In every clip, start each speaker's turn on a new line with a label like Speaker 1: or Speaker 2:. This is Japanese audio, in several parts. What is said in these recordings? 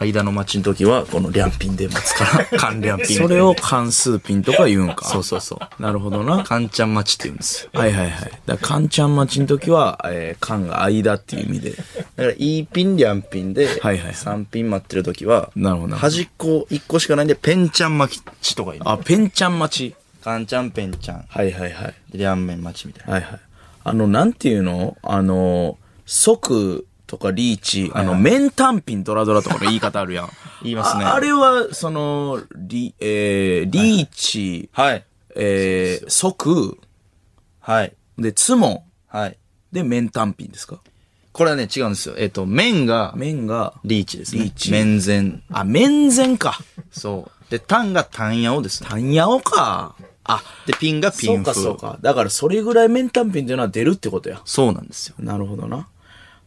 Speaker 1: 間の待ちの時は、この両品で待つから、関両品。
Speaker 2: それを関数ピンとか言うんか。
Speaker 1: そうそうそう。
Speaker 2: なるほどな。
Speaker 1: 関ちゃん待ちって言うんですよ。
Speaker 2: はいはいはい。だから、カンちゃん待ちの時は、えー、カンが間っていう意味で。
Speaker 1: だから、いいピン、両品で、
Speaker 2: はいはいはい
Speaker 1: 三品待ってる時は、
Speaker 2: なるほどな
Speaker 1: 端っこ一個しかないんで、ペンちゃん待ちとか言うの。
Speaker 2: あ、ペンちゃん待ち。
Speaker 1: カンちゃん、ペンちゃん、
Speaker 2: はいはいはい。
Speaker 1: 両面待ちみたいな。
Speaker 2: はいはい。あの、なんていうのあの、即とかリーチ、あの、面単品ドラドラとかの言い方あるやん。
Speaker 1: 言いますね
Speaker 2: ああれは、その、リ、えー、リーチ、
Speaker 1: はい。
Speaker 2: えー、即、
Speaker 1: はい。
Speaker 2: で、つも、
Speaker 1: はい。
Speaker 2: で、面単品ですか
Speaker 1: これはね、違うんですよ。えっと、面が、
Speaker 2: 面が、
Speaker 1: リーチですね。
Speaker 2: リーチ
Speaker 1: 面前。
Speaker 2: あ、面前か。
Speaker 1: そう。で、単が単野をですね。
Speaker 2: 単やおか。あ、
Speaker 1: で、ピンがピ
Speaker 2: そ
Speaker 1: ン
Speaker 2: う
Speaker 1: 風。
Speaker 2: かそうか。だから、それぐらい面単品っていうのは出るってことや。
Speaker 1: そうなんですよ。
Speaker 2: なるほどな。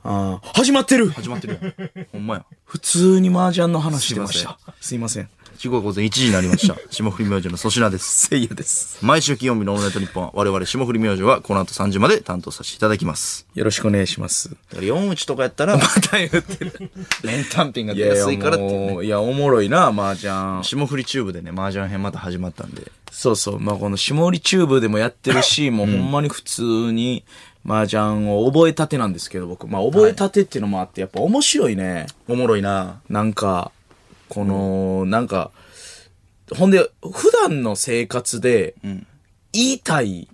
Speaker 2: あー始まってる
Speaker 1: 始まってるやん。ほんまや。
Speaker 2: 普通に麻雀の話してました。すいません。
Speaker 1: 時刻は午前1時になりま した。霜降り明星の粗品です。
Speaker 2: せいやです。
Speaker 1: 毎週金曜日のオールナイトニッポンは、我々霜降り明星はこの後3時まで担当させていただきます。
Speaker 2: よろしくお願いします。
Speaker 1: だから4打ちとかやったら、 ま
Speaker 2: また言ってる。
Speaker 1: 連単品が出やすいからっていうね。
Speaker 2: もういや、おもろいな、麻雀。
Speaker 1: 霜降りチューブでね、麻雀編また始まったんで。
Speaker 2: そうそう。まあ、この下りチューブでもやってるし、もうほんまに普通に麻雀を覚えたてなんですけど、僕。まあ、覚えたてっていうのもあって、やっぱ面白いね。
Speaker 1: おもろいな
Speaker 2: なんか、この、なんか、ほんで、普段の生活で、言いたい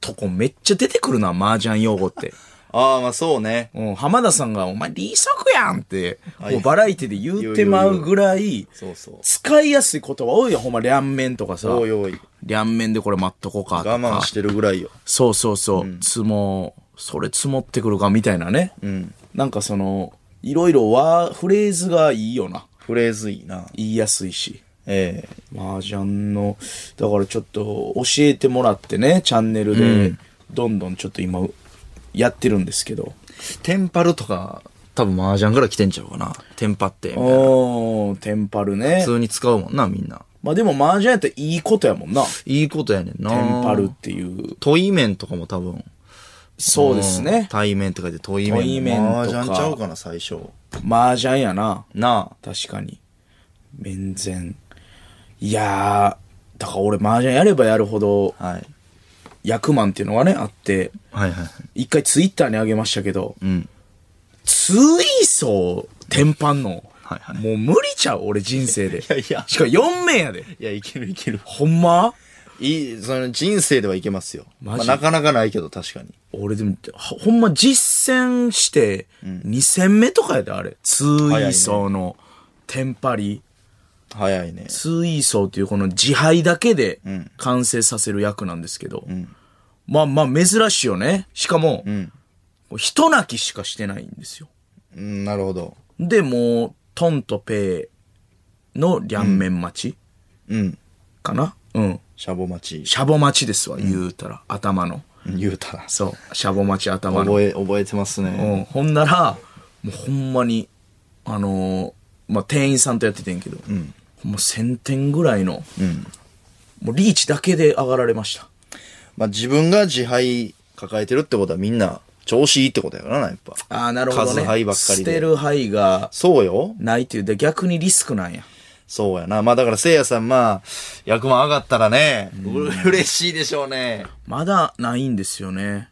Speaker 2: とこめっちゃ出てくるな、麻雀用語って。
Speaker 1: ああ、まあそうね。
Speaker 2: うん、浜田さんが、お前、利息やんって、
Speaker 1: あ
Speaker 2: こうバラエティで言ってまうぐらい、
Speaker 1: そうそう。
Speaker 2: 使いやすい言葉多いよ、ほんま、両面とかさ。
Speaker 1: おいおい。
Speaker 2: 両面でこれ待っとこうかと
Speaker 1: 我
Speaker 2: か。
Speaker 1: 慢してるぐらいよ。
Speaker 2: そうそうそう。積も、それ積もってくるか、みたいなね。
Speaker 1: うん。
Speaker 2: なんかその、いろいろは、フレーズがいいよな。
Speaker 1: フレーズいいな
Speaker 2: 言いやすいし。
Speaker 1: ええ
Speaker 2: 麻雀の、だからちょっと、教えてもらってね、チャンネルで、どんどんちょっと今、やってるんですけど。
Speaker 1: テンパルとか、多分麻雀から来てんちゃうかな。テンパって、みたいな。
Speaker 2: おー、テンパるね。
Speaker 1: 普通に使うもんな、みんな。
Speaker 2: まあでも麻雀やったらいいことやもんな。
Speaker 1: いいことやねんな。
Speaker 2: テンパるっていう。
Speaker 1: 問い面とかも多分。
Speaker 2: そうです
Speaker 1: ん
Speaker 2: ね。
Speaker 1: 対面とかで問い面。
Speaker 2: 問い面とか
Speaker 1: 麻雀ちゃうかな、最初。
Speaker 2: 麻雀やな。
Speaker 1: なあ。
Speaker 2: 確かに。面前。いやー、だから俺麻雀やればやるほど、
Speaker 1: はい。
Speaker 2: 役満っていうのがね、あって、
Speaker 1: はいはい。
Speaker 2: 一回ツイッターにあげましたけど、
Speaker 1: うん。
Speaker 2: ツイソー、天パンの、
Speaker 1: はいはい
Speaker 2: もう無理ちゃう、俺人生で。い
Speaker 1: やいや
Speaker 2: しかも4名やで。
Speaker 1: いや、いけるいける。
Speaker 2: ほんま
Speaker 1: いい、その人生ではいけますよ。
Speaker 2: マジ
Speaker 1: まあなかなかないけど、確かに。
Speaker 2: 俺でも、ほほんま実践して、2戦目とかやで、あれ。ツーイーソーのテンパリ。
Speaker 1: 早いね。
Speaker 2: ツーイーソーっていうこの自敗だけで
Speaker 1: ん
Speaker 2: 完成させる役なんですけど。まあまあ珍しいよね。しかも、
Speaker 1: ん
Speaker 2: 人泣きしかしてないんですよ。
Speaker 1: うん、なるほど。
Speaker 2: で、もう、トンとペイの両面待ち
Speaker 1: うん。
Speaker 2: かな。うん。
Speaker 1: シャボ待ち。
Speaker 2: シャボ待ちですわ、言うたら。頭の。
Speaker 1: うん言うたら。
Speaker 2: そう。シャボ待ち頭の。
Speaker 1: 覚え、覚えてます
Speaker 2: う
Speaker 1: ね。
Speaker 2: ん、ほんなら、もうほんまに、あのーまあ、店員さんとやっててんけど、ほんま1000点ぐらいの、もうリーチだけで上がられました。
Speaker 1: まあ自分が自敗抱えてるってことはみんな調子いいってことやからな、やっぱ。
Speaker 2: ああ、なるほどね。
Speaker 1: 数牌ばっかり
Speaker 2: 捨て
Speaker 1: で。
Speaker 2: る牌が
Speaker 1: そうよ。
Speaker 2: ないっていう、で逆にリスクなんや。
Speaker 1: そうやな。まあだからせいやさん、まあ、役満上がったらね、う嬉しいでしょうね。
Speaker 2: まだないんですよね。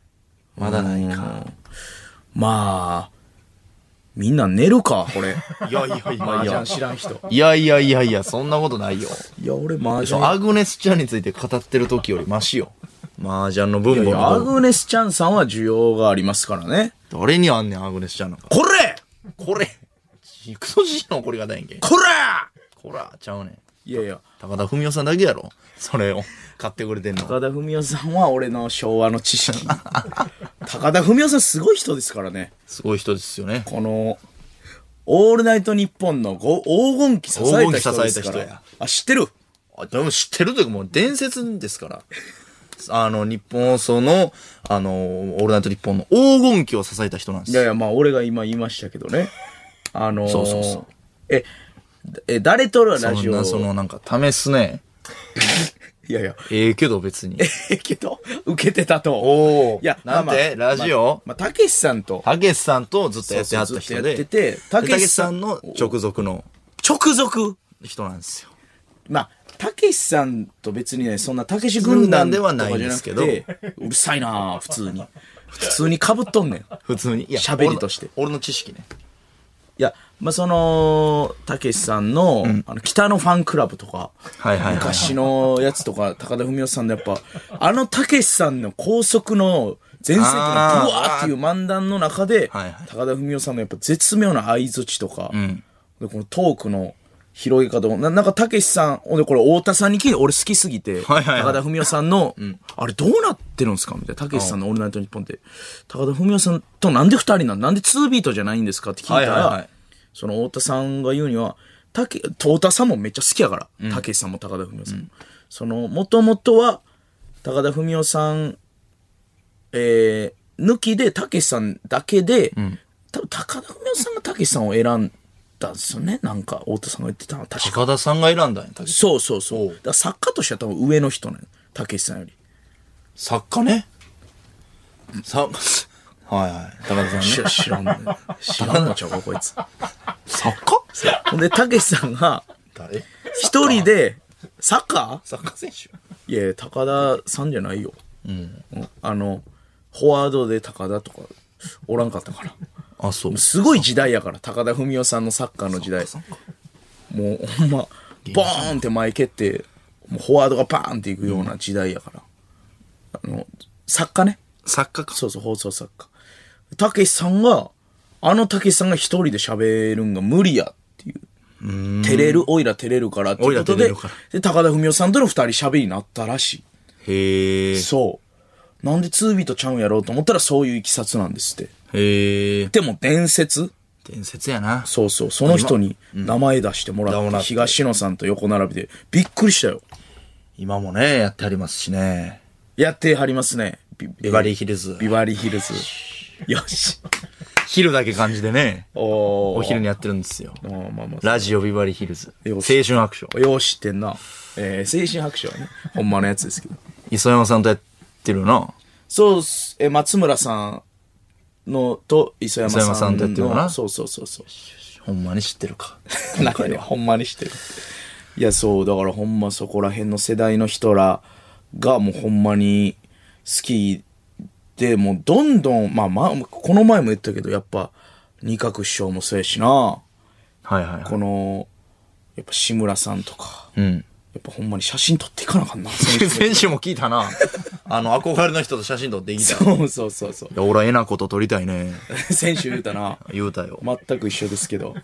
Speaker 1: まだないか。
Speaker 2: まあ、みんな寝るか、こ れ。
Speaker 1: いやいやいや
Speaker 2: 麻
Speaker 1: いや
Speaker 2: 雀。知らん人。
Speaker 1: いやいやいやいや、そんなことないよ。
Speaker 2: いや、俺麻
Speaker 1: そ
Speaker 2: 雀
Speaker 1: う、。アグネスちゃんについて語ってる時よりマシよ。麻雀の分
Speaker 2: い
Speaker 1: 母
Speaker 2: やア
Speaker 1: の分。
Speaker 2: グネス・チャンさんは需要がありますからね。
Speaker 1: 誰にあんねん、アグネスちゃんなんか。
Speaker 2: これ
Speaker 1: これクソじじいの怒り方やんけ。
Speaker 2: これ
Speaker 1: こら、ちゃうねん。
Speaker 2: いやいや。
Speaker 1: 高田文夫さんだけやろ。それを買ってくれてんの。
Speaker 2: 高田文夫さんは俺の昭和の知 識高田文夫さんすごい人ですからね
Speaker 1: すごい人ですよね。
Speaker 2: この「オールナイトニッポン」のご黄金期支えた人ですか
Speaker 1: 黄金期支えた人
Speaker 2: ら
Speaker 1: や
Speaker 2: あ知ってる
Speaker 1: あでも知ってるというかもう伝説ですから。あの、日本放送の、あの、オールナイト日本の黄金期を支えた人なんで
Speaker 2: い
Speaker 1: す。
Speaker 2: やいやまあ俺が今言いましたけどねあのー、
Speaker 1: そうそうそう
Speaker 2: ええ誰とるラ
Speaker 1: そ
Speaker 2: ジ
Speaker 1: んな、
Speaker 2: オ
Speaker 1: その、なんか、試すね。
Speaker 2: いやいや、
Speaker 1: ええけど別に。
Speaker 2: ええけど、受けてたと。
Speaker 1: おお。
Speaker 2: いや、ま
Speaker 1: な
Speaker 2: あ
Speaker 1: ん
Speaker 2: まあ
Speaker 1: でラジオ
Speaker 2: まあ、たけしさんと、
Speaker 1: たけしさんとずっとやってはった
Speaker 2: そうそうずっ
Speaker 1: 人
Speaker 2: とや
Speaker 1: で。
Speaker 2: っててた
Speaker 1: た
Speaker 2: けし
Speaker 1: けし
Speaker 2: さ
Speaker 1: さ
Speaker 2: ん
Speaker 1: んの直属の
Speaker 2: 直属。
Speaker 1: 人なんですよ。
Speaker 2: まあ、たけしさんと別にね、そんなたけし軍団とかじゃな
Speaker 1: 軍団ではないんですけど
Speaker 2: くてうるさいなあ普通に。普通に被っとんねん。い
Speaker 1: 普通に。いや
Speaker 2: 喋りとして
Speaker 1: 俺の。俺の知識ね。
Speaker 2: や、まあ、その、たけしさんの、あの、北のファンクラブとか、
Speaker 1: はいはいはいはい
Speaker 2: 昔のやつとか、高田文夫さんのやっぱ、あのたけしさんの高速の、全盛期のブワーっていう漫談の中で、
Speaker 1: はいはい
Speaker 2: 高田文夫さんのやっぱ絶妙な相槌とか、でこのトークの広げ方もななんかたけしさんほんでこれ太田さんに聞いて俺好きすぎて、
Speaker 1: はいはいはい
Speaker 2: 高田文夫さんの、あれどうなってるんですかみたいなたけしさんの「オールナイトニッポン」って高田文夫さんとなんで2人なんなんで2ビートじゃないんですかって聞いたら、
Speaker 1: はいはいはい
Speaker 2: その太田さんが言うにはたけ太田さんもめっちゃ好きやからたけしさんも高田文夫さんも、そのもともとは高田文夫さんえー抜きでたけしさんだけで、多分高田文夫さんがたけしさんを選んだんですよねなんか太田さんが言ってたのは確か
Speaker 1: 高田さんが選んだんや。たけし
Speaker 2: そうそうそうだから作家としては多分上の人なのよたけしさんより
Speaker 1: 作家ね。さ、はいはい。高田さんね。
Speaker 2: 知ら知らんね知らんのちゃうかこいつ
Speaker 1: 作家
Speaker 2: ほんでたけしさんが
Speaker 1: 誰
Speaker 2: 一人でサッカ
Speaker 1: サッカー選手
Speaker 2: ーいやいや高田さんじゃないよ、うんあのフォワードで高田とかおらんかったから
Speaker 1: あ、そう。
Speaker 2: すごい時代やから高田文夫さんのサッカーの時代もうほんまボーンって前蹴ってもうフォワードがバーンっていくような時代やから、あの作家ね
Speaker 1: 作家か。
Speaker 2: そうそう放送作家たけしさんがあのたけしさんが一人で喋るんが無理やっていう照れるおいら照れるからっていうこと
Speaker 1: おいら照れ
Speaker 2: で
Speaker 1: るか
Speaker 2: で高田文夫さんとの二人喋りになったらし
Speaker 1: へえ
Speaker 2: い。そうなんで2ビートちゃうんやろうと思ったらそういういきさつなんですって
Speaker 1: へえ。
Speaker 2: でも伝説
Speaker 1: 伝説やな。
Speaker 2: そうそう、その人に名前出してもら
Speaker 1: 名前
Speaker 2: って、
Speaker 1: 出して
Speaker 2: 東野さんと横並びで、びっくりしたよ。
Speaker 1: 今もね、やってありますしね。
Speaker 2: やってはりますね。ビ
Speaker 1: ビバリーヒルズ
Speaker 2: ビ。バリーヒルズ。よし。
Speaker 1: 昼だけ感じでね、
Speaker 2: おー
Speaker 1: お昼にやってるんですよ。
Speaker 2: まあまあま
Speaker 1: ラジオビバリーヒルズ。青
Speaker 2: よし
Speaker 1: 春アクション。
Speaker 2: あ。よう知ってんな。えー、青春白書はね、ほんまのやつですけど。
Speaker 1: 磯山さんとやってるよな。
Speaker 2: そうっす、えー、松村さんのと磯山さんの。
Speaker 1: 磯山さんとやってるのかな
Speaker 2: そうそうそうそう。
Speaker 1: ほんまに知ってるか。
Speaker 2: なんかね、ほんまにしてる。いや、そう、だからほんまそこら辺の世代の人らがもうほんまに好きで、もうどんどん、まあまあ、この前も言ったけど、やっぱ、二角師匠もそうやしな、
Speaker 1: はいはいはい。
Speaker 2: この、やっぱ志村さんとか、
Speaker 1: うん。
Speaker 2: やっぱほんまに写真撮っていかなあか んな。その人
Speaker 1: 選手も聞いたな。 あの、憧れの人と写真撮っていきたい。い
Speaker 2: そうそうそうそう。
Speaker 1: や、俺はえなこと撮りたいね。
Speaker 2: 選手言うたな。
Speaker 1: 言うたよ。
Speaker 2: 全く一緒ですけど。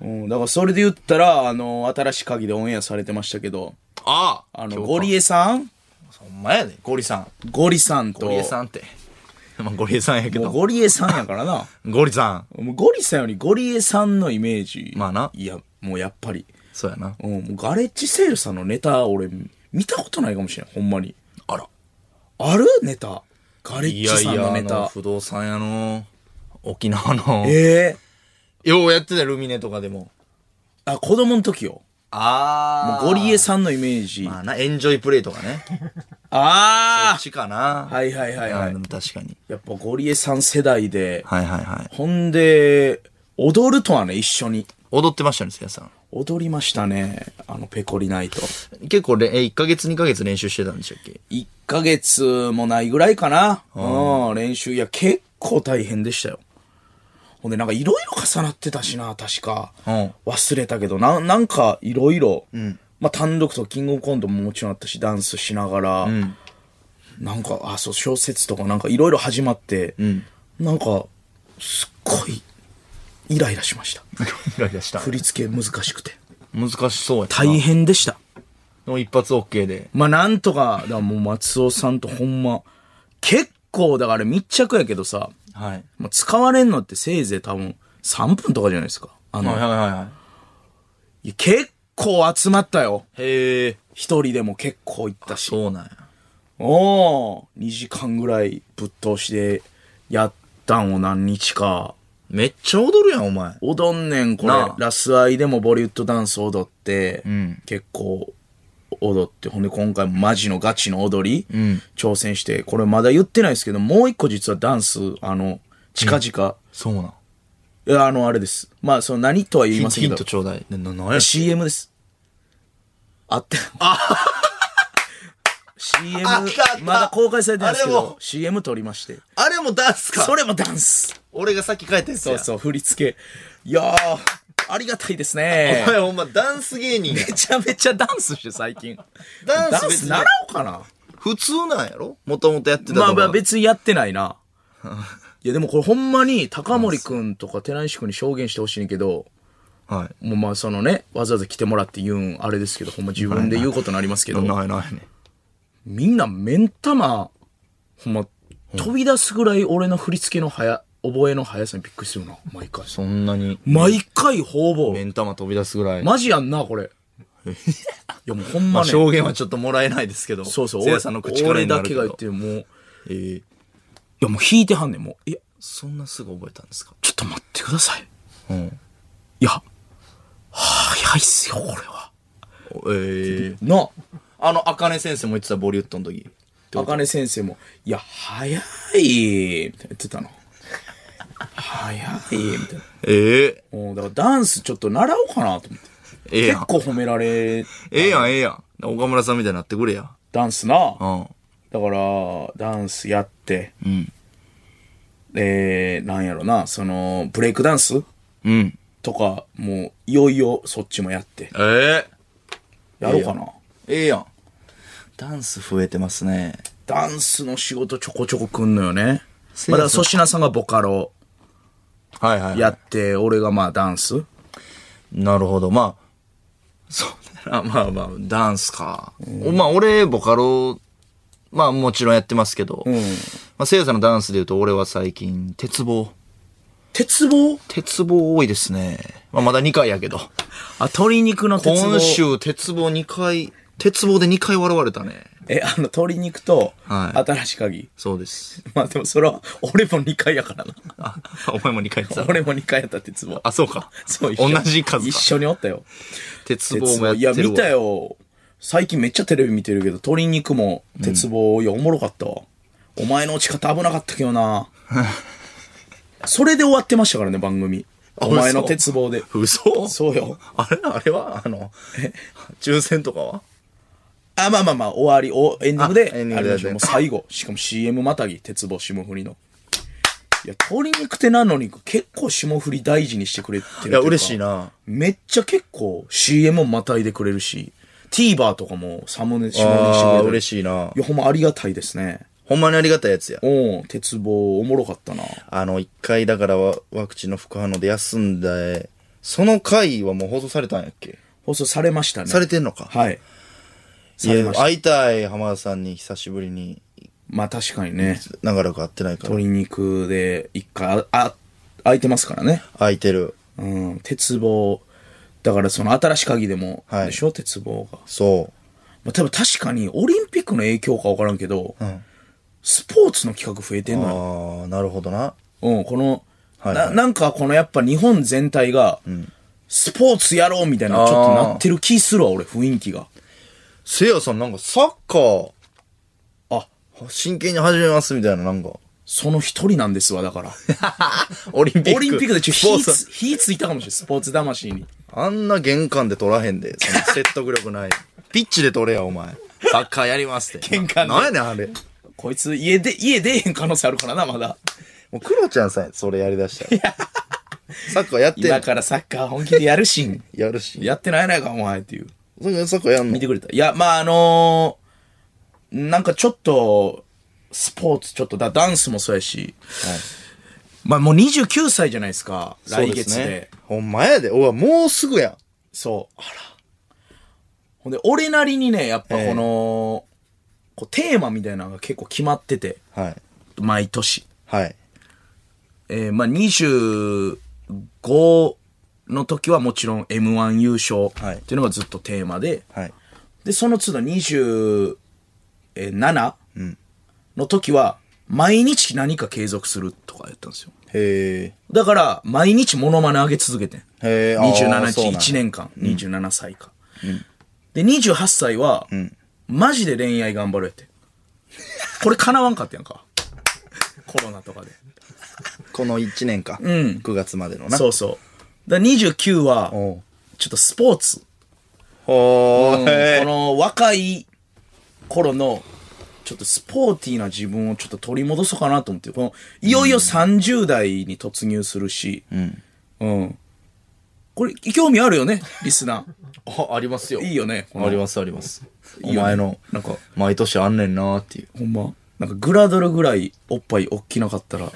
Speaker 1: うん。
Speaker 2: うん、だからそれで言ったら、あの、新しい鍵でオンエアされてましたけど、
Speaker 1: あ
Speaker 2: あ
Speaker 1: 今
Speaker 2: の、
Speaker 1: 日
Speaker 2: ゴリエさん
Speaker 1: ほんまやで、ゴリさん。
Speaker 2: ゴリさんと、
Speaker 1: ゴリエさんって。まあ、ゴリエさんやけ
Speaker 2: も
Speaker 1: ど。
Speaker 2: うゴリエさんやからな。
Speaker 1: ゴリさん。
Speaker 2: もうゴリさんよりゴリエさんのイメージ。
Speaker 1: まあない
Speaker 2: や、もうやっぱり。
Speaker 1: そうやな。
Speaker 2: うん、もうガレッジセールさんのネタ、俺、見たことないかもしれん、ほんまに。
Speaker 1: あら。
Speaker 2: あるネタ。ガレッ
Speaker 1: い
Speaker 2: ジ
Speaker 1: やい
Speaker 2: さんの
Speaker 1: や、あ
Speaker 2: ネタ。
Speaker 1: の、不動産屋の、沖縄の、
Speaker 2: ええ
Speaker 1: ようやってたよルミネとかでも。
Speaker 2: あ、子供の時よ。
Speaker 1: あ
Speaker 2: ゴリエ
Speaker 1: さ
Speaker 2: さんのイメージ。
Speaker 1: ん。まあな、エンジョイプレイとかね。あっ
Speaker 2: ああ
Speaker 1: ちかな。
Speaker 2: はいはいはいはい
Speaker 1: やでも確かに。
Speaker 2: やっぱゴリエさん世代で。
Speaker 1: はいはいはい。
Speaker 2: ほんで、踊るとはね、一緒に。
Speaker 1: 踊ってましたね、せやさん。
Speaker 2: 踊りましたね。あの、ペコリナイト。
Speaker 1: 結構れ、え、1ヶ月2ヶ月練習してたんでしたっけ
Speaker 2: 1ヶ月もないぐらいかな。うん、練習。いや、結構大変でしたよ。ほんで、なんかいろいろ重なってたしな、確か。
Speaker 1: うん
Speaker 2: 忘れたけど、な、なんかいろいろ。まあ、単独とキングオブコントももちろんあったし、ダンスしながら。なんか、あ、そう、小説とかなんかいろいろ始まって。なんか、すっごい、イライラしました。
Speaker 1: イライラした
Speaker 2: 振り付け難しくて。
Speaker 1: 難しそうやったな。
Speaker 2: 大変でした。
Speaker 1: でも一発 OK で。
Speaker 2: まあなんとか、だからもう松尾さんとほんま、結構だから密着やけどさ、
Speaker 1: はい。
Speaker 2: まあ、使われんのってせいぜい多分3分とかじゃないですか。あの、
Speaker 1: はいはいはいはい
Speaker 2: や結構集まったよ。
Speaker 1: い。へえ。
Speaker 2: 一人でも結構行ったし。
Speaker 1: そうなんや。
Speaker 2: おお2時間ぐらいぶっ通しでやったんを何日か。
Speaker 1: めっちゃ踊るやん、お前。
Speaker 2: 踊んねん、これ
Speaker 1: なあ。
Speaker 2: ラスアイでもボリュッドダンス踊って、
Speaker 1: ん
Speaker 2: 結構、踊って、ほんで今回もマジのガチの踊り、挑戦して、これまだ言ってないですけど、もう一個実はダンス、あの、近々、
Speaker 1: そうなん。
Speaker 2: いやあの、あれです。まあ、その何とは言い
Speaker 1: ヒン
Speaker 2: ま
Speaker 1: ト
Speaker 2: せ
Speaker 1: ヒン
Speaker 2: んけ
Speaker 1: ト
Speaker 2: ど、
Speaker 1: ちょうだい。な、な、なんや
Speaker 2: CM です。あって、CM
Speaker 1: あ来た来た、
Speaker 2: まだ公開されてないです
Speaker 1: あ
Speaker 2: け
Speaker 1: れも
Speaker 2: ど、CM 撮りまして。
Speaker 1: あれもダンスか
Speaker 2: それもダンス。
Speaker 1: 俺がさっき書いたやつ
Speaker 2: そ
Speaker 1: や。
Speaker 2: うそう、振り付け。いやー、ありがたいですね
Speaker 1: お。前ほんまダンス芸人や
Speaker 2: め。ちゃめちゃダンスして、最近。
Speaker 1: ダン
Speaker 2: ダ
Speaker 1: ス
Speaker 2: ン
Speaker 1: 別
Speaker 2: ス
Speaker 1: に
Speaker 2: 習おうかな。
Speaker 1: 普通なんやろもともとやってたとか。
Speaker 2: まあまあ別にやってないな。 いやでもこれほんまに高森くんとか寺西くんに証言してほしいねんけど、
Speaker 1: はい。
Speaker 2: もうまあそのね、わざわざ来てもらって言うんあれですけど、ほんま自分で言うことになりますけど、
Speaker 1: ないないね。
Speaker 2: みんな目ん玉、ほんま飛び出すぐらい俺の振り付けの早、覚えの速さにびっくりするな、毎回。
Speaker 1: そんなに、
Speaker 2: 毎回方々。
Speaker 1: 目ん玉飛び出すぐらい。
Speaker 2: マジやんな、これ。 いやもうほん
Speaker 1: まあ
Speaker 2: まね。
Speaker 1: 証言はちょっともらえないですけど。
Speaker 2: そうそう、
Speaker 1: せい
Speaker 2: 俺
Speaker 1: やさんの口から
Speaker 2: 俺
Speaker 1: にな
Speaker 2: だ
Speaker 1: るけ
Speaker 2: けが
Speaker 1: ど
Speaker 2: 言ってもう、い
Speaker 1: えー
Speaker 2: やもう弾いてはんねん、もう。いや、
Speaker 1: そんなすぐ覚えたんですか
Speaker 2: ちょっと待ってください。
Speaker 1: うん。
Speaker 2: いや、早いっすよ、これは。
Speaker 1: えー
Speaker 2: な
Speaker 1: あの、あかね先生も言ってた、ボリュットの時。
Speaker 2: あ、茜先生も、いや、早いみたいな言ってたな。早いみたいな。
Speaker 1: ええ
Speaker 2: もう、だからダンスちょっと習おうかなと思って。
Speaker 1: ええや
Speaker 2: 結
Speaker 1: ん。
Speaker 2: 構褒められ、
Speaker 1: ええやん、ええやん。岡村さんみたいになってくれや。
Speaker 2: ダンスな。
Speaker 1: うん。
Speaker 2: だから、ダンスやって、
Speaker 1: うん。
Speaker 2: えー、なんやろな、その、ブレイクダンス
Speaker 1: うん。
Speaker 2: とか、もう、いよいよそっちもやって、
Speaker 1: ええ
Speaker 2: やろうかな。
Speaker 1: ええやん。ダンス増えてますね。
Speaker 2: ダンスの仕事ちょこちょこ来んのよね。
Speaker 1: せ
Speaker 2: ま
Speaker 1: や
Speaker 2: あだから粗品さんがボカロ
Speaker 1: はいはい、はい。
Speaker 2: やって、俺がまあダンス。
Speaker 1: なるほど。まあ、そうだな。まあまあ、ダンスか。まあ、俺、ボカロ、まあ、もちろんやってますけど、まあ、せいやさんのダンスで言うと、俺は最近、鉄棒。
Speaker 2: 鉄棒
Speaker 1: 鉄棒多いですね。まあ、まだ2回やけど。
Speaker 2: あ、鶏肉の鉄棒。
Speaker 1: 今週、鉄棒2回、鉄棒で2回笑われたね。
Speaker 2: え、あの、鶏肉と、
Speaker 1: はい
Speaker 2: 新しい鍵。
Speaker 1: そう です。
Speaker 2: まあでもそれは、俺も2回やからな。
Speaker 1: あ、お前も2回やってた。
Speaker 2: 俺も2回やった鉄棒。
Speaker 1: あ、そうか。
Speaker 2: そう、一
Speaker 1: 同
Speaker 2: 緒
Speaker 1: じ数か。
Speaker 2: 一緒におったよ。
Speaker 1: 鉄棒
Speaker 2: 鉄
Speaker 1: もや
Speaker 2: 棒。
Speaker 1: っ
Speaker 2: いや、
Speaker 1: てる
Speaker 2: 見た
Speaker 1: わ。
Speaker 2: よ。最近めっちゃテレビ見てるけど、鶏肉も鉄棒、いや、おもろかったわ。お前の落ち方危なかったけど な。それで終わってましたからね、番組。
Speaker 1: あ
Speaker 2: お前の
Speaker 1: 嘘
Speaker 2: 鉄棒で。
Speaker 1: 嘘
Speaker 2: そうよ。
Speaker 1: あれあれはあの、 抽選とかは
Speaker 2: あ、まあまあまあ、終わり、おエンディング
Speaker 1: あエンデ
Speaker 2: で、
Speaker 1: ィングで
Speaker 2: あれでしょ、
Speaker 1: ね
Speaker 2: もう最後。しかも CM またぎ、鉄棒霜降りの。いや、鶏肉ってなのに、結構霜降り大事にしてくれてる
Speaker 1: い
Speaker 2: と
Speaker 1: う
Speaker 2: か
Speaker 1: や、嬉しい。な。
Speaker 2: めっちゃ結構 CM もまたいでくれるし、TVer とかもサムネ、霜降りにしてく
Speaker 1: あ
Speaker 2: れた
Speaker 1: あ、
Speaker 2: り
Speaker 1: 嬉しいな。
Speaker 2: いや、ほんまありがたいですね。
Speaker 1: ほんまにありがたいやつや。
Speaker 2: おん、鉄棒、おもろかったな。
Speaker 1: あの、一回だからワワクチンの副反応で休んだ、その回はもう放送されたんやっけ
Speaker 2: 放送されましたね。
Speaker 1: されてんのか。
Speaker 2: はい。
Speaker 1: い
Speaker 2: され
Speaker 1: や、
Speaker 2: ました。
Speaker 1: 会いたい浜田さんに久しぶりに、
Speaker 2: まあ確かにね、
Speaker 1: 長らく会ってないから。
Speaker 2: 鶏肉で一回、あ、あ、空いてますからね。
Speaker 1: 空いてる。
Speaker 2: うん、鉄棒。だからその新しい鍵でも、
Speaker 1: はい
Speaker 2: でしょ鉄棒が。
Speaker 1: そ
Speaker 2: まあ、多分確かにオリンピックの影響か分からんけど、
Speaker 1: ん
Speaker 2: スポーツの企画増えてん
Speaker 1: う。
Speaker 2: のよ。
Speaker 1: ああ、なるほどな。
Speaker 2: うん、この、
Speaker 1: はいはい
Speaker 2: ななんかこのやっぱ日本全体が、スポーツやろうみたいなちょっとなってる気するわ、俺、雰囲気が。
Speaker 1: せいやさんなんかサッカー、
Speaker 2: あ、
Speaker 1: 真剣に始めますみたいな、なんか。
Speaker 2: その一人なんですわ、だから。
Speaker 1: オリンピック。
Speaker 2: オリンピックでちょ
Speaker 1: スポー
Speaker 2: 火
Speaker 1: ツ
Speaker 2: つ、火ついたかもしれない、スポーツ魂に。
Speaker 1: あんな玄関で取らへんで、その説得力 ない。ピッチで取れや、お前。サッカーやりますって。
Speaker 2: 玄関で
Speaker 1: ななんやねん、あれ。
Speaker 2: こいつ、家で、家出えへん可能性あるからな、まだ。
Speaker 1: もう、クロちゃんさえ、それやりだした ら。サッカーやって
Speaker 2: 今
Speaker 1: や
Speaker 2: からサッカー本気でやるしん。
Speaker 1: るし。
Speaker 2: やってないやないか、お前っていう。
Speaker 1: それサッカーやんの
Speaker 2: 見てくれた。いや、まあ、あのーなんかちょっと、スポーツちょっと、だダンスもそうやし、まあもう29歳じゃないですか、来月
Speaker 1: そう
Speaker 2: で。
Speaker 1: すね。ほんまやで。おわ、もうすぐやん。
Speaker 2: そう。あら。ほんで、俺なりにね、やっぱこの、こうテーマみたいなのが結構決まってて、
Speaker 1: はい。
Speaker 2: 毎年。
Speaker 1: はい。
Speaker 2: えー、まあ、25の時はもちろん M1 優勝
Speaker 1: はい
Speaker 2: っていうのがずっとテーマで、
Speaker 1: はい。
Speaker 2: で、その次の27の時は、毎日何か継続するとかやったんですよ。
Speaker 1: へ
Speaker 2: だから、毎日モノマネ上げ続けてん。
Speaker 1: え。へえ。あー
Speaker 2: 27
Speaker 1: そうなんや
Speaker 2: 日、1年間、27歳か。で、28歳は、マジで恋愛頑張るやって。これ叶わんかったやんか。コロナとかで。
Speaker 1: この1年か。うん9月までのな。
Speaker 2: そうそう。だ29は、
Speaker 1: おう
Speaker 2: ちょっとスポーツ。
Speaker 1: ほ
Speaker 2: うん
Speaker 1: ー
Speaker 2: この若い頃の、ちょっとスポーティーな自分をちょっと取り戻そうかなと思って、この、いよいよ30代に突入するし、うん。これ、興味あるよね、リスナ
Speaker 1: あありますよ。
Speaker 2: ー。いいよね、この
Speaker 1: ありますあります。
Speaker 2: い
Speaker 1: お
Speaker 2: いよね
Speaker 1: 前の、
Speaker 2: なんか、
Speaker 1: 毎年あんねんなーっていう。
Speaker 2: ほんま。なんかグラドルぐらいおっぱいおっきなかったら、引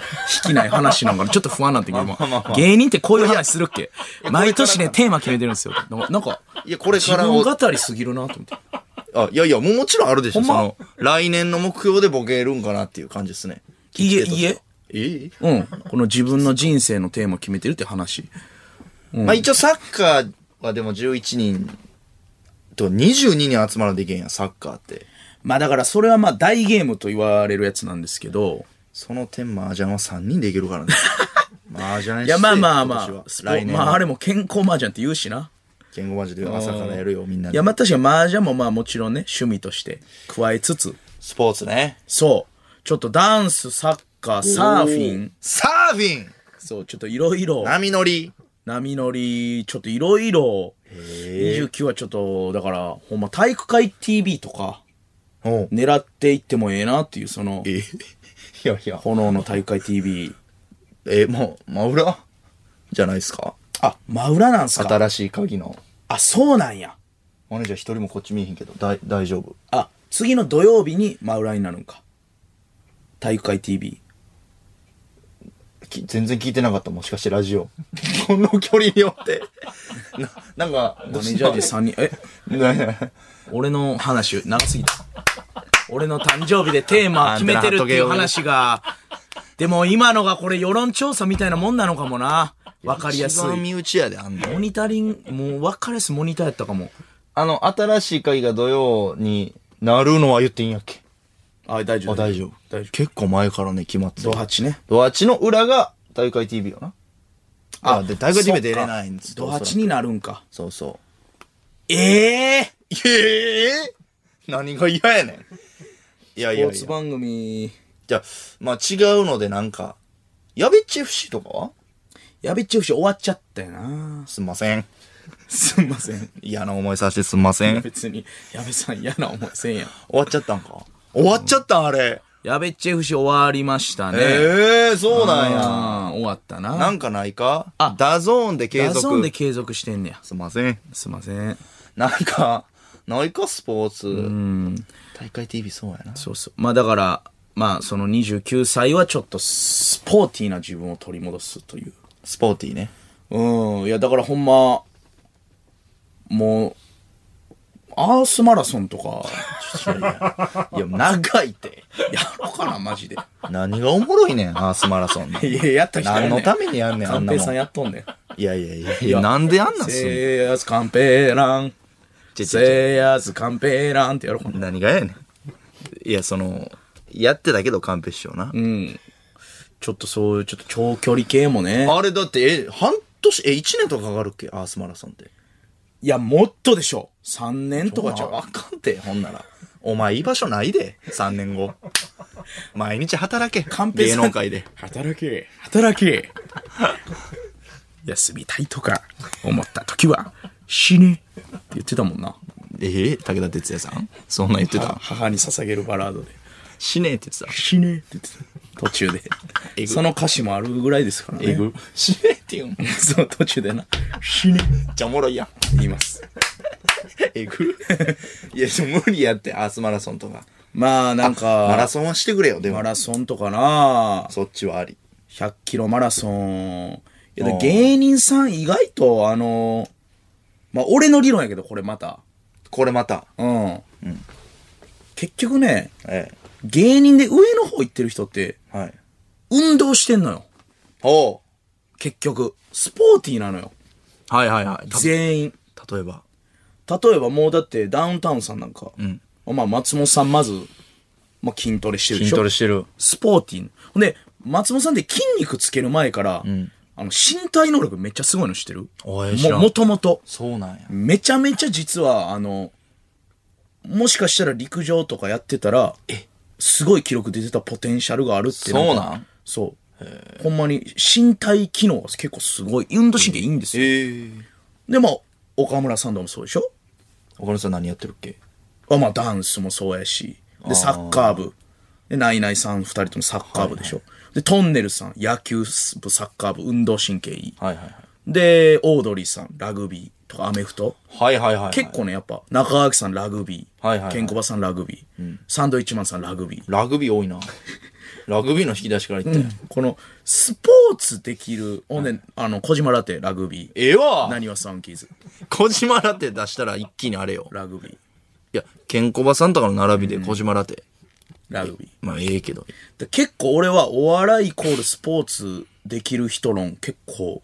Speaker 2: きない話 なんかなちょっと不安なんてけど、
Speaker 1: まあまあまあ
Speaker 2: 芸人ってこういう話するっけ毎年ね、テーマ決めてる んですよ。なんか、なんか
Speaker 1: いやこれからを
Speaker 2: 自分語りすぎるなと思って。
Speaker 1: あ、いやいや、もうもちろんあるでしょ。
Speaker 2: ほん
Speaker 1: そ
Speaker 2: ま
Speaker 1: の、来年の目標でボケるんかなっていう感じですね。
Speaker 2: いえ、
Speaker 1: 聞き
Speaker 2: い
Speaker 1: 手として
Speaker 2: え。
Speaker 1: は。ええ
Speaker 2: うん。この自分の人生のテーマ決めてるって話。
Speaker 1: まあ一応サッカーはでも11人と22人集まらんといけんやん、サッカーって。
Speaker 2: まあだからそれはまあ大ゲームと言われるやつなんですけど、
Speaker 1: その点、麻雀は3人でいける からね。麻雀して
Speaker 2: いやまあまあま
Speaker 1: 今年は
Speaker 2: あ、スポ
Speaker 1: 来年
Speaker 2: まああ
Speaker 1: は
Speaker 2: れも健康麻雀って言うしな。
Speaker 1: 言語マジで朝からやるよ、みんないで
Speaker 2: や。まあ確かに麻雀もまあもちろんね、趣味として加えつつ、
Speaker 1: スポーツね。
Speaker 2: そう。ちょっとダンス、サッカー、サーフィン。。
Speaker 1: サーフィン
Speaker 2: そう、ちょっといろいろ、
Speaker 1: 波乗り。
Speaker 2: 波乗り、ちょっといろいろ、29はちょっと、だから、ほんま体育会 TV とか、
Speaker 1: おう
Speaker 2: 狙っていってもええなっていう、その、
Speaker 1: え いやいや。
Speaker 2: 炎の体育会 TV。
Speaker 1: え、もう、真裏じゃないですか
Speaker 2: あ、真裏なんすか
Speaker 1: 新しい鍵の。
Speaker 2: あ、そうなんや。
Speaker 1: マネージャー一人もこっち見えへんけど、だい大丈夫。
Speaker 2: あ、次の土曜日に真裏になるんか。体育会 TV。
Speaker 1: き全然聞いてなかった、もしかしてラジオ。 この距離によって。 な、なんか、
Speaker 2: マネージャーで3人、え、
Speaker 1: ね
Speaker 2: 俺の話、長すぎた。俺の誕生日でテーマ決めてるっていう話が、でも今のがこれ世論調査みたいなもんなのかもな。わかりやす
Speaker 1: 一番
Speaker 2: い。
Speaker 1: 身内やで、あんの。
Speaker 2: モニタリング、もうわかりやすいモニターやったかも。
Speaker 1: あの、新しい鍵が土曜になるのは言っていいんやっけ
Speaker 2: あ、大丈
Speaker 1: あ、
Speaker 2: 夫。
Speaker 1: 大丈夫。
Speaker 2: 大丈夫。
Speaker 1: 結構前からね、決まって
Speaker 2: ド
Speaker 1: る。
Speaker 2: 8ね。
Speaker 1: ドハチの裏が、大会 TV よな。あ、で、大会 TV 出れないんです
Speaker 2: ド8になるんか。
Speaker 1: そうそ
Speaker 2: ええ
Speaker 1: う。ええ何が嫌やねん。いやい
Speaker 2: スポ
Speaker 1: や
Speaker 2: ー
Speaker 1: い
Speaker 2: ツ
Speaker 1: や。
Speaker 2: 番組、
Speaker 1: じゃあ、まあ違うのでなんか、やべっち FC とかは
Speaker 2: やべっち節終わっちゃったよな。
Speaker 1: すんません。
Speaker 2: すんません。
Speaker 1: 嫌な思いさせてすんません。終
Speaker 2: 別に、矢部さん嫌な思いせんやん。
Speaker 1: わっちゃったんか終わっちゃったんあれ。
Speaker 2: 矢部っち FC 終わりましたね。
Speaker 1: ええそうなんや。
Speaker 2: あー終わったな。
Speaker 1: なんかないか
Speaker 2: あ
Speaker 1: ダゾーンで継
Speaker 2: ダ
Speaker 1: 続。
Speaker 2: ゾーンで継続してんねや。
Speaker 1: すんません。
Speaker 2: すいません。
Speaker 1: なんか、ないかスポーツ。大会 TV そうやな。
Speaker 2: そうそう。まあだから、まあその29歳はちょっとスポーティーな自分を取り戻すという。
Speaker 1: スポーティーね。
Speaker 2: うん。いやだからほんま、もう、アースマラソンとか、
Speaker 1: いやいや、いや長いって。
Speaker 2: やろうかな、マジで。
Speaker 1: 何がおもろいねん、アースマラソンの。
Speaker 2: いや、やった人
Speaker 1: 何のためにやんねん、あん
Speaker 2: 寛
Speaker 1: な
Speaker 2: 平
Speaker 1: も
Speaker 2: さ
Speaker 1: ん。
Speaker 2: ん
Speaker 1: い
Speaker 2: やっとんねん。
Speaker 1: やいやいやいや、なんであんなんすん
Speaker 2: せいやずカンペラン。
Speaker 1: ちょちょちょ
Speaker 2: せいやずカンペランってやろうかな。
Speaker 1: 何がやねん。いや、その、やってたけど、カンペ師匠な。
Speaker 2: ちょっとそういう、ちょっと長距離系もね。
Speaker 1: あれだって、え、半年、え、1年とかかかるっけアースマラソンって。
Speaker 2: いや、もっとでしょ。3年とか
Speaker 1: ち
Speaker 2: ちゃ
Speaker 1: ょ、
Speaker 2: う
Speaker 1: あ。かんて、ほんなら。お前、居場所ないで、3年後。 毎日働け、
Speaker 2: カンペ
Speaker 1: 芸
Speaker 2: さん
Speaker 1: 能界で。
Speaker 2: 働け働け休みたいとか思った時は死ねって言ってたもんな
Speaker 1: え武田鉄矢さんそんなん言ってた
Speaker 2: 母に捧げるバラードで
Speaker 1: 死ねえって言ってた。
Speaker 2: 死ねって言ってた途中
Speaker 1: えぐ
Speaker 2: でその歌詞もあるぐらいですからね
Speaker 1: えぐ死ねえって言うん。めっ
Speaker 2: そう途中でな死ね
Speaker 1: ちゃおもろいやん。
Speaker 2: って言います
Speaker 1: えぐ いや、でも無理やって、アースマラソンとか。
Speaker 2: まあなん
Speaker 1: マラ
Speaker 2: か
Speaker 1: ソンはしてくれよ、で
Speaker 2: マ
Speaker 1: も。
Speaker 2: ラソンとかな
Speaker 1: そっちはあり。
Speaker 2: 100キロマラソン。いや
Speaker 1: あー
Speaker 2: で芸人さん意外と、あのーまあ、俺の理論やけど、これまた。
Speaker 1: これまた。
Speaker 2: うん。結局ね、
Speaker 1: え
Speaker 2: 芸人で上の方行ってる人って、
Speaker 1: え。はい。
Speaker 2: 運動してんのよ。
Speaker 1: おう
Speaker 2: 結局。スポーティーなのよ。
Speaker 1: はいはいはい。た
Speaker 2: 全員。
Speaker 1: 例えば。
Speaker 2: 例えばもうだってダウンタウンさんなんか、
Speaker 1: ん
Speaker 2: まあ松本さんまず、まあ、筋トレしてるでしょ
Speaker 1: 筋トレしてる。
Speaker 2: スポーティーなほんで、松本さんって筋肉つける前から、あの身体能力めっちゃすごいの知ってる
Speaker 1: おい知らん
Speaker 2: ももともと。
Speaker 1: そうなんや。
Speaker 2: めちゃめちゃ実は、あの、もしかしたら陸上とかやってたら、すごい記録出てたポテンシャルがあるってか
Speaker 1: そうなん
Speaker 2: そう。ほんまに身体機能が結構すごい。運動神経いいんですよ。
Speaker 1: ええ
Speaker 2: で、まあ、岡村さんとかもそうでしょ
Speaker 1: 岡村さん何やってるっけ
Speaker 2: あまあ、ダンスもそうやし。で、サッカー部。で、ナイナイさん二人ともサッカー部でしょ。で、トンネルさん、野球部、サッカー部、運動神経いい。
Speaker 1: はいはいはい。
Speaker 2: で、オードリーさん、ラグビーとかアメフト。
Speaker 1: はいはいはいはい。
Speaker 2: 結構ね、やっぱ、中川さんラグビー、
Speaker 1: はいはいはい
Speaker 2: ケンコバさんラグビー、サンドイッチマンさんラグビー。
Speaker 1: ラグビー多い な。ラグビーの引き出しから言って。
Speaker 2: この、スポーツできる、ほんで、あの、小島ラテ、ラグビー。
Speaker 1: ええわ
Speaker 2: なにわサンキーズ、
Speaker 1: 小島ラテ出したら一気にあれよ。
Speaker 2: ラグビー、
Speaker 1: いや、ケンコバさんとかの並びで小島ラテ。
Speaker 2: ラグビー。
Speaker 1: まあええけど。
Speaker 2: で結構俺はお笑いイコールスポーツできる人論結構、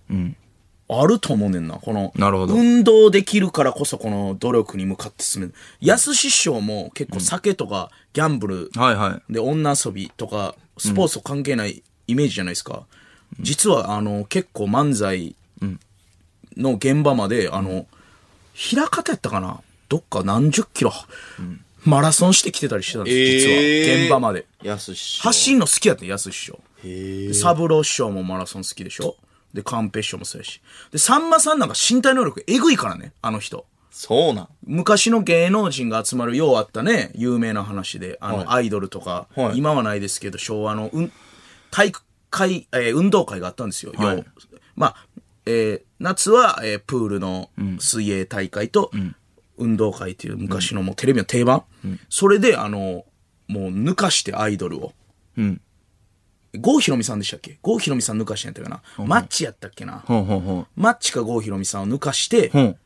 Speaker 2: あると思うねんな。この、
Speaker 1: なるほど
Speaker 2: 運動できるからこそこの努力に向かって進める。安師匠も結構酒とかギャンブル
Speaker 1: はいはい。
Speaker 2: で女遊びとかスポーツと関係ないイメージじゃないですか、実はあの結構漫才の現場まであの枚方やったかなどっか何十キロ、マラソンしてきてたりしてたんです実は、現場まで
Speaker 1: やすし。
Speaker 2: 走んの好きやった安師匠
Speaker 1: へえ。
Speaker 2: 三郎師匠もマラソン好きでしょで寛平師匠もそうやしでさんまさんなんか身体能力えぐいからねあの人
Speaker 1: そうなん。
Speaker 2: 昔の芸能人が集まるようあったね有名な話であの、アイドルとか、
Speaker 1: はい
Speaker 2: 今はないですけど昭和の、うん、体育会、えー運動会があったんですよ、よう
Speaker 1: はい
Speaker 2: まあ、えー夏は、えープールの水泳大会と、運動会っていう昔のもうテレビの定番、それであのもう抜かしてアイドルを
Speaker 1: うん。
Speaker 2: 郷ひろみさんでしたっけ郷ひろみさん抜かしてんやったかな、マッチやったっけな、
Speaker 1: ほんほんほん。
Speaker 2: マッチか郷ひろみさんを抜かして、
Speaker 1: ほん。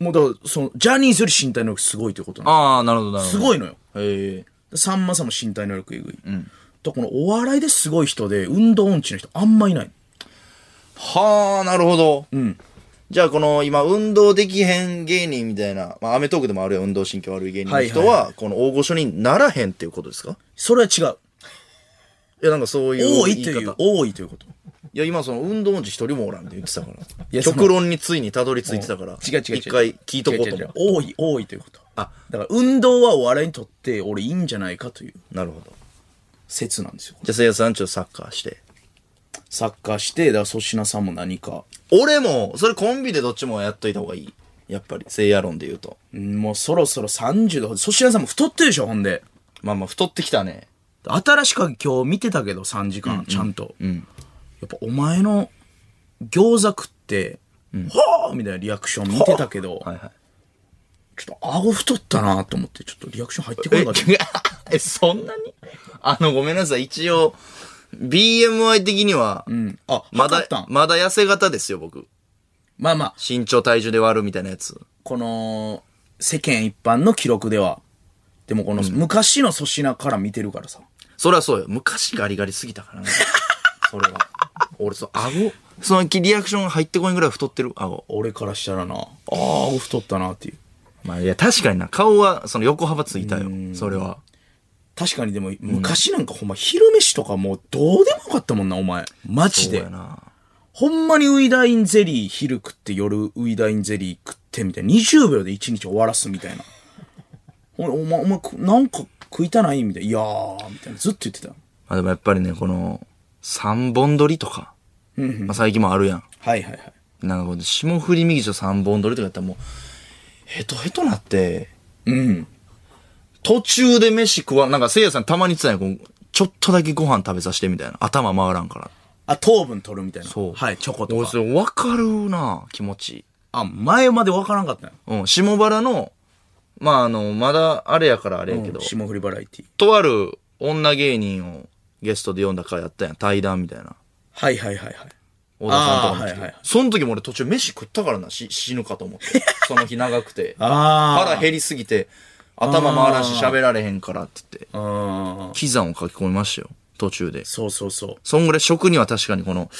Speaker 2: もうだからそのジャニーズより身体能力すごいということなんです
Speaker 1: ああ、なるほどなるほど。
Speaker 2: すごいのよ。
Speaker 1: へえ。
Speaker 2: さんまさんも身体能力えぐい。とこのお笑いですごい人で、運動音痴の人あんまいない。
Speaker 1: はあ、なるほど。
Speaker 2: ん
Speaker 1: じゃあ、この今、運動できへん芸人みたいな、まあ、アメトークでもあるよ、運動神経悪い芸人の人は、
Speaker 2: はいは
Speaker 1: この大御所にならへんっていうことですか
Speaker 2: それは違う。
Speaker 1: いや、なんかそういう
Speaker 2: 多
Speaker 1: 言
Speaker 2: い
Speaker 1: い
Speaker 2: と
Speaker 1: 方。
Speaker 2: いう、多いということ。
Speaker 1: いや、今、その、運動音痴一人もおらんって言ってたから。
Speaker 2: やその
Speaker 1: 極論についにたどり着いてたから。
Speaker 2: 違う違う違う。
Speaker 1: 一回聞いとこうと思
Speaker 2: 違違
Speaker 1: う。
Speaker 2: 多い、多いということ。
Speaker 1: あ
Speaker 2: だから運動はお笑いにとって俺いいんじゃないかという
Speaker 1: なるほど。
Speaker 2: 説なんですよ。
Speaker 1: じゃあ、せいやさん、ちょっとサッカーして。
Speaker 2: サッカーして、だから粗品さんも何か。
Speaker 1: 俺も、それコンビでどっちもやっといた方がいい。やっぱり、せいや論で言うと。
Speaker 2: うんもうそろそろ30で、粗品さんも太ってるでしょ、ほんで。
Speaker 1: まあまあ、太ってきたね。
Speaker 2: 新しく今日見てたけど3時間ちゃんと、やっぱお前の餃子食って「はあ!」みたいなリアクション見てたけど、
Speaker 1: はいはい。
Speaker 2: ちょっと顎太ったなと思ってちょっとリアクション入ってこ
Speaker 1: え
Speaker 2: なかった
Speaker 1: え、そんなにあの、ごめんなさい。一応、BMI 的には、
Speaker 2: うんあ
Speaker 1: まだ
Speaker 2: 測ったん、
Speaker 1: まだ痩せ型ですよ、僕。
Speaker 2: まあまあ
Speaker 1: 身長体重で割るみたいなやつ。
Speaker 2: この世間一般の記録ではでもこの昔の粗品から見てるからさ、
Speaker 1: それはそうよ。昔ガリガリすぎた からね。それは。俺、そう、顎、そのリアクション入ってこいぐらい太ってる、顎。
Speaker 2: 俺からしたらなあー顎太ったなっていう
Speaker 1: まあ、いや、確かにな。顔は、その横幅ついたよ。それは。
Speaker 2: 確かにでも昔なんかほんま昼飯とかもうどうでもよかったもんなお前マジ
Speaker 1: そう
Speaker 2: で
Speaker 1: やな。
Speaker 2: ほんまにウイダインゼリー昼食って夜ウイダインゼリー食ってみたいな。20秒で1日終わらすみたいな。ほら、お前、お前く、なんか食いたないみたいな。いやー、みたいな。ずっと言ってた。
Speaker 1: まあでもやっぱりね、この、三本撮りとか。まあ最近もあるやん。
Speaker 2: はいはいはい。
Speaker 1: なんかこの霜降り右手三本撮りとかやったらもう、ヘトヘトなって、
Speaker 2: うん。
Speaker 1: 途中で飯食わん、なんかせいやさんたまに言ってたんやこうちょっとだけご飯食べさせてみたいな。頭回らんから。
Speaker 2: あ、糖分取るみたいな。
Speaker 1: そう
Speaker 2: はい、チョコと
Speaker 1: 俺
Speaker 2: か。
Speaker 1: それわかるな気持ち。
Speaker 2: あ、前までわからんかったんや
Speaker 1: うん、下原の、まああの、まだあれやからあれやけど、
Speaker 2: 霜降りバラエティ。
Speaker 1: とある女芸人をゲストで呼んだ回やったやん。対談みたいな。
Speaker 2: はいはいはいはい。
Speaker 1: 小田さんとかも来て、
Speaker 2: あーはいはいはい
Speaker 1: その時も俺途中飯食ったからな、し死ぬかと思 って。その日長くて。
Speaker 2: あ
Speaker 1: 腹減りすぎて、頭回らんし喋られへんからって言って、
Speaker 2: あ。うん。
Speaker 1: 喜山を書き込みましたよ、途中で。
Speaker 2: そうそうそう。
Speaker 1: そんぐらい食には確かにこの、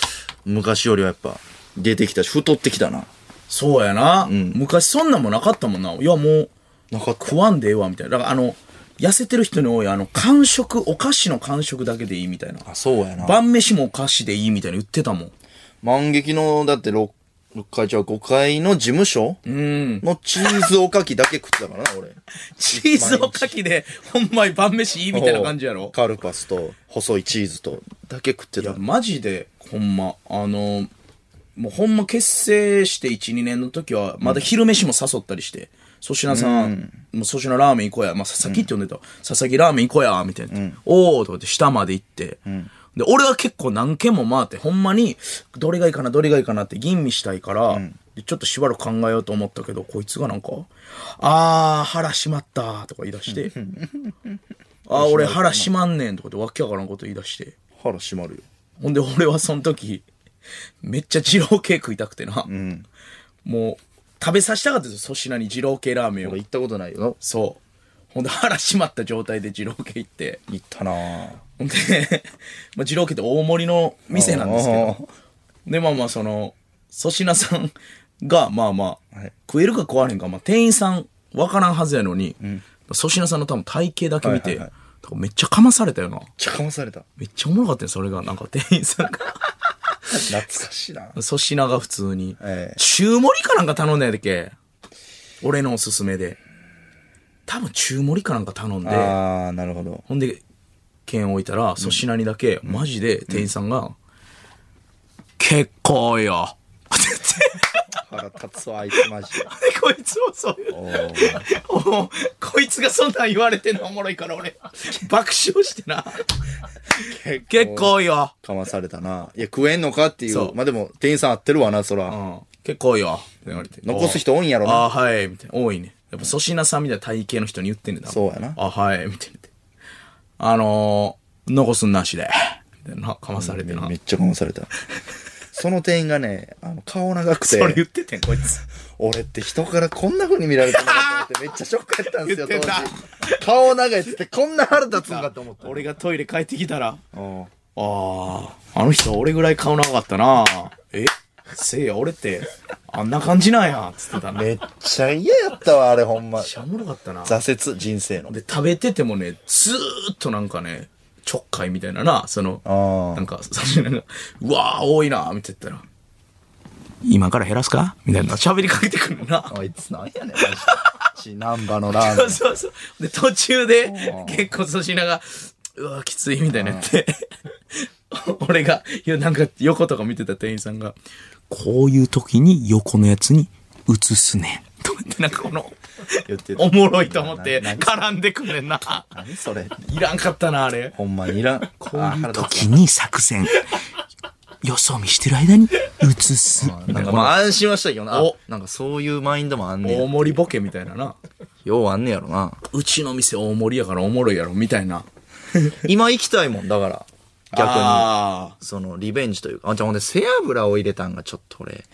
Speaker 1: 昔よりはやっぱ、出てきたし、太ってきたな。
Speaker 2: そうやな。昔そんなんもなかったもんな。いやもう、
Speaker 1: なかった
Speaker 2: 食わんでええわ、みたいな。だからあの、痩せてる人に多い、あの、間食、お菓子の間食だけでいいみたいな。
Speaker 1: あ、そうやな。
Speaker 2: 晩飯もお菓子でいいみたいな言ってたもん。
Speaker 1: 万劇の、だって6会長は5階の事務所
Speaker 2: うん。
Speaker 1: のチーズおかきだけ食ってたからな、俺。
Speaker 2: チーズおかきで、ほんまに晩飯 いいみたいな感じやろ
Speaker 1: カルパスと、細いチーズと、だけ食ってた。
Speaker 2: マジで、ほんま、あの、もうほんま結成して1、2年の時は、まだ昼飯も誘ったりして、粗品さん、もう粗品ラーメン行こうや、まあ佐々木って呼んでた、佐々木ラーメン行こうや、みたいな。おーとかって下まで行って、で、俺は結構何軒も回って、ほんまに、どれがいいかな、どれがいいかなって吟味したいから、でちょっとしばらく考えようと思ったけど、こいつがなんか、あー、腹しまった、とか言い出して、あー、俺腹しまんねん、とかってわけわからんこと言い出して、
Speaker 1: 腹閉まるよ。
Speaker 2: ほんで俺はその時、めっちゃ二郎系食いたくてな。もう、食べさせたかったですよ、粗品に二郎系ラーメンを
Speaker 1: 俺。行ったことないよ。
Speaker 2: そう。ほんで腹閉まった状態で二郎系行って。
Speaker 1: 行ったなぁ。
Speaker 2: ほんで、 まあ二郎系って大盛りの店なんですけ
Speaker 1: あ
Speaker 2: ど
Speaker 1: ー。
Speaker 2: で、まあまあその、粗品さんが、まあまあ、
Speaker 1: はい
Speaker 2: 食えるか食われへんか、まあ店員さんわからんはずやのに、粗品さんの多分体型だけ見て、
Speaker 1: はいはいはい
Speaker 2: 多分めっちゃかまされたよな。
Speaker 1: ちゃかまされた。
Speaker 2: めっちゃおもろかったよ、それが。なんか店員さんが。
Speaker 1: 懐かしいな。
Speaker 2: 粗品が普通に、
Speaker 1: ええ
Speaker 2: 中盛りかなんか頼んだやっけ俺のおすすめで多分中盛りかなんか頼んで
Speaker 1: あー、なるほど。
Speaker 2: ほんで券置いたら粗品にだけ、マジで店員さんが「結構よ」 って言っ
Speaker 1: 腹立つわ、あいつマジで。
Speaker 2: てでこいつもそういう
Speaker 1: おー
Speaker 2: おうこいつがそんなん言われてんのおもろいから俺爆笑してな 結。構よ、
Speaker 1: かまされたな。いや、食えんのかってい。
Speaker 2: そうう
Speaker 1: まあ、でも、店員さん合ってるわな、そうら。
Speaker 2: ん、結構よって言われて
Speaker 1: 残す人多いんやろな
Speaker 2: ああ、はい、みたいな。多いね。やっぱ粗品さんみたいな体型の人に言ってんねんな。
Speaker 1: そうやな
Speaker 2: ああ、はい、みたいな。あのー、残すんなしで。みたいな、かまされてな。
Speaker 1: めっちゃかまされた。その店員がね、あの、顔長く、
Speaker 2: それ言ってててん、こいつ。
Speaker 1: 俺って人からこんな風に見られてるのかと思って、めっちゃショックやったんですよ、
Speaker 2: 言ってた
Speaker 1: 当時。顔長いっつって、こんな腹立つんかと思った。
Speaker 2: 俺がトイレ帰ってきたら、
Speaker 1: うん
Speaker 2: ああ、あの人俺ぐらい顔長かったな。えせいや、俺って、あんな感じなんや。つってたな。めっ
Speaker 1: めっちゃ嫌やったわ、あれほんま。
Speaker 2: ちゃおもろかったな。
Speaker 1: 挫折、人生の。
Speaker 2: で、食べててもね、ずーっとなんかね、ちょっかいみたいなな、その、
Speaker 1: あ
Speaker 2: なんか、最初なんか、うわー、多いなー、みたいな言ったら、今から減らすかみたいな喋りかけてくるのな。
Speaker 1: あ。あいつなんやねん、マジで。ち、なんばのラーメ
Speaker 2: そ
Speaker 1: ン
Speaker 2: う。そうそう。で、途中で、結構粗品が、うわー、きつい、みたいになって、 俺が、いや、なんか、横とか見てた店員さんが、こういう時に横のやつに移すねん。とかって、なんかこの、
Speaker 1: 言ってた
Speaker 2: おもろいと思って、
Speaker 1: なな
Speaker 2: 絡んでくんねんな。
Speaker 1: 何それ。
Speaker 2: いらんかったな、あれ。
Speaker 1: ほんまにいらん。こういう
Speaker 2: 時に作戦。よそ見してる間に移す。
Speaker 1: なんかまあ安心はしたけどな。あ
Speaker 2: お
Speaker 1: なんかそういうマインドもあんね
Speaker 2: 大
Speaker 1: や。
Speaker 2: 盛りボケみたいなな。
Speaker 1: ようあんねやろな。
Speaker 2: うちの店大盛りやからおもろいやろ、みたいな。
Speaker 1: 今行きたいもん、だから。逆に。
Speaker 2: あー
Speaker 1: その、リベンジというか。あ、じゃあほんで背脂を入れたんがちょっと俺。
Speaker 2: だか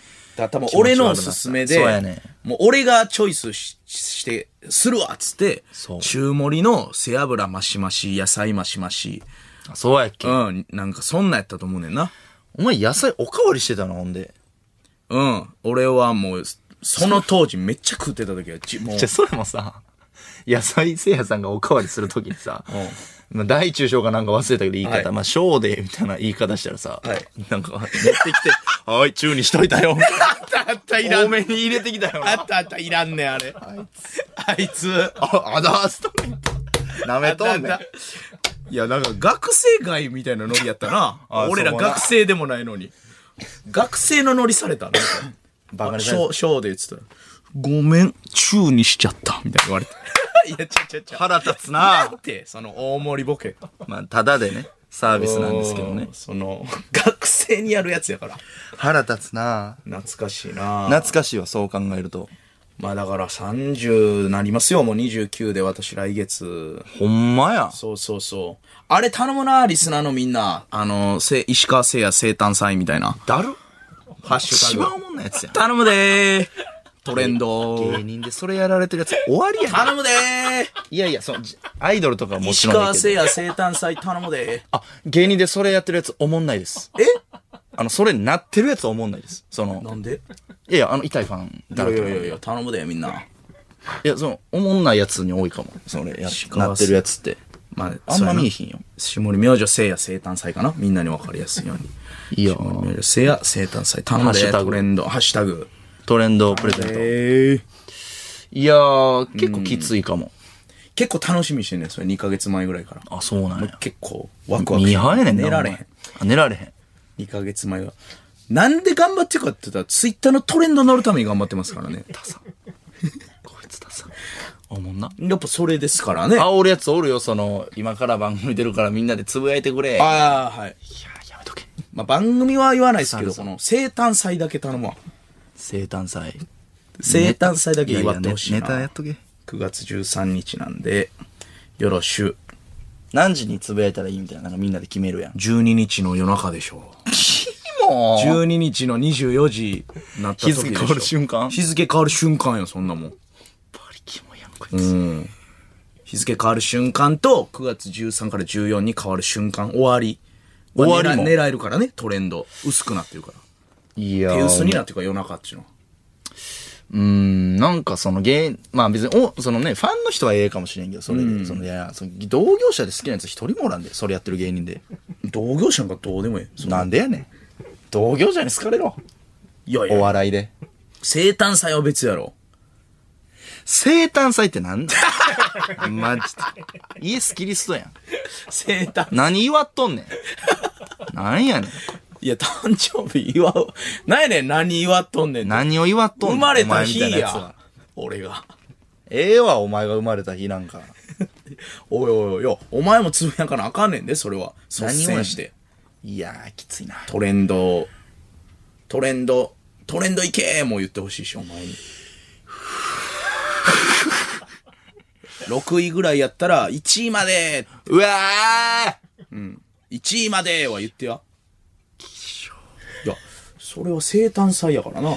Speaker 2: ら多分俺のおすすめで、
Speaker 1: そうやね
Speaker 2: もう俺がチョイスしして、するわっつって
Speaker 1: そ、う
Speaker 2: 中盛りの背脂増し増し、野菜増し増し、
Speaker 1: あそうやっけ
Speaker 2: う。ん、なんかそんなんやったと思うねんな。
Speaker 1: お前野菜おかわりしてたな、ほんで。
Speaker 2: うん、俺はもう、その当時めっちゃ食ってた時は、じもう
Speaker 1: じゃ、、それもさ、野菜せいやさんがおかわりするときにさ、まあ大中小かなんか忘れたけど言い
Speaker 2: はい
Speaker 1: 方、まあ小で、みたいな言い方したらさ
Speaker 2: はい、
Speaker 1: なんか、持ってきて、はーい、中にしといた よ。
Speaker 2: あったあった、いらん
Speaker 1: 多めに入れてきたよ。
Speaker 2: あったあった、いらんねん、あれ。あいつ。あいつ。
Speaker 1: あ、あだーストレなめとんねん
Speaker 2: あ。いや、なんか学生街みたいなノリやったな。
Speaker 1: あ
Speaker 2: 俺ら
Speaker 1: そうな
Speaker 2: 学生でもないのに。学生のノリされたな。
Speaker 1: バカに
Speaker 2: シ
Speaker 1: され
Speaker 2: ョー、ショーで言ってたら。ごめん、チューにしちゃった。みたいに言われて。 いや、ちゃちゃちゃ。
Speaker 1: 腹立つ
Speaker 2: な
Speaker 1: な。
Speaker 2: んて、その大盛りボケ。
Speaker 1: まあ、ただでね、サービスなんですけどね
Speaker 2: うん。その、学生にやるやつやから。
Speaker 1: 腹立つな。
Speaker 2: 懐かしいな
Speaker 1: 懐かしいわ、そう考えると。
Speaker 2: まあだから30なりますよ、もう29で私来月
Speaker 1: ほんまや。
Speaker 2: そうそうそう。あれ頼むな、リスナーのみんな。あの、せ石川聖也生誕祭みたいな。
Speaker 1: だる
Speaker 2: ハッシ
Speaker 1: 一
Speaker 2: ュタ
Speaker 1: 番お
Speaker 2: グ。
Speaker 1: もんなやつやん。
Speaker 2: 頼むでー。トレンド
Speaker 1: 芸。人でそれやられてるやつ終わりやん。
Speaker 2: 頼むでー。
Speaker 1: いやいや、その、じアイドルとかはもち
Speaker 2: 石
Speaker 1: ろんや
Speaker 2: 川
Speaker 1: けど。
Speaker 2: 聖也生誕祭頼むで
Speaker 1: あ、芸人でそれやってるやつおもんないです。
Speaker 2: ー。え
Speaker 1: あの、それなってるやつおもんないです。その、
Speaker 2: なんで
Speaker 1: いやいや、あの、痛いファン
Speaker 2: い
Speaker 1: だ
Speaker 2: や
Speaker 1: ら
Speaker 2: い
Speaker 1: け
Speaker 2: やいやいや、頼むでーみんな。
Speaker 1: いや、その、おもんないやつに多いかも。それや、
Speaker 2: 石川
Speaker 1: なってるやつって。
Speaker 2: まあ、
Speaker 1: あんま見え
Speaker 2: そう
Speaker 1: ひんよ
Speaker 2: やな。下森明星聖夜生誕祭かなみんなに分かりやすいように。
Speaker 1: いいよ
Speaker 2: 下森明星聖夜生誕祭。田
Speaker 1: ハッシュ
Speaker 2: 辺
Speaker 1: タグ
Speaker 2: トレンド、ハッシュタグ。
Speaker 1: トレンドプレゼント。
Speaker 2: え
Speaker 1: いやー、結構きついかも。
Speaker 2: 結構楽しみにしてんねんそれ2ヶ月前ぐらいから。
Speaker 1: あ、そうなんや。
Speaker 2: 結構ワクワク
Speaker 1: ミ
Speaker 2: し
Speaker 1: ーハーやねんな。
Speaker 2: 寝られへん。
Speaker 1: ん。寝られへん。
Speaker 2: 2ヶ月前は。なんで頑張ってるかって言ったら、ツイッターのトレンド乗るために頑張ってますからね。
Speaker 1: こいつださ。おもんな。
Speaker 2: やっぱそれですからね。あ
Speaker 1: 煽るやつおるよ、その、今から番組出るからみんなでつぶやいてくれ。いや
Speaker 2: あー、はい。
Speaker 1: ー、やめとけ。
Speaker 2: まあ番組は言わないですけど、
Speaker 1: さ
Speaker 2: こ
Speaker 1: あ
Speaker 2: の生誕祭だけ頼むわ。
Speaker 1: 生誕祭。
Speaker 2: 生誕祭だけ祝ってほしいな。
Speaker 1: ややネネタやっとけ。
Speaker 2: 9月13日なんで、よろしゅう。
Speaker 1: 何時につぶやいたらいいみたいな、なんかみんなで決めるやん。
Speaker 2: 12日の夜中でしょう。12日の24時なった時
Speaker 1: 日付
Speaker 2: でしょ
Speaker 1: 変わる瞬間
Speaker 2: 日付変わる瞬間よ、そんなもん。
Speaker 1: バリキモいやん、こいつ。
Speaker 2: うん。日付変わる瞬間と、9月13から14に変わる瞬間、終わり。
Speaker 1: 終わりも
Speaker 2: 狙えるからね、トレンド。薄くなってるから。
Speaker 1: いや
Speaker 2: 手薄に
Speaker 1: ー
Speaker 2: なってるから、夜中っていうのは。
Speaker 1: うーん、なんかその芸、まあ別に、お、そのね、ファンの人はええかもしれんけど、それで、その、いや、その同業者で好きなやつ一人もおらんで、それやってる芸人で。
Speaker 2: 同業者なんかどうでもいい。その
Speaker 1: なんでやねん。同業者に好かれろ。
Speaker 2: いやい
Speaker 1: お
Speaker 2: や、
Speaker 1: 笑いで。
Speaker 2: 生誕祭は別やろ。
Speaker 1: 生誕祭ってなんだ マジで。イエス・キリストやん。
Speaker 2: 生誕
Speaker 1: 何祝っとんねん。なんやねん。
Speaker 2: いや、誕生日祝う。なんやねん、何祝っとんねん。
Speaker 1: 何を祝っとんねん。
Speaker 2: 生まれ
Speaker 1: お
Speaker 2: た
Speaker 1: 前み
Speaker 2: 日
Speaker 1: いなつ
Speaker 2: や
Speaker 1: は。。
Speaker 2: 俺が。
Speaker 1: ええわ、お前が生まれた日なんか。
Speaker 2: おいおいおいよ、お前もつぶやかなあかんねんで、それは。率先して。
Speaker 1: いやー、きついな。
Speaker 2: トレンド、トレンド、トレンドいけーも言ってほしいし、お前に。6位ぐらいやったら、1位まで
Speaker 1: うわー
Speaker 2: !1 位までは言ってや。いや、それは生誕祭やからな。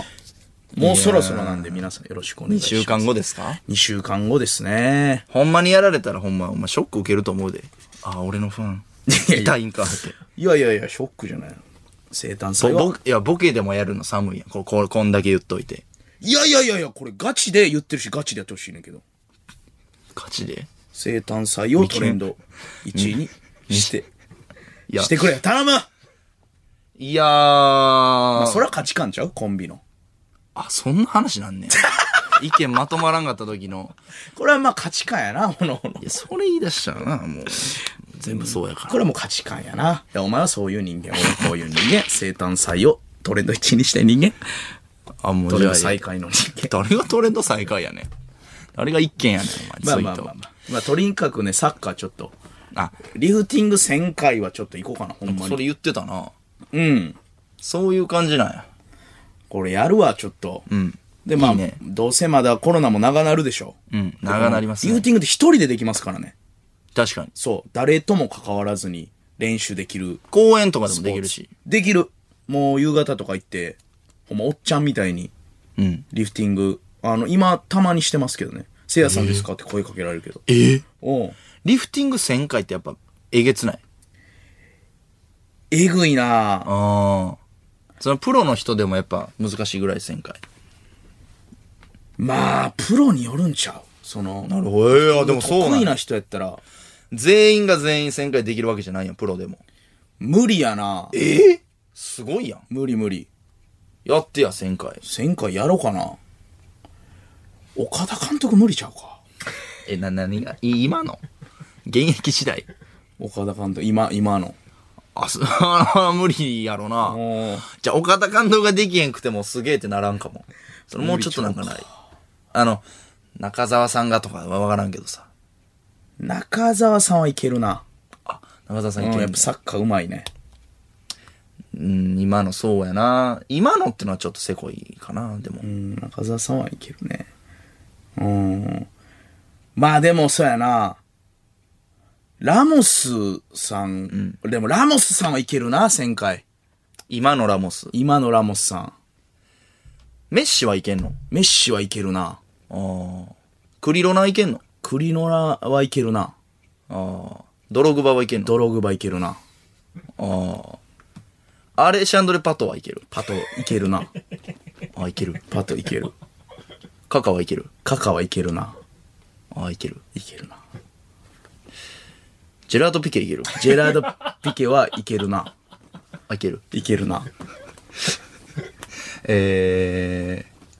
Speaker 2: もうそろそろなんで皆さんよろしくお願
Speaker 1: !2
Speaker 2: いします。
Speaker 1: 週間後ですか
Speaker 2: 2週間後ですね。
Speaker 1: ほんまにやられたらほんま、お前ショック受けると思うで。あー、俺のファン。
Speaker 2: やいや
Speaker 1: 痛いんか って。
Speaker 2: いやいやいや、ショックじゃないの。生誕
Speaker 1: ぼ
Speaker 2: 祭は
Speaker 1: ぼいや、ボケでもやるの寒いやん。こここんだけ言っといて。
Speaker 2: いやいやいやいや、これガチで言ってるし、ガチでやってほしいねんけど。
Speaker 1: 勝ちで。
Speaker 2: 生誕祭をトレンド1位にして、
Speaker 1: いや
Speaker 2: してくれよ頼む
Speaker 1: いやー。ま
Speaker 2: まあ、それは価値観ちゃうコンビの。
Speaker 1: あ、そんな話なん ねん。意見まとまらんかった時の。
Speaker 2: これはまあ価値観やな、お のおの。
Speaker 1: いや、それ言い出したらな、もう。全部そうやから。
Speaker 2: これはもう価値観やな。いや、お前はそういう人間、俺はこういう人間。 生誕祭をトレンド1位にしたい人間。
Speaker 1: あ、も
Speaker 2: ト
Speaker 1: じ
Speaker 2: レ
Speaker 1: ゃ
Speaker 2: ン
Speaker 1: あ
Speaker 2: ド最下位の人間。
Speaker 1: 誰がトレンド最下位やねん。誰が一軒やねん、お
Speaker 2: まあ
Speaker 1: 前。
Speaker 2: まあ
Speaker 1: ツイ
Speaker 2: まあ
Speaker 1: ー
Speaker 2: まあ。まあ、とにかくね、サッカーちょっと。
Speaker 1: ト。あ、
Speaker 2: リフティング1000回はちょっと行こうかな、ほんま
Speaker 1: そ
Speaker 2: に。
Speaker 1: れ言ってたな。
Speaker 2: うん。
Speaker 1: そういう感じなんや。
Speaker 2: これやるわ、ちょっと。
Speaker 1: ん
Speaker 2: で、まあ
Speaker 1: いいね
Speaker 2: どうせまだコロナも長なるでしょう。
Speaker 1: うん長なりますね
Speaker 2: リフティングって一人でできますからね。
Speaker 1: 確かに。
Speaker 2: そう。誰とも関わらずに練習できる。
Speaker 1: 公演とかでもできるし。。
Speaker 2: できる。もう夕方とか行って、ほんまおっちゃんみたいに
Speaker 1: うん。
Speaker 2: リフティング、あの、今たまにしてますけどね。せいやさんですかって声かけられるけど。
Speaker 1: え
Speaker 2: おう
Speaker 1: リフティング1000回ってやっぱ、えげつない。
Speaker 2: えぐいなぁ。
Speaker 1: ああ。そのプロの人でもやっぱ難しいぐらい1000回。
Speaker 2: まあ、プロによるんちゃう。その、な
Speaker 1: るほど。ええでもそう
Speaker 2: 得
Speaker 1: なん
Speaker 2: 意
Speaker 1: や
Speaker 2: な人やったら、
Speaker 1: 全員が全員1000回できるわけじゃないやん、プロでも。
Speaker 2: 無理やなぁ
Speaker 1: ええすごいやん。
Speaker 2: 無理無理。
Speaker 1: やってや、1000回。
Speaker 2: 1000回やろうかな岡田監督無理ちゃうか
Speaker 1: え、な、なにが、い今の現役時代。
Speaker 2: 岡田監督今今の
Speaker 1: あ、そあ無理やろな。じゃあ、岡田監督ができへんくてもすげえってならんかも。それもうちょっとなんかない。あの、中澤さんがとかはわからんけどさ。
Speaker 2: 中澤さんはいけるな、
Speaker 1: あ、中澤さん
Speaker 2: う
Speaker 1: い
Speaker 2: ん、
Speaker 1: けん
Speaker 2: やっ
Speaker 1: ね
Speaker 2: ぱサッカーうまいね
Speaker 1: うん、今のそうやな。今のってのはちょっとせこいかな、でも。
Speaker 2: うん中澤さんはいけるねうんまあでもそうやなラモスさん、でもラモスさんはいけるな1000回
Speaker 1: 今のラモス。
Speaker 2: 今のラモスさん
Speaker 1: メッシはいけんの
Speaker 2: メッシはいけるな
Speaker 1: ああ。クリロナいけんの
Speaker 2: クリノラはいけるな
Speaker 1: ああ。ドログバはいけんの
Speaker 2: ドログバいけるな
Speaker 1: ああ。アレシャンドレ・パトはいける。
Speaker 2: パトいけるな
Speaker 1: あ、いけ る。
Speaker 2: パトいける
Speaker 1: カカはいける。
Speaker 2: カカはいけるな
Speaker 1: あ、いける。
Speaker 2: いけるな。
Speaker 1: ジェラートピケいける
Speaker 2: ジェラード・ピケはいけるな。
Speaker 1: あいける。
Speaker 2: いけるな。
Speaker 1: えー、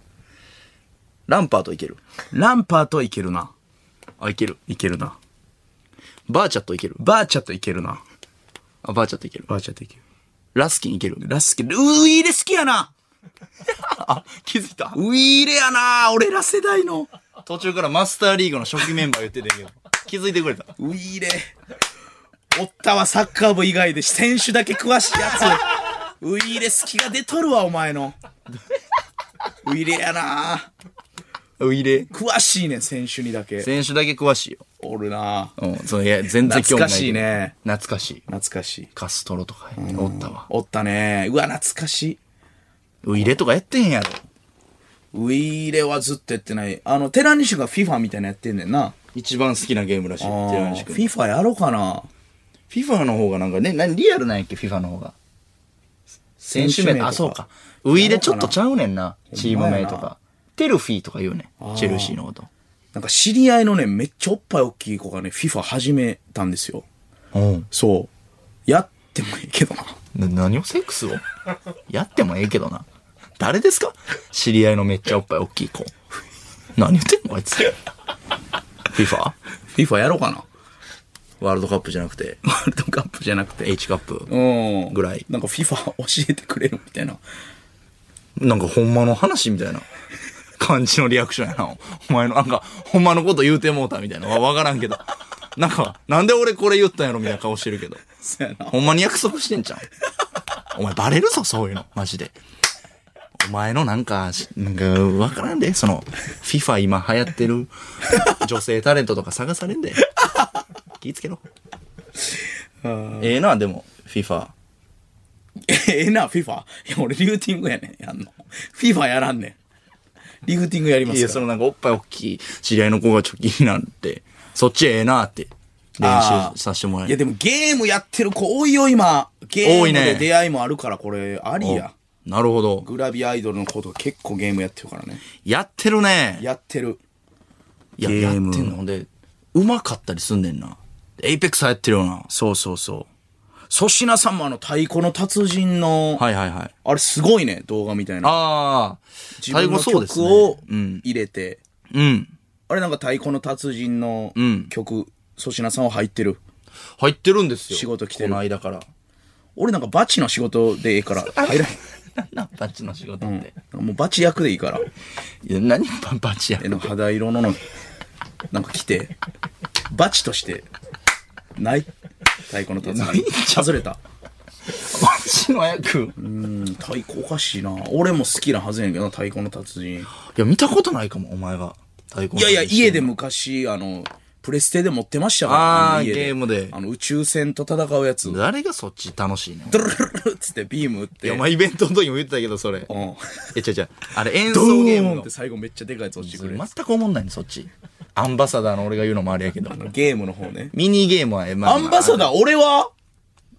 Speaker 1: ランパートいける
Speaker 2: ランパートいけるな。
Speaker 1: あ、いける。
Speaker 2: いけるな。
Speaker 1: バーチャットいける
Speaker 2: バーチャといけるな。
Speaker 1: あ、バーチャットいける。
Speaker 2: バーチャといける。
Speaker 1: ラスキンいける。
Speaker 2: ラスケ、ウィーレ好きやな
Speaker 1: あ、気づいた
Speaker 2: ウィーレやな俺ら世代の。
Speaker 1: 途中からマスターリーグの初期メンバー言ってたけど、気づいてくれた。
Speaker 2: ウィーレ。おったわ、サッカー部以外で選手だけ詳しいやつ。ウィーレ好きが出とるわ、お前の。ウィーレやな
Speaker 1: ウィレ
Speaker 2: 詳しいねん、選手にだけ。
Speaker 1: 選手だけ詳しいよ。
Speaker 2: おるな
Speaker 1: うん、そのいや、全然興味ないけど。
Speaker 2: 懐かしいね。
Speaker 1: 懐かしい。
Speaker 2: 懐かしい。
Speaker 1: カストロとか、おったわ。
Speaker 2: おったねうわ、懐かしい。
Speaker 1: ウィレとかやってへんやろ。
Speaker 2: ウィーレはずっとやってない。あの、寺西が FIFA みたいなやってんねんな。
Speaker 1: 一番好きなゲームらしい。
Speaker 2: あ
Speaker 1: 寺西
Speaker 2: ー
Speaker 1: 君。
Speaker 2: FIFA やろうかな。
Speaker 1: FIFA の方がなんかね、何リアルなんやっけ、FIFA の方が。選手名とかあ、そうか。。ウィレちょっとちゃうねんな。チーム名と
Speaker 2: ほんまや
Speaker 1: か。テルフィーとか言うねん。チェルシーのこと。
Speaker 2: なんか知り合いのね、めっちゃおっぱい大きい子がね、FIFA 始めたんですよ。
Speaker 1: うん。
Speaker 2: そう。やってもいいけどな。
Speaker 1: な何をセックスをやってもええけどな。誰ですか知り合いのめっちゃおっぱい大きい子。何言ってんのあいつ。FIFA?
Speaker 2: FIFA やろうかな。
Speaker 1: ワールドカップじゃなくて、
Speaker 2: ワールドカップじゃなくて。
Speaker 1: H カップ。
Speaker 2: うん。
Speaker 1: ぐらい
Speaker 2: なんか FIFA 教えてくれるみたいな。
Speaker 1: なんかほんまの話みたいな感じのリアクションやな。お前のなんかほんまのこと言うてもうたみたいな。わわからんけど。なんか、なんで俺これ言ったんやろみたいな顔してるけど。
Speaker 2: そうやな。
Speaker 1: ほんまに約束してんじゃん。 お前バレるぞ、そういうの。マジで。お前のなんか、しなんか、わからんで。その、FIFA 今流行って る女性タレントとか探されんで。気ぃつけろ。ええな、でも、FIFA。
Speaker 2: ええな、FIFA。いや、俺リフティングやねん、やんの。FIFA やらんねん。リフティングやりま
Speaker 1: い
Speaker 2: す
Speaker 1: や、
Speaker 2: か
Speaker 1: そのなんかおっぱい大きい知り合いの子が貯金なんて、そっちええなって練
Speaker 2: あ
Speaker 1: 習
Speaker 2: ー
Speaker 1: させてもらえ
Speaker 2: いや、でもゲームやってる子多いよ、今。ゲー
Speaker 1: 多
Speaker 2: ム
Speaker 1: いね
Speaker 2: で出会いもあるから、これ、ありや。
Speaker 1: おなるほど。
Speaker 2: グラビアアイドルの子とか結構ゲームやってるからね。
Speaker 1: やってるね。
Speaker 2: やってる。
Speaker 1: いや、
Speaker 2: ゲ
Speaker 1: やって
Speaker 2: ー
Speaker 1: ん
Speaker 2: ム
Speaker 1: の。ほんで、うまかったりすんねんな。エイペックス流行ってるよな。
Speaker 2: そうそうそう。粗品さんもあの、太鼓の達人の、
Speaker 1: はいはいはい。
Speaker 2: あれすごいね、動画みたいな。
Speaker 1: ああ、
Speaker 2: 自分の
Speaker 1: そうです
Speaker 2: 曲
Speaker 1: ね
Speaker 2: を
Speaker 1: うん。
Speaker 2: 入れて、
Speaker 1: うん。
Speaker 2: あれなんか太鼓の達人の
Speaker 1: ん
Speaker 2: 曲、粗品さんは入ってる。
Speaker 1: 入ってるんですよ。
Speaker 2: 仕事来てる
Speaker 1: この間から。
Speaker 2: 俺なんかバチの仕事でええから、入らへん。
Speaker 1: 何なんバチの仕事って。
Speaker 2: もうバチ役でいいから。
Speaker 1: いや、何ババチや
Speaker 2: え。の肌色ののなんか着てバチとしてない太鼓の達
Speaker 1: ないん
Speaker 2: 人外れた
Speaker 1: バチの役。い
Speaker 2: うん太鼓おかしいな俺も好きなはずやねんけどな太鼓の達人
Speaker 1: や、見たことないかも、お前が。太鼓の
Speaker 2: いやいや
Speaker 1: 達人
Speaker 2: 家で昔あのプレステで持ってましたか
Speaker 1: あー
Speaker 2: らの家
Speaker 1: ゲームで
Speaker 2: あの宇宙船と戦うやつド
Speaker 1: 誰がそっち楽しいねん。
Speaker 2: ルルルルっつってビーム打っ
Speaker 1: い
Speaker 2: て
Speaker 1: や、お前イベントの時も言ってたけど、それ。
Speaker 2: うん
Speaker 1: え、違う違う。あれ、演
Speaker 2: ド
Speaker 1: 奏ゲー
Speaker 2: ー
Speaker 1: ム
Speaker 2: ン
Speaker 1: の
Speaker 2: って。最後めっちゃでかいやつ落ちてくれる
Speaker 1: 全く思んないね、そっち。アンバサダーの俺が言うのもあれやけど。
Speaker 2: ゲームの方ね
Speaker 1: ミニゲームは、え、ま
Speaker 2: アンバサ
Speaker 1: ー
Speaker 2: ダー俺は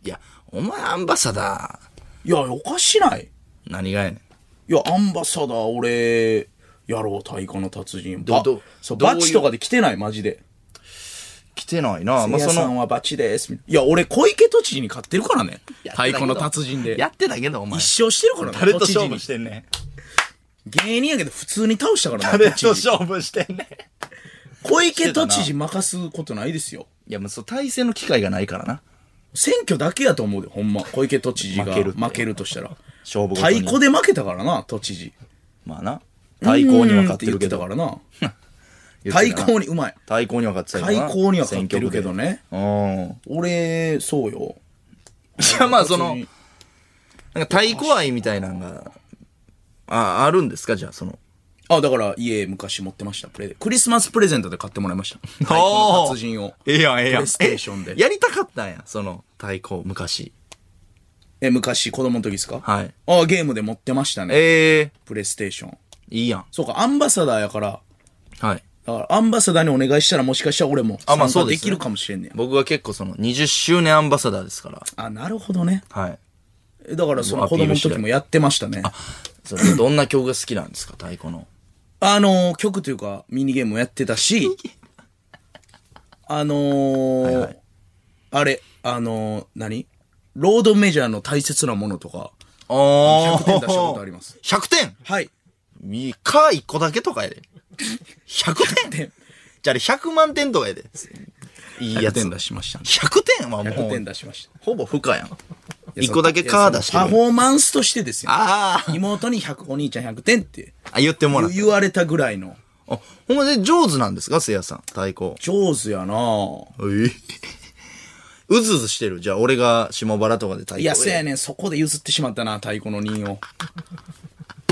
Speaker 2: い
Speaker 1: や、お前アンバサダ
Speaker 2: いやおかしない
Speaker 1: ー、何がやねん。
Speaker 2: いや、アンバサダー俺、やろう、太鼓の達人。バ
Speaker 1: ど
Speaker 2: そう
Speaker 1: どういう
Speaker 2: バチとかで来てない、マジで。
Speaker 1: 来てないな。
Speaker 2: ま
Speaker 1: ま
Speaker 2: あ、
Speaker 1: あ、
Speaker 2: そ
Speaker 1: そ
Speaker 2: さ
Speaker 1: の
Speaker 2: ん、はバチです。みたいないや、俺、小池都知事に勝ってるからね。太鼓の達人で。
Speaker 1: やってたけど、お前。
Speaker 2: 一生してるからね。
Speaker 1: 誰と
Speaker 2: 都知事
Speaker 1: 勝
Speaker 2: に
Speaker 1: 負してんねん。
Speaker 2: 芸人やけど、普通に倒したから
Speaker 1: 誰
Speaker 2: ね。
Speaker 1: と
Speaker 2: 都知事
Speaker 1: 勝負してんねん。
Speaker 2: 小池都知事任すことないですよ。
Speaker 1: いや、もうそう、対戦の機会がないからな。
Speaker 2: 選挙だけやと思うで、ほんま。小池都知事が
Speaker 1: 負けるって
Speaker 2: 負けるとしたら。
Speaker 1: 勝負ごと
Speaker 2: 太
Speaker 1: に
Speaker 2: 鼓で負けたからな、都知事。
Speaker 1: まあな。対抗には勝ってるけ
Speaker 2: う
Speaker 1: ど。
Speaker 2: ーんって言って
Speaker 1: 言
Speaker 2: たからな。
Speaker 1: って
Speaker 2: 対
Speaker 1: たな
Speaker 2: 抗に、うまい。
Speaker 1: 対抗には勝ってた
Speaker 2: 対抗には勝ってるけど。ね。
Speaker 1: うん。
Speaker 2: 俺、そうよ。
Speaker 1: じゃあまあその
Speaker 2: 別に、
Speaker 1: なんか太鼓愛みたいなのが、あ、あるんですかじゃあその。
Speaker 2: あ、だから家昔持ってました。プレゼンクリスマスプレゼントで買ってもらい ました。太鼓
Speaker 1: おー
Speaker 2: の達人を。
Speaker 1: ええやん、ええやん。
Speaker 2: プレイステーション
Speaker 1: え
Speaker 2: で
Speaker 1: やりたかったんや、その太鼓、昔。
Speaker 2: え、昔、子供の時ですか
Speaker 1: はい。
Speaker 2: あ、ゲームで持ってましたね。
Speaker 1: ええ
Speaker 2: プレイステーション。
Speaker 1: いいやん。
Speaker 2: そうか、アンバサダーやから、
Speaker 1: はい。
Speaker 2: だからアンバサダーにお願いしたらもしかしたら俺も
Speaker 1: あまあ
Speaker 2: 参
Speaker 1: そ
Speaker 2: 加
Speaker 1: うで
Speaker 2: です
Speaker 1: ね
Speaker 2: きるかもしれんねや。
Speaker 1: 僕は結構その20周年アンバサダーですから。
Speaker 2: あ、なるほどね。
Speaker 1: はい。
Speaker 2: えだからその
Speaker 1: アピ
Speaker 2: 子
Speaker 1: ー
Speaker 2: 供
Speaker 1: ル
Speaker 2: の
Speaker 1: して
Speaker 2: 時もやってましたね。あ
Speaker 1: それどんな曲が好きなんですか太鼓の。
Speaker 2: のー、曲とい うかミニゲームもやってたし、あのーあれ、あのー何ロードメジャーの大切なものとか。
Speaker 1: ああ。
Speaker 2: 100点出したことあります。
Speaker 1: 100点
Speaker 2: はい。
Speaker 1: いいか、1個だけとかやで。100点
Speaker 2: 点
Speaker 1: じゃああれ100万点とかやで。いいや
Speaker 2: 100
Speaker 1: つ。
Speaker 2: 点出
Speaker 1: 100
Speaker 2: しましたね。
Speaker 1: 点はも
Speaker 2: 100点
Speaker 1: う、
Speaker 2: 出しました。
Speaker 1: ほぼ不可やん。1個だけか出して
Speaker 2: パフ
Speaker 1: る。
Speaker 2: ォーマンスとしてですよ。
Speaker 1: あー
Speaker 2: 妹に100、お兄ちゃん100点って
Speaker 1: あ、言ってもらう。
Speaker 2: 言われたぐらいの。
Speaker 1: あ、ほんまで上手なんですかせいやさん。太鼓。
Speaker 2: 上手やなぁ。
Speaker 1: えうずうずしてる。じゃあ俺が下原とかで太鼓。
Speaker 2: いや、そうやねん。そこで譲ってしまったな、太鼓の人を。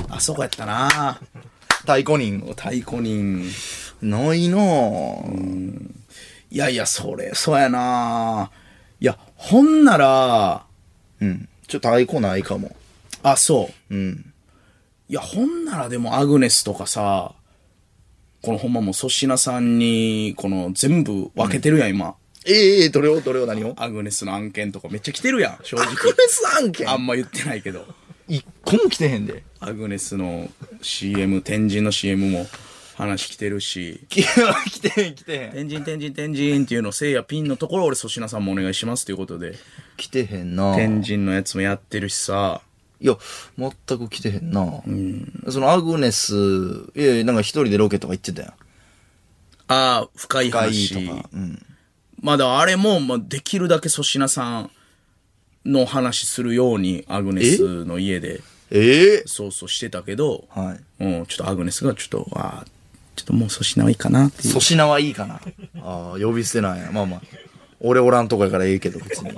Speaker 2: あそこやったな
Speaker 1: 太鼓人。
Speaker 2: 太鼓人。
Speaker 1: ないなぁ。
Speaker 2: いやいや、それ、そうやないや、ほんなら、
Speaker 1: うん。ちょっと太鼓ないかも。
Speaker 2: あ、そう。
Speaker 1: うん。
Speaker 2: いや、ほんならでも、アグネスとかさ、このほんまもう粗品さんに、この全部分けてるやん、今。
Speaker 1: ええどれをどれを何を
Speaker 2: アグネスの案件とかめっちゃ来てるやん、正
Speaker 1: ア
Speaker 2: 直。
Speaker 1: クレス案件
Speaker 2: あんま言ってないけど。
Speaker 1: 一個も来てへんで。
Speaker 2: アグネスの CM、天神の CM も話来てるし。
Speaker 1: 来てへん、来てへん。
Speaker 2: 天神天神天神っていうのをせいやピンのところ俺粗品さんもお願いしますということで
Speaker 1: 来てへんなぁ。
Speaker 2: 天神のやつもやってるしさ
Speaker 1: いや、全く来てへんなぁ。そのアグネス、いやいや、なんか一人でロケとか行ってたやん。
Speaker 2: ああ深い
Speaker 1: がいいと
Speaker 2: 話
Speaker 1: か。うん。
Speaker 2: まだあれも、まあ、できるだけ粗品さんの話するようにアグネスの家で
Speaker 1: ええ
Speaker 2: そうそうしてたけど、
Speaker 1: はい。
Speaker 2: うん、ちょっとアグネスがちょっとああちょっともう粗品はいいかなっていう
Speaker 1: 粗品はいいかな。 ああ、呼び捨てなんや。まあまあ。俺おらんとこやからええけど、別に。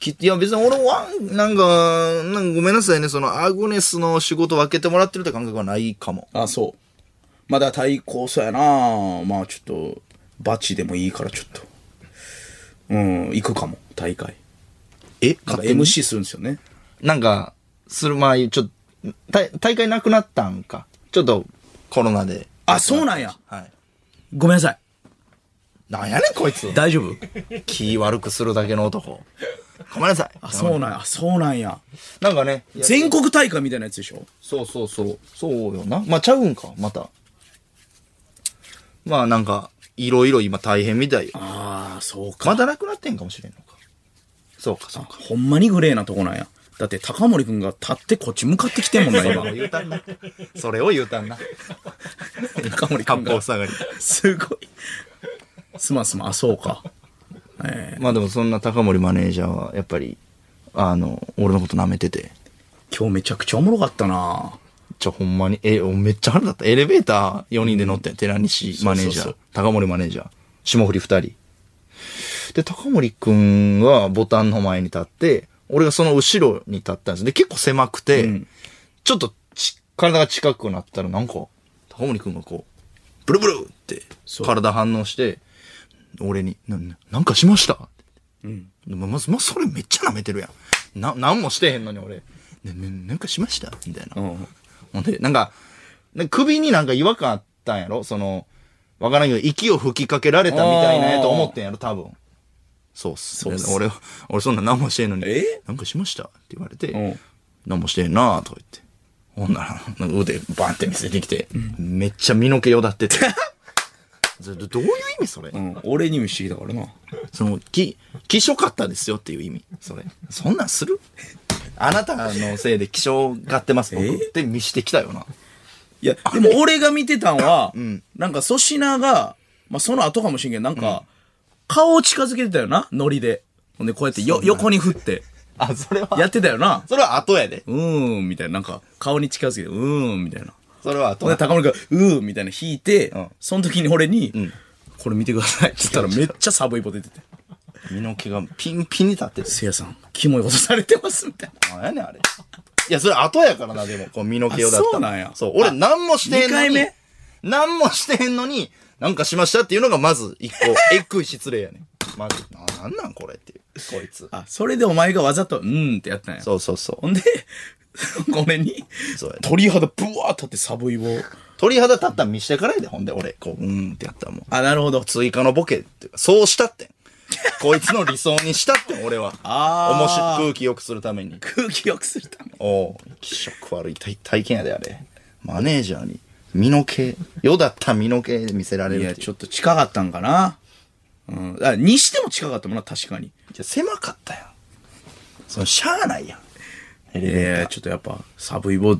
Speaker 1: きいや、別に俺は、なんか、なんかごめんなさいね。その、アグネスの仕事分けてもらってるって感覚はないかも。
Speaker 2: あそうまだ対抗そうやなまあちょっとバチでもいいからちょっとうん行くかも大会
Speaker 1: え
Speaker 2: なんか
Speaker 1: 勝手に
Speaker 2: MC するんですよね
Speaker 1: なんか、する、まあ、ちょっと、大大会なくなったんか。ちょっと、コロナで。
Speaker 2: あ、そうなんや。
Speaker 1: はい。
Speaker 2: ごめんなさい。
Speaker 1: なんやねん、こいつ。
Speaker 2: 大丈夫
Speaker 1: 気悪くするだけの男。ごめんなさい。
Speaker 2: あ、そうなんや。あそうなんや。
Speaker 1: なんかね。いや
Speaker 2: 全国大会みたいなやつでしょ
Speaker 1: そうそうそう。そうよな。まあ、ちゃうんか、また。まあ、なんか、いろいろ今大変みたいよ。
Speaker 2: ああ、そうか。
Speaker 1: まだなくなってんかもしれんのか。そうか、そうか。
Speaker 2: ほんまにグレーなとこなんや。だって高森くんが立ってこっち向かってきてんもんな、
Speaker 1: それを
Speaker 2: 今。
Speaker 1: 言うたん な。それを言うたんな。
Speaker 2: 高森く
Speaker 1: 八
Speaker 2: んが
Speaker 1: 方。下がり。
Speaker 2: すごい。すまんすまん。あ、そうか。
Speaker 1: まあでもそんな高森マネージャーは、やっぱり、あの、俺のこと舐めてて。
Speaker 2: 今日めちゃくちゃおもろかったな
Speaker 1: ちょ、ほんまに、え、おめっちゃ腹立った。エレベーター4人で乗ってん、寺西マネージャー、
Speaker 2: そうそうそう
Speaker 1: 高森マネージャー、霜降り2人。で、高森くんがボタンの前に立って、俺がその後ろに立ったんです。で、結構狭くて、ちょっとち体が近くなったらなんか、高森くんがこう、ブルブルって
Speaker 2: そう
Speaker 1: 体反応して、俺に、な、ななんかしましたでもまず、まあ、それめっちゃ舐めてるやん。な、なんもしてへんのに俺、ね、ね、なんかしましたみたいな。
Speaker 2: ん
Speaker 1: ほんで、なんか、なんか首になんか違和感あったんやろその、わからんけど、息を吹きかけられたみたいなやと思ってんやろ多分。そうっす。
Speaker 2: そうっす
Speaker 1: 俺は、俺そんな何もしてへんのに、
Speaker 2: え
Speaker 1: なんかしましたって言われて、
Speaker 2: うん
Speaker 1: 何もしてへんなとか言って。ほんなら、なんか腕バンって見せてきて、めっちゃ身の毛よだって て。ずどういう意味それ、
Speaker 2: うん。俺にも不思議だからな。
Speaker 1: その、き、気象かったですよっていう意味。それ。そんなん するあなたのせいで気象がってます、僕。って見してきたよな。
Speaker 2: いや、でも俺が見てたんは、なんか粗品が、まあ、その後かもしれんけど、なんか、顔を近づけてたよな、ノリで。ほんで、こうやってよ、横に振って、
Speaker 1: あ、それは
Speaker 2: やってたよな。
Speaker 1: それは後やで。
Speaker 2: うーん、みたいな。なんか、顔に近づけて、うーん、みたいな。
Speaker 1: それは後
Speaker 2: ほんで、
Speaker 1: や。
Speaker 2: 高森が、うーん、みたいな弾いて、
Speaker 1: ん
Speaker 2: その時に俺に、これ見てくださ い。って言ったらめっちゃサブイボ出てて。
Speaker 1: 身の毛がピンピンに立ってる。
Speaker 2: せいやさん、キモいことされてます、みたいな。
Speaker 1: なんやねん、あれ。いや、それ後やからな、でも、こう身の毛をだったら
Speaker 2: あそうなんや
Speaker 1: そう、俺何もしてへんのに。
Speaker 2: 二回目
Speaker 1: 何もしてへんのに、なんかしましたっていうのがまず一 個、えっくい失礼やねん。まず、ななんなんこれっていう。こいつ。
Speaker 2: あ、それでお前がわざと、うーんってやったんや。
Speaker 1: そうそうそう
Speaker 2: ほ。んで、 俺に、
Speaker 1: そうやね
Speaker 2: 鳥肌ブワー立ってサブイボ。
Speaker 1: 鳥肌立ったん見してからやで、ほんで俺、こう、うーんってやったらもう。
Speaker 2: あ、なるほど。
Speaker 1: 追加のボケっていうか、そうしたってん。こいつの理想にしたってん、俺は。
Speaker 2: あー
Speaker 1: 面白い空気良くするために。
Speaker 2: 空気良くするため。
Speaker 1: おう気色悪い体体験やであれマネージャーに身の毛よだった身の毛見せられ
Speaker 2: い
Speaker 1: る
Speaker 2: や、
Speaker 1: っていう
Speaker 2: ちょっと近かったんかな。うん。あ、にしても近かったもんな、確かに。
Speaker 1: じゃ狭かったやん。その、しゃあないやん。エレベー
Speaker 2: えー、ちょっとやっぱ、サブイボ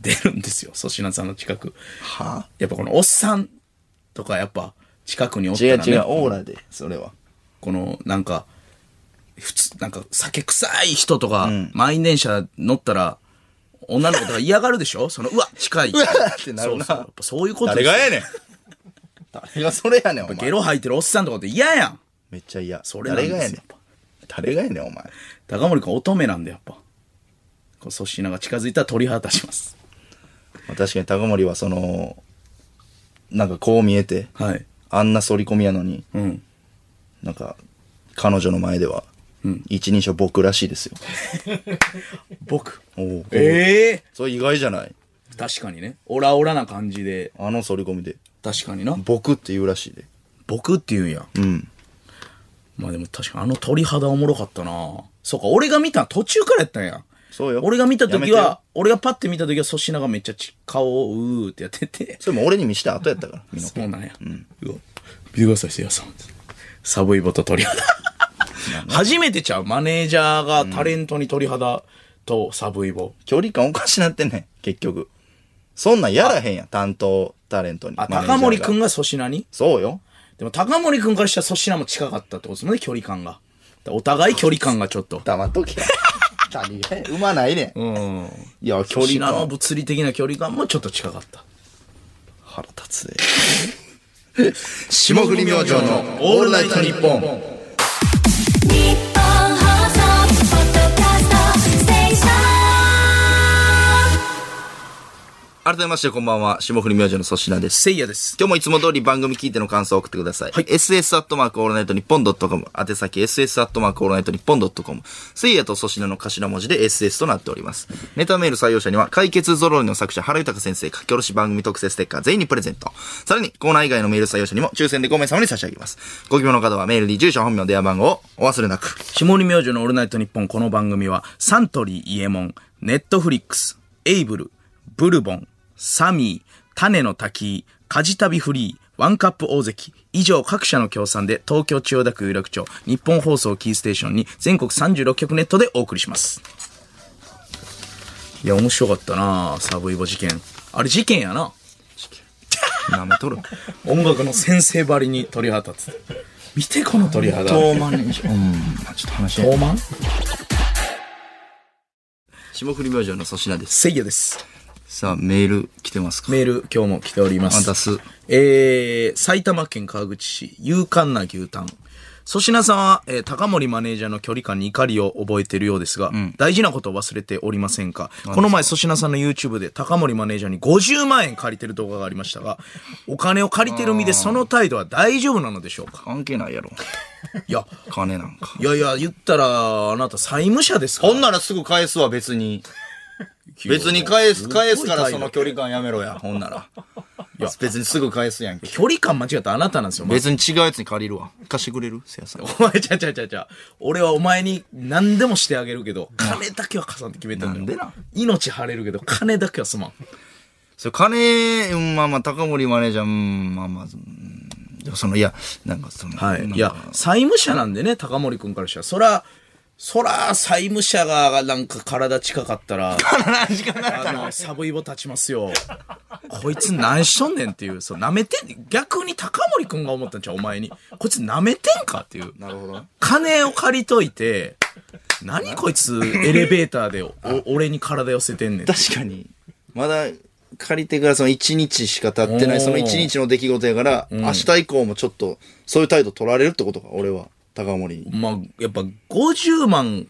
Speaker 2: 出るんですよ、粗品さんの近く。
Speaker 1: ター。は
Speaker 2: やっぱこのおっさんとかやっぱ近くにおった
Speaker 1: 違
Speaker 2: ら、
Speaker 1: う
Speaker 2: ね、
Speaker 1: 違う、オーラで、それは。
Speaker 2: このなんか、普通、なんか酒臭い人とか、満員電車乗ったら、女の子とか嫌がるでしょ その、うわ、近い。う
Speaker 1: わってなるな
Speaker 2: そうそうやっぱそういうこと
Speaker 1: 誰
Speaker 2: です
Speaker 1: がやねん 誰がそれやねん、お
Speaker 2: ゲ
Speaker 1: 前。
Speaker 2: ロ吐いてるおっさんとかって嫌やん。
Speaker 1: めっちゃ嫌。
Speaker 2: それなん
Speaker 1: 誰
Speaker 2: ですよ
Speaker 1: がやねん。誰がやねん、お前。
Speaker 2: 高森君乙女なんでやっぱ。こう粗品が近づいたら鳥肌します。
Speaker 1: まあ確かに高森はその、なんかこう見えて、
Speaker 2: はい。
Speaker 1: あんな反り込みやのに、
Speaker 2: うん。
Speaker 1: なんか、彼女の前では、一人称僕らしいですよ。
Speaker 2: 僕。
Speaker 1: おう
Speaker 2: ええ
Speaker 1: それ意外じゃない
Speaker 2: 確かにね。オラオラな感じで、
Speaker 1: あの反り込みで。
Speaker 2: 確かにな。
Speaker 1: 僕って言うらしいで。
Speaker 2: 僕って言うんや。
Speaker 1: うん。
Speaker 2: まあでも確かにあの鳥肌おもろかったなそうか、俺が見た途中からやったんや。
Speaker 1: そうよ
Speaker 2: 俺が見た
Speaker 1: やめ
Speaker 2: 時
Speaker 1: てよ
Speaker 2: は、俺がパッて見た時は粗品がめっちゃち顔をうーってやってて。
Speaker 1: それも俺に見した後やったから。みんな
Speaker 2: そうなんや。うわ見てください、せいやさん。サブイボと鳥肌。初めてちゃう。マネージャーがタレントに鳥肌とサブイボ。
Speaker 1: 距離感おかしなってんねん、結局。そんなんやらへんやん、担当タレントに。
Speaker 2: あ、
Speaker 1: マネージャ
Speaker 2: 高
Speaker 1: ーが
Speaker 2: 森くんが粗品に
Speaker 1: そうよ。
Speaker 2: でも高森くんからしたら粗品も近かったってことですもんね、距離感が。だからお互い距離感がちょっと。
Speaker 1: 黙っとけ。何がや生まないねん。
Speaker 2: うん。
Speaker 1: いや、距
Speaker 2: 粗
Speaker 1: 離
Speaker 2: 品の
Speaker 1: 感。
Speaker 2: 物理的な距離感もちょっと近かった。
Speaker 1: 腹立つで。 霜降り明星のオールナイトニッポン。
Speaker 3: 日本放送ポッドキャストステーション
Speaker 1: 改めましてこんばんは、霜降り明星の粗品です。
Speaker 2: せいやです。
Speaker 1: 今日もいつも通り番組聞いての感想を送ってください。
Speaker 2: はい
Speaker 1: ss アットマークオールナイトニッポンドットコム。宛先 ss アットマークオールナイトニッポンドットコム。せいやと粗品の頭文字で ss となっております。ネタメール採用者には、解決ぞろりの作者、原豊先生、書き下ろし番組特製ステッカー全員にプレゼント。さらに、コーナー以外のメール採用者にも、抽選で5名様に差し上げます。ご希望の方はメールに住所、本名、電話番号をお忘れなく。
Speaker 2: 下り明星のオールナイトニッポンこの番組はサントリー伊右衛門、ネットフリックス、エイブル、ブルボン、サミー、種の滝、カジタビフリー、ワンカップ大関、以上各社の協賛で東京千代田区有楽町、日本放送キーステーションに全国36局ネットでお送りします。いや、面白かったなサブイボ事件。あれ事件やな。
Speaker 1: なめと る。
Speaker 2: 音楽の先生ばりに鳥肌立つ。見てこの鳥肌。
Speaker 1: マネージャー。うん。ちょっと話し
Speaker 2: 東満
Speaker 1: 霜降り明星の粗品です。
Speaker 2: せいやです。
Speaker 1: さあ、メール来てますか
Speaker 2: メール今日も来ております。
Speaker 1: あ出す
Speaker 2: えー、埼玉県川口市、勇敢な牛タン。粗品さんは、えー高森マネージャーの距離感に怒りを覚えているようですが、大事なことを忘れておりませんかこの前粗品さんの YouTube で高森マネージャーに50万円借りてる動画がありましたが、お金を借りてる身でその態度は大丈夫なのでしょうか
Speaker 1: 関係ないやろ。
Speaker 2: いや、
Speaker 1: 金なんか。
Speaker 2: いやいや、言ったら、あなた債務者ですか
Speaker 1: ほんならすぐ返すわ、別に。別に返す、返すからその距離感やめろや、ほんな ら。いや、別にすぐ返すやんけ。
Speaker 2: 距離感間違ったあなたなんですよ、まず
Speaker 1: 別に違うやつに借りるわ。貸してくれるせやさん。
Speaker 2: お前、ちゃうちゃうちゃうちゃう。俺はお前に何でもしてあげるけど、金だけは貸さんって決めたんだよ。
Speaker 1: なんでなん
Speaker 2: 命張れるけど、金だけはすまん。
Speaker 1: それ金、うん、まあまあ、高森マネージャー、うん、まあまあ、うん、でもその、いや、なんかその、なんか
Speaker 2: いや、債務者なんでね、高森君からしたら。そら、そら、債務者がなんか体近かったら、あの、サブイボ立ちますよ。こいつ何しとんねんっていう、そう、舐めてん、逆に高森君が思ったんちゃう、お前に。こいつ舐めてんかっていう。
Speaker 1: なるほどね。
Speaker 2: 金を借りといて、何こいつエレベータ ーでお俺に体寄せてんねん。
Speaker 1: 確かに、まだ、借りてからその1日しか経ってな
Speaker 2: お
Speaker 1: い、
Speaker 2: ー
Speaker 1: その1日の出来事やから、明日以降もちょっと、そういう態度取られるってことか、俺は、高森に。
Speaker 2: まあ、やっぱ50万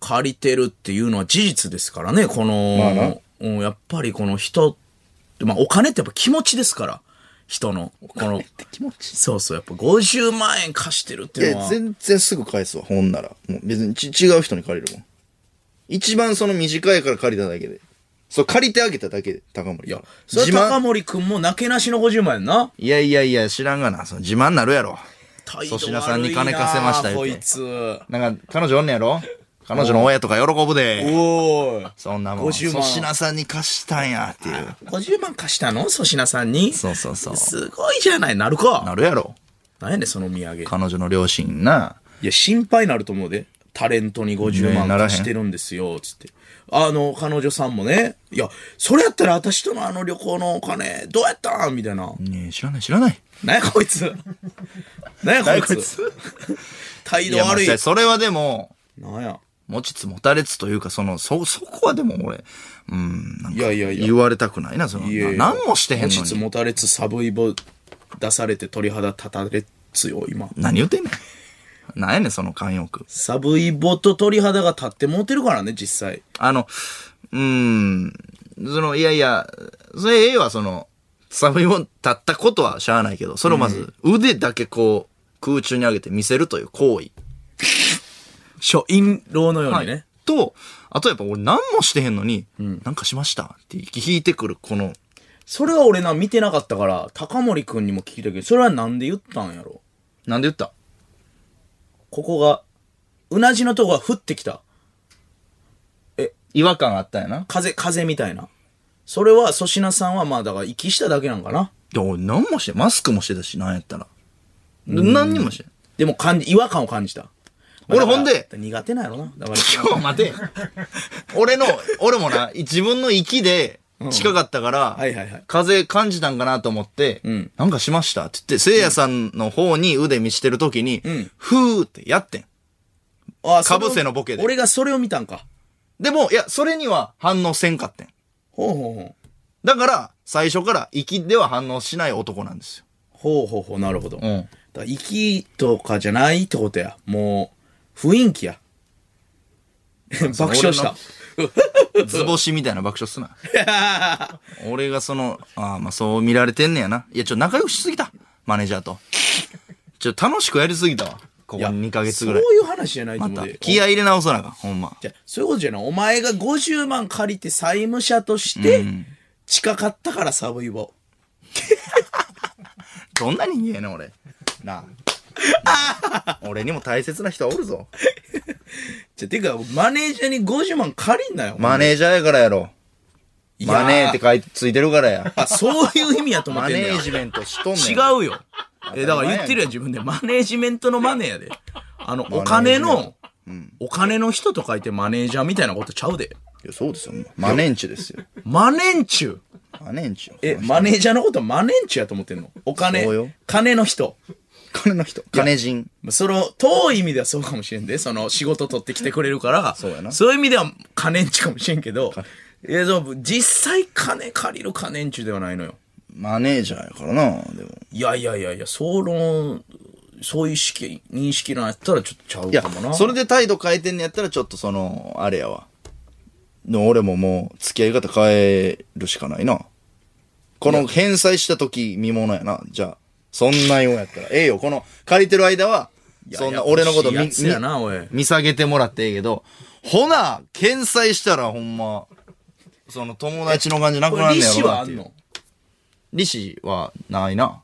Speaker 2: 借りてるっていうのは事実ですからね、この、
Speaker 1: まあな
Speaker 2: うん、やっぱりこの人って、まあお金ってやっぱ気持ちですから、人の、この、
Speaker 1: 気持ち
Speaker 2: そうそう、やっぱ50万円貸してるって
Speaker 1: い
Speaker 2: いう
Speaker 1: や
Speaker 2: の、は、
Speaker 1: 全然すぐ返すわ、ほんなら。もう別にち違う人に借りるもん。一番その短いから借りただけで。そう、借りてあげただけで、高森。い
Speaker 2: いや、それは高森くんもなけなしの50万円な。
Speaker 1: いやいやいや、知らんがな、その自慢なるやろ。
Speaker 2: 態度
Speaker 1: 粗
Speaker 2: 悪い
Speaker 1: 品
Speaker 2: な
Speaker 1: さんに金貸せましたよ
Speaker 2: こいつ。
Speaker 1: なんか、彼女おんねやろ彼女の親とか喜ぶで。
Speaker 2: おーい。
Speaker 1: そんなもん。
Speaker 2: 50
Speaker 1: 粗
Speaker 2: 万
Speaker 1: 品さんに貸したんや、っていう。
Speaker 2: 50万貸したの粗品さんに。
Speaker 1: そうそうそう。
Speaker 2: すごいじゃない、なるか。
Speaker 1: なるやろ。
Speaker 2: なんやねんその土産。い
Speaker 1: 彼女の両親な。
Speaker 2: や、心配なると思うで。タレントに50
Speaker 1: ねえ
Speaker 2: 万
Speaker 1: ならへん
Speaker 2: 貸してるんですよ、つって。あの、彼女さんもね、いや、それやったら私とのあの旅行のお金、どうやったんみたいな。
Speaker 1: ねえ知らない知らない。
Speaker 2: なんやこ いつ。なんやこいつ。態
Speaker 1: い
Speaker 2: 度
Speaker 1: や、ま
Speaker 2: 悪い。
Speaker 1: あそれはでも、
Speaker 2: なんや。
Speaker 1: 持ちつ持たれつというか、その、そ、そこはでも俺、うん、なん
Speaker 2: い
Speaker 1: か
Speaker 2: やいやいや。
Speaker 1: 言われたくないな、その、
Speaker 2: いやいや
Speaker 1: な何もしてへんの
Speaker 2: 持ちつ
Speaker 1: に。
Speaker 2: 持たれつ、サブイボ出されて鳥肌立たれつよ、今。
Speaker 1: 何言ってんねん。なんやねん、その慣用句。
Speaker 2: サブイボと鳥肌が立って持てるからね、実際。
Speaker 1: あの、うーん、その、いやいや、それええわ、その、サブイボ立ったことはしゃあないけど、それをまず、腕だけこう、空中に上げて見せるという行為。
Speaker 2: 書印牢のようにね。
Speaker 1: はいと、あとやっぱ俺何もしてへんのに、なんかしましたって引いてくる、この、
Speaker 2: それは俺な、見てなかったから、高森くんにも聞いたけど、それはなんで言ったんやろ。
Speaker 1: なんで言った
Speaker 2: ここが、うなじのとこが降ってきた。
Speaker 1: 違和感あったんやな。
Speaker 2: 風、風みたいな。それは粗品さんはまあだから息しただけなんかな。
Speaker 1: で俺何もして、マスクもしてたし、なんやったら。何にもして。
Speaker 2: でも感じ、違和感を感じた。
Speaker 1: 俺
Speaker 2: まあだから
Speaker 1: ほんで
Speaker 2: 苦手なんやろな。だから、
Speaker 1: 今日待て。 俺の、俺もな、自分の息で近かったから、
Speaker 2: はいはいはい
Speaker 1: 風感じたんかなと思って、
Speaker 2: ん
Speaker 1: なんかしましたって言って、せいやさんの方に腕見してるときに、
Speaker 2: ん
Speaker 1: ふーってやってん。
Speaker 2: あそれを
Speaker 1: 被せのボケで
Speaker 2: 俺がそれを見たんか。
Speaker 1: でも、いや、それには反応せんかってん。
Speaker 2: ほうほうほう。
Speaker 1: だから、最初から息では反応しない男なんですよ。
Speaker 2: ほうほうほう、なるほど。
Speaker 1: ん
Speaker 2: だから息とかじゃないってことや。もう、雰囲気や。爆笑した。
Speaker 1: 図星みたいな爆笑 すな。俺がその、ああ、まあそう見られてんねやな。いや、ちょ、仲良くしすぎた。マネージャーと。ちょ、楽しくやりすぎたわ。ここ
Speaker 2: いや
Speaker 1: 2ヶ月ぐらい
Speaker 2: そ。ういう話じゃないと
Speaker 1: ま
Speaker 2: 思う
Speaker 1: た
Speaker 2: で。、
Speaker 1: 気合い入れ直さなあかん、ほんま。
Speaker 2: じゃあそういうことじゃない。お前が50万借りて債務者として、近かったからサブイボ。
Speaker 1: どんな人間やねん、俺。なあ。 俺にも大切な人はおるぞ。
Speaker 2: じゃあ、てか、マネージャーに50万借りんなよ。
Speaker 1: マネージャーやからやろ。
Speaker 2: いやー
Speaker 1: マネーって書いてついてるから や。
Speaker 2: あ、そういう意味やと思っ
Speaker 1: マ
Speaker 2: てんね
Speaker 1: ネ
Speaker 2: や
Speaker 1: ージメントしとんねん。
Speaker 2: 違うよ。え、だか
Speaker 1: 前
Speaker 2: ら
Speaker 1: やん
Speaker 2: 言ってるやん、自分で。マネージメントのマネーやで。あの、お金の、お金の人と書いてマネージャーみたいなことちゃうで。
Speaker 1: いや、そうですよ。マネンチュですよ。
Speaker 2: マネンチュ。
Speaker 1: マネンチュ。
Speaker 2: え、マネージャーのことはマネンチュやと思ってんのお金
Speaker 1: そうよ、
Speaker 2: 金の人。
Speaker 1: 金の人。金人。
Speaker 2: その、遠い意味ではそうかもしれんで、その、仕事取ってきてくれるから、
Speaker 1: そうやな
Speaker 2: いう意味では金んちかもしれんけど、いや、でも実際金借りる金んちではないのよ。
Speaker 1: マネージャーやからな、でも。
Speaker 2: いやいやいやいや、その、そういう意識、認識なんやったらちょっとちゃう
Speaker 1: いや
Speaker 2: かもな。、
Speaker 1: それで態度変えてんのやったら、ちょっとその、あれやわ。でも俺ももう、付き合い方変えるしかないな。この返済した時見物やな。じゃあ、そんなようやったら。ええよ、この、借りてる間は、そんな俺のこと見、
Speaker 2: ややこしいやつやなおい
Speaker 1: 見見下げてもらってええけど、ほな、返済したらほんま、その友達の感じなく
Speaker 2: こ
Speaker 1: な
Speaker 2: れ
Speaker 1: るん
Speaker 2: 利
Speaker 1: ねや
Speaker 2: 子
Speaker 1: ろ
Speaker 2: は
Speaker 1: な
Speaker 2: あ
Speaker 1: ってい
Speaker 2: ん
Speaker 1: う。
Speaker 2: の
Speaker 1: 利子はないな。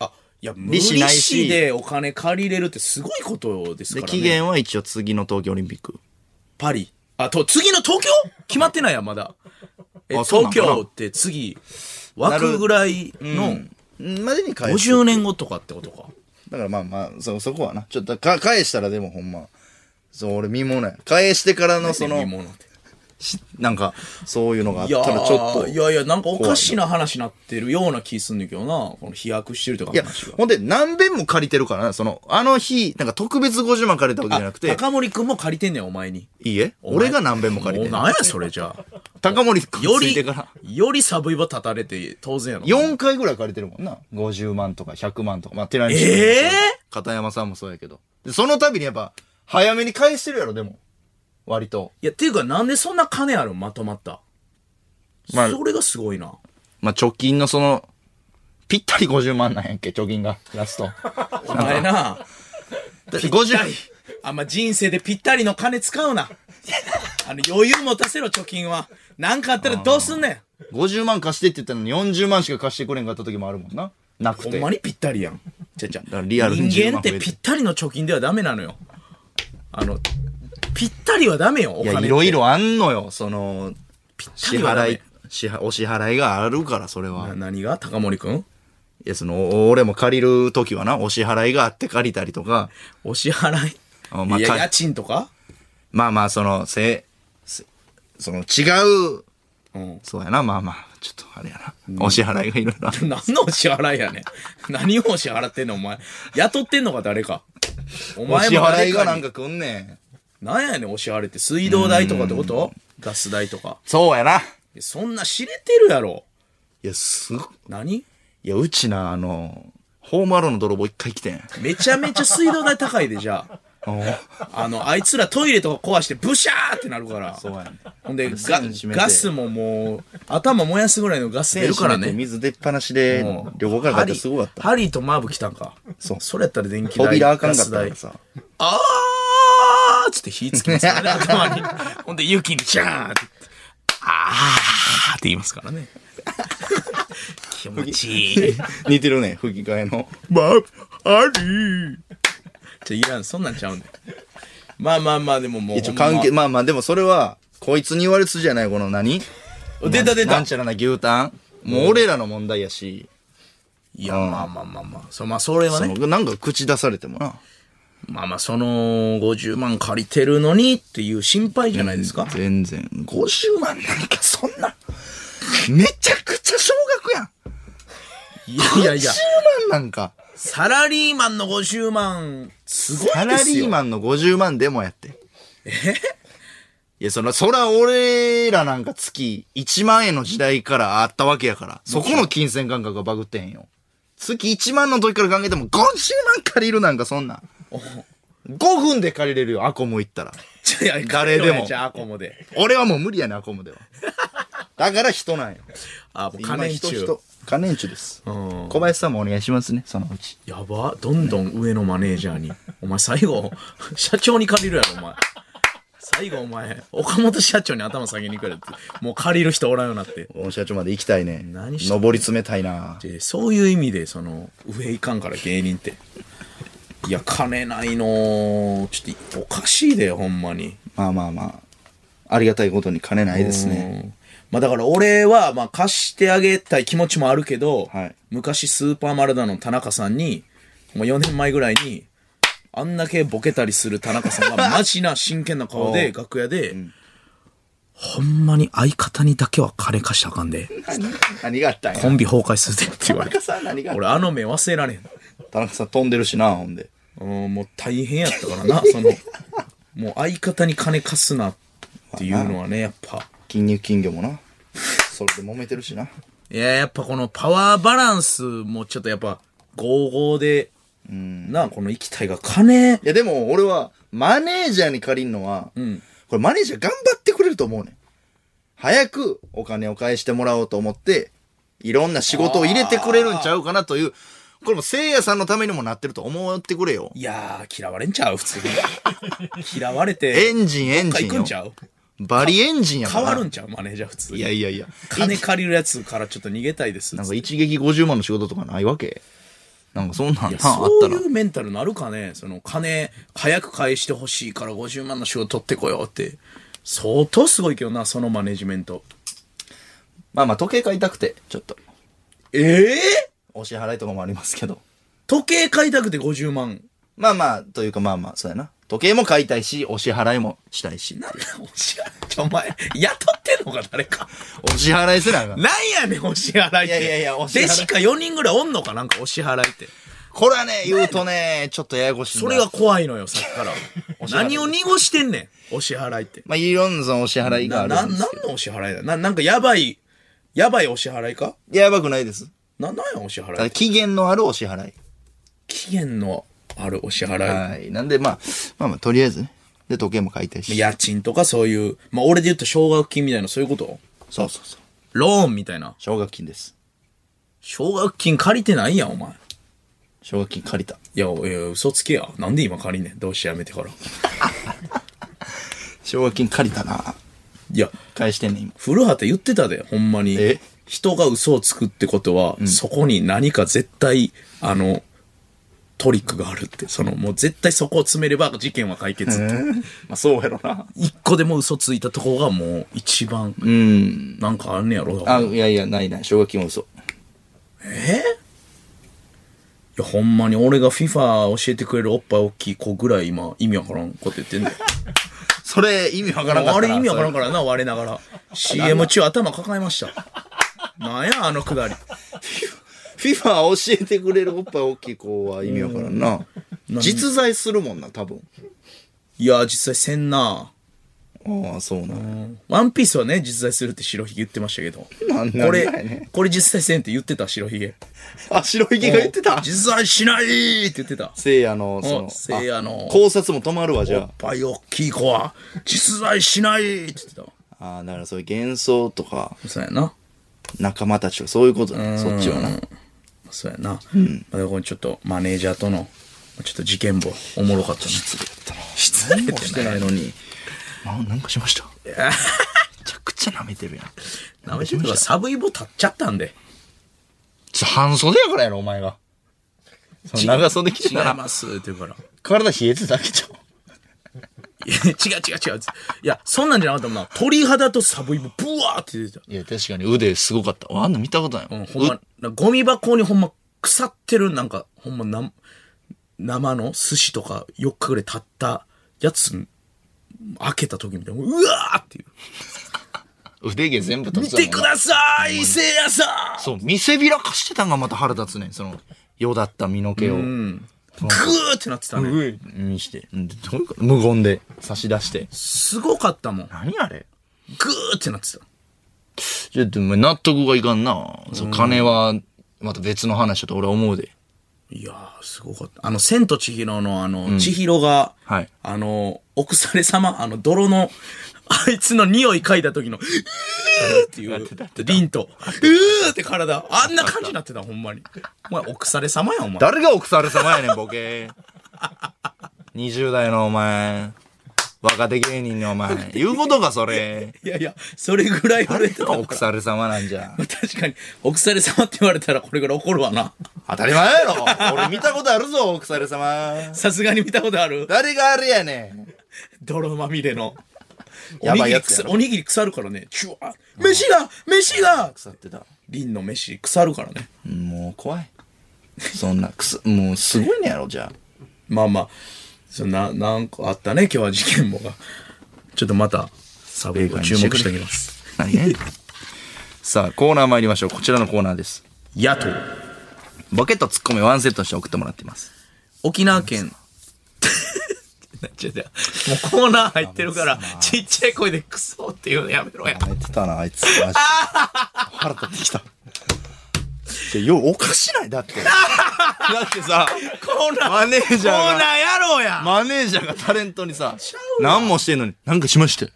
Speaker 2: あ、いや、無利
Speaker 1: 利子ないし
Speaker 2: 子でお金借りれるってすごいことです
Speaker 1: で、
Speaker 2: からね。
Speaker 1: 期限は一応次の東京オリンピック。
Speaker 2: パリ。あと、次の東京決まってないや、まだ。え、
Speaker 1: あそうな
Speaker 2: 東
Speaker 1: んかな
Speaker 2: 京って次、枠ぐらいの
Speaker 1: うん。までに返す。
Speaker 2: 50年後とかってことか。
Speaker 1: だからまあまあ、そ、そこはな。ちょっとか、返したらでもほんま、そう、俺見物や。返してからのそ
Speaker 2: いい
Speaker 1: の、
Speaker 2: ものって
Speaker 1: なんか、そういうのがあっ
Speaker 2: いや
Speaker 1: たらちょっと。
Speaker 2: ーいやいや、なんかおかしな話になってるような気すんだけどな。この飛躍してるとか
Speaker 1: いや
Speaker 2: 話が。
Speaker 1: ほんで、何遍も借りてるからな、その、あの日、なんか特別50万借りたわけじゃなく
Speaker 2: あ
Speaker 1: て、
Speaker 2: 高森くんも借りてんねん、お前に。
Speaker 1: いいえ、
Speaker 2: お前
Speaker 1: 俺が何遍も借りてる
Speaker 2: もう。なんや、それじゃあ。
Speaker 1: 高森くん
Speaker 2: よ
Speaker 1: つ
Speaker 2: り
Speaker 1: いてから。、
Speaker 2: よりサブイボ立たれて当然やろ。
Speaker 1: 4回ぐらい借りてるもんな。50万とか100万とか。まあ、寺西君もそう
Speaker 2: ええ
Speaker 1: 片山さんもそうやけど。で、その度にやっぱ、早めに返してるやろ、でも。割と。
Speaker 2: いや、っていうか、なんでそんな金あるんまとまった。
Speaker 1: まあ
Speaker 2: それがすごいな。
Speaker 1: まあ、貯金のその、ぴったり50万なんやっけ、貯金が、ラ スト。
Speaker 2: お前な。
Speaker 1: 50、
Speaker 2: あんま人生でぴったりの金使 うな。あの余裕持たせろ、貯金は。なんかあったらどうすんねん。
Speaker 1: 50万貸してって言ったのに40万しか貸してくれんかった時もあるもんな。なく
Speaker 2: ほん
Speaker 1: て。
Speaker 2: まにぴったりやん。じゃじゃ
Speaker 1: からリアルに
Speaker 2: 人間っ
Speaker 1: 10万増
Speaker 2: て
Speaker 1: えて
Speaker 2: ぴったりの貯金ではダメなのよ。あの、ぴったりはダメよ、お
Speaker 1: い
Speaker 2: 金っ
Speaker 1: や、
Speaker 2: て。
Speaker 1: いろいろあんのよ、その、
Speaker 2: ぴった
Speaker 1: 支
Speaker 2: りはダ
Speaker 1: 払
Speaker 2: メ
Speaker 1: い。、支払お支払いがあるから、それは。
Speaker 2: 何が高森くん
Speaker 1: いや、その、俺も借りるときはな、お支払いがあって借りたりとか、
Speaker 2: お支払い
Speaker 1: あまあ
Speaker 2: いや
Speaker 1: か
Speaker 2: 家賃とか
Speaker 1: まあまあ、その、せ、せその違う、
Speaker 2: うん
Speaker 1: そうやな、まあまあ、ちょっとあれやな。お支払いがいろいろある。
Speaker 2: 何のお支払いやねん 何をお支払ってんのお前雇ってんのか誰かお
Speaker 1: お
Speaker 2: 前
Speaker 1: 支
Speaker 2: も
Speaker 1: 払い
Speaker 2: 誰
Speaker 1: が
Speaker 2: か
Speaker 1: なん
Speaker 2: に
Speaker 1: かくんねん。
Speaker 2: なんやねんお支払いって水道代とかってことガス代とか
Speaker 1: そうやな。
Speaker 2: いやそんな知れてるやろ
Speaker 1: いや、すご
Speaker 2: 何
Speaker 1: いや、うちな、あの、ホームアローンの泥棒一回来てん。
Speaker 2: めちゃめちゃ水道代高いでじゃああのあいつらトイレとか壊してブシャーってなるから
Speaker 1: そうやねん。
Speaker 2: ほんでガ
Speaker 1: ガス閉めて
Speaker 2: ガスももう頭燃やすぐらいのガス出るからね
Speaker 1: 水出っ放しで
Speaker 2: もう、
Speaker 1: 旅行から帰ってすごかった。
Speaker 2: ハリーハリーとマーブ来たんか
Speaker 1: そう
Speaker 2: それやったら電気代
Speaker 1: 扉開かなかったか
Speaker 2: ガ
Speaker 1: ら
Speaker 2: ス代
Speaker 1: さ。
Speaker 2: あーっつって火つきます からね頭にほんで雪にジャーンってあーって言いますか らね気持ちいい
Speaker 1: 似てるね、吹き替えの。
Speaker 2: マーブハリーちょいらんそんなんちゃうねんまあまあまあでももう
Speaker 1: 一応関係、
Speaker 2: ほん
Speaker 1: まあまあでもそれは、こいつに言われつじゃない、この何
Speaker 2: ま出た出
Speaker 1: な
Speaker 2: た
Speaker 1: んちゃらな牛タン。もう俺らの問題やし、
Speaker 2: いやまあまあまあまあそ,、まあ、それは
Speaker 1: そ
Speaker 2: ね
Speaker 1: のなんか口出されてもな。
Speaker 2: まあまあ、その50万借りてるのにっていう心配じゃないですか。
Speaker 1: 全然。50万なんかそんな、めちゃくちゃ少額やん。
Speaker 2: いやいやいや、
Speaker 1: 50万なんか。
Speaker 2: サラリーマンの50万、すごいですよ。
Speaker 1: サラリーマンの50万でもやって。えいや、その、そら俺らなんか月1万円の時代からあったわけやから、そこの金銭感覚がバグってへんよ。月1万の時から考えても50万借りるなんかそんな。5分で借りれるよ、アコム行ったら。
Speaker 2: じゃあ
Speaker 1: 誰でも
Speaker 2: じゃあ、アコモで。
Speaker 1: 俺はもう無理やね、アコムでは。だから人なんよ。
Speaker 2: あ、もう
Speaker 1: 今
Speaker 2: 金
Speaker 1: 人
Speaker 2: 中。
Speaker 1: 人。金んちゅです。
Speaker 2: ん
Speaker 1: 小林さんもお願いしますね、そのうち。
Speaker 2: やば、どんどん上のマネージャーに。お前最後、社長に借りるやろ、お前。最後お前、岡本社長に頭下げに行くやろって。もう借りる人おらんようになって。
Speaker 1: 大野社長まで行きたいね。
Speaker 2: 何してんの
Speaker 1: 上り詰めたいな。
Speaker 2: でそういう意味でその上いかんから芸人っていや金ないのちょっとおかしいでほんまに
Speaker 1: まあまあまあ。ありがたいことに金ないですね。
Speaker 2: うんまあだから俺はまあ貸してあげたい気持ちもあるけど、
Speaker 1: はい
Speaker 2: 昔スーパーマルダの田中さんにもう4年前ぐらいにあんだけボケたりする田中さんがマジな真剣な顔で楽屋で、ほんまに相方にだけは金貸したらあかんで
Speaker 1: 何があったんや
Speaker 2: コンビ崩壊するでって言わ
Speaker 1: 田
Speaker 2: れ
Speaker 1: 中
Speaker 2: て
Speaker 1: さん何があった
Speaker 2: 俺あの目忘れられへん
Speaker 1: 田中さん飛んでるしな、ほんで。
Speaker 2: うんもう大変やったからな、その、もう相方に金貸すなっていうのはね、やっぱ。
Speaker 1: 金乳金魚もな。それで揉めてるしな。
Speaker 2: いや、やっぱこのパワーバランスもちょっとやっぱ、ゴーゴーで、なあ、この行きたいが金、
Speaker 1: いやでも俺は、マネージャーに借りんのは、これマネージャー頑張ってくれると思うねん。早くお金を返してもらおうと思って、いろんな仕事を入れてくれるんちゃうかなという、これもせいやさんのためにもなってると思ってくれよ。
Speaker 2: いやー、嫌われんちゃう、普 通に。嫌われ
Speaker 1: エ
Speaker 2: て、
Speaker 1: ンジン、エン
Speaker 2: どっか
Speaker 1: ジン
Speaker 2: 行くんちゃ
Speaker 1: よ。
Speaker 2: う
Speaker 1: バリエンジンやか
Speaker 2: 変
Speaker 1: ら。
Speaker 2: わるんちゃう、マネージャー普通
Speaker 1: いや
Speaker 2: に。
Speaker 1: いやいや。
Speaker 2: 金借りるやつからちょっと逃げたいです。
Speaker 1: なん
Speaker 2: い
Speaker 1: か一撃50万の仕事とかないわけなんかそんなんな
Speaker 2: や
Speaker 1: あっ
Speaker 2: そう
Speaker 1: た
Speaker 2: い
Speaker 1: ら。
Speaker 2: うメンタルなるかね、その金、早く返してほしいから50万の仕事取ってこようって。相当すごいけどな、そのマネジメント。
Speaker 1: まあまあ時計買いたくて、ちょっと。
Speaker 2: ええ
Speaker 1: お支払いとかもありますけど。
Speaker 2: 時計買いたくて50万。
Speaker 1: まあまあ、というかまあまあ、そうやな。時計も買いたいし、お支払いもしたいし。
Speaker 2: お支払い、お前、雇ってんのか誰か。
Speaker 1: お支払いすらが。
Speaker 2: なんやねん、お支払いって。
Speaker 1: いやいやいやお支払い
Speaker 2: 弟子か4人ぐらいおんのかなんかお支払いって。
Speaker 1: これはね、言うとね、ちょっとややこしいんだ
Speaker 2: それが。怖いのよ、さっき から
Speaker 1: お。支払い
Speaker 2: 何を濁してんねん、お支払いって。
Speaker 1: まあ、いろんなそのお支払いが
Speaker 2: な、
Speaker 1: ある
Speaker 2: な、なん
Speaker 1: んですけど。
Speaker 2: のお支払いだな、なんかやばい、やばいお支払いか
Speaker 1: やばくないです。
Speaker 2: な、なんやお支
Speaker 1: だか
Speaker 2: 払
Speaker 1: ら
Speaker 2: い。
Speaker 1: 期限のあるお支払い。
Speaker 2: 期限のあるお支払い。
Speaker 1: はい。なんで、まあ、まあまあ、とりあえずね。で、時計も買いたいし。
Speaker 2: 家賃とかそういう、まあ俺で言うと奨学金みたいな、そういうこと
Speaker 1: そうそうそう。
Speaker 2: ローンみたいな。
Speaker 1: 奨学金です。
Speaker 2: 奨学金借りてないやん、お前。
Speaker 1: 奨学金借りた。
Speaker 2: いや、いや、嘘つけや。なんで今借りんねん。どうしてやめてから。
Speaker 1: 奨学金借りたな。
Speaker 2: いや、
Speaker 1: 返してんねん、今。
Speaker 2: 古畑言ってたで、ほんまに
Speaker 1: え。
Speaker 2: 人が嘘をつくってことは、そこに何か絶対、あの、トリックがあるって。その、もう絶対そこを詰めれば事件は解決って。
Speaker 1: まあ、そうやろな。
Speaker 2: 一個でも嘘ついたとこがもう一番、
Speaker 1: うん。
Speaker 2: なんかあんねやろ。
Speaker 1: あ、いやいや、ないない。奨学金も嘘。
Speaker 2: えいや、ほんまに俺が FIFA 教えてくれるおっぱい大きい子ぐらい今、意味わからんこと言ってんだよ。
Speaker 1: それ意味わからんかった
Speaker 2: あ
Speaker 1: な
Speaker 2: れ意味わからん
Speaker 1: そ
Speaker 2: からな、我ながら。CM 中頭抱えました。なんや、あのくだり。
Speaker 1: れ FIFA 教えてくれるおっぱい大きい子は意味わからんな実在するもんな多分
Speaker 2: いや、実際せんな。
Speaker 1: ああそうなの
Speaker 2: ワンピースはね、実在するって白ひげ言ってましたけど。
Speaker 1: なんなんな
Speaker 2: こ
Speaker 1: んやね
Speaker 2: れ、これ実際せんって言ってた、白ひげ。
Speaker 1: あ白ひげが言ってた
Speaker 2: 実在しないって言ってた。
Speaker 1: せいやのそ
Speaker 2: お
Speaker 1: の
Speaker 2: せいやの
Speaker 1: あ考察も止まるわじ
Speaker 2: おっ
Speaker 1: ゃ
Speaker 2: ぱい大きい子は、実在しないって言ってたわ。
Speaker 1: ああーだからそういう幻想とか
Speaker 2: そうやな。
Speaker 1: 仲間たちとかそういうことだねそっちはな
Speaker 2: そうやな。まあ、でもこれちょっとマネージャーとの、ちょっと事件簿、おもろかったな。失礼
Speaker 1: 何もしてないのにななんかしま しためちゃくちゃ舐めてるやん
Speaker 2: なめしむがサブイボ立っちゃったんで。
Speaker 1: ちょ半袖やからやろお前がその長袖着
Speaker 2: 違
Speaker 1: て
Speaker 2: い
Speaker 1: たら
Speaker 2: ますって言うから。
Speaker 1: 体冷えてただけじゃん
Speaker 2: いや違う違う違う。いや、そんなんじゃなかったもんな。鳥肌とサブイボ、ブワーって出てた。
Speaker 1: いや、確かに腕すごかった。あんな見たことない。
Speaker 2: うん、ほんま、なゴミ箱にほんま腐ってる、なんか、ほんまな、生の寿司とか4日ぐらい経ったやつ、開けた時みたいな、うわーっていう。
Speaker 1: う腕毛全部
Speaker 2: 見
Speaker 1: 立
Speaker 2: てください、せいやさん
Speaker 1: そう、見せびらかしてたんがまた腹立つねん。その、よだった身の毛を。うん。
Speaker 2: グーってなってたね。
Speaker 1: う見して。うんでどういうこと無言で差し出して。
Speaker 2: すごかったもん。グ
Speaker 1: 何あれ
Speaker 2: ーってなってた。
Speaker 1: ちょっとお前納得がいかんな。そう、金は、また別の話だと俺は思うで。
Speaker 2: いやー、すごかった。あの、千と千尋のあの、千尋が、
Speaker 1: はい
Speaker 2: あの、お腐れ様、あの、泥の、あいつの匂い嗅いだ時の、うーっていう、リンと、うーって体、あんな感じになってた、ほんまに。お前、お腐れ様や、お前。
Speaker 1: 誰が奥され様やねん、ボケ。20代のお前。若手芸人のお前。言うことか、それ。
Speaker 2: いやいや、それぐらい言われてた。
Speaker 1: 奥され様なんじゃ。
Speaker 2: 確かに、お腐れ様って言われたらこれぐらい怒るわな。
Speaker 1: 当たり前やろ俺見たことあるぞ、奥され様。
Speaker 2: さすがに見たことある
Speaker 1: 誰があれやねん。
Speaker 2: 泥まみれの。
Speaker 1: やばいやつやろ
Speaker 2: おにぎり腐おにぎり腐るからね。チュワー飯が飯が
Speaker 1: 腐ってた。
Speaker 2: リンの飯腐るからね。
Speaker 1: もう怖い。そんな、くす、もうすごいねやろ、じゃあ。
Speaker 2: まあまあ、そんな、なんかあったね、今日は事件もが。ちょっとまた、サブイボ注目しておきます。
Speaker 1: 何ね。さあ、コーナー参りましょう。こちらのコーナーです。
Speaker 2: 野党。
Speaker 1: ボケとツッコミワンセットにして送ってもらっています。
Speaker 2: 沖縄 県。違う違うもうコーナー入ってるから、ちっちゃい声でクソって言うのやめろや。
Speaker 1: めてたな、あいつ。マジで腹立ってきた。じゃあ、よう、おかしないだって。 だってさ、
Speaker 2: コーナー、
Speaker 1: マネージャーが
Speaker 2: コーナーやろうや。
Speaker 1: マネージャーがタレントにさ
Speaker 2: ちゃ、うわ
Speaker 1: 何もしてんのに、なんかしましたよ。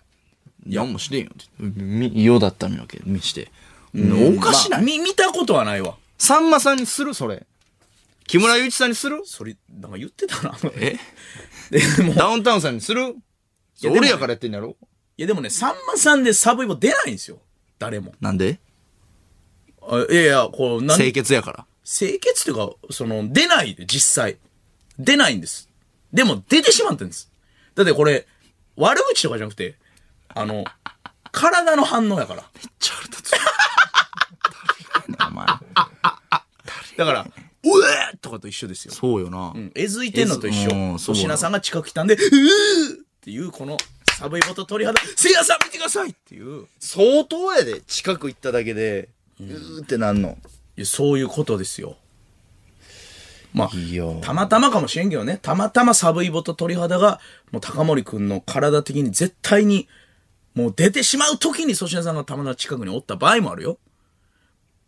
Speaker 1: 何もしてんよって。み、ようだったのよけ、見して。おかしない、
Speaker 2: まあみ見たことはないわ。
Speaker 1: さんまさんにするそれ。木村祐一さんにする
Speaker 2: それ、なんか言ってたな。
Speaker 1: え
Speaker 2: でも、い
Speaker 1: ダウンタウンさんにする
Speaker 2: や
Speaker 1: 俺やからやってんやろ
Speaker 2: やでもね、さんまさんでサブイボ出ないんですよ。誰も。
Speaker 1: なんで
Speaker 2: あいやいや、こう、なん
Speaker 1: 清潔やから。
Speaker 2: 清潔というか、その、出ないで、実際。出ないんです。でも、出てしまったんです。だってこれ、悪口とかじゃなくて、あの、体の反応やから。
Speaker 1: めっちゃ腹立つ。誰がやねんお前。
Speaker 2: だから、 うえーとかと一緒ですよ。
Speaker 1: そうよな。
Speaker 2: えずいてんのと一
Speaker 1: えずうん
Speaker 2: 緒。
Speaker 1: そ
Speaker 2: 粗
Speaker 1: う
Speaker 2: 品さんが近く来たんで、うーっていう、この、サブイボと鳥肌、せいやさん見てくださいっていう。い
Speaker 1: 相当やで、近く行っただけで、うーってなんの。
Speaker 2: やそういうことですよ。まあ、
Speaker 1: いいよ
Speaker 2: たまたまかもしれんけどね、たまたまサブイボと鳥肌が、もう高森くんの体的に絶対に、もう出てしまう時に粗品さんがたまたま近くにおった場合もあるよ。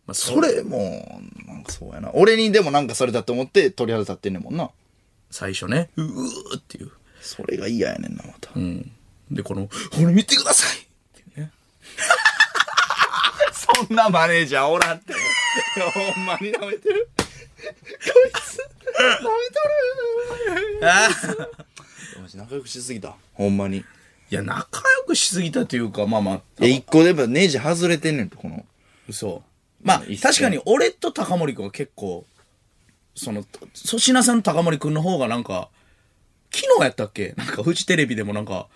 Speaker 2: まあ、そ
Speaker 1: それもう、なんかそうやな。俺にでもなんかされたと思って鳥肌立ってんねんもんな。
Speaker 2: 最初ね、うーっていう。
Speaker 1: それが嫌やねんな、また。
Speaker 2: で、この、これ見てください っていうね。
Speaker 1: そんなマネージャーおらんって。ほんまに舐めてる。こいつ、舐めとる。マジ仲良くしすぎた。ほんまに。
Speaker 2: いや、仲良くしすぎたというか、まあまあ、
Speaker 1: え、一個でやっぱネジ外れてんねんて、この。
Speaker 2: そう。まあ、
Speaker 1: うん一緒
Speaker 2: 確かに俺と高森くんは結構、その、粗品さんと高森くんの方がなんか、昨日やったっけなんかフジテレビでもなんか、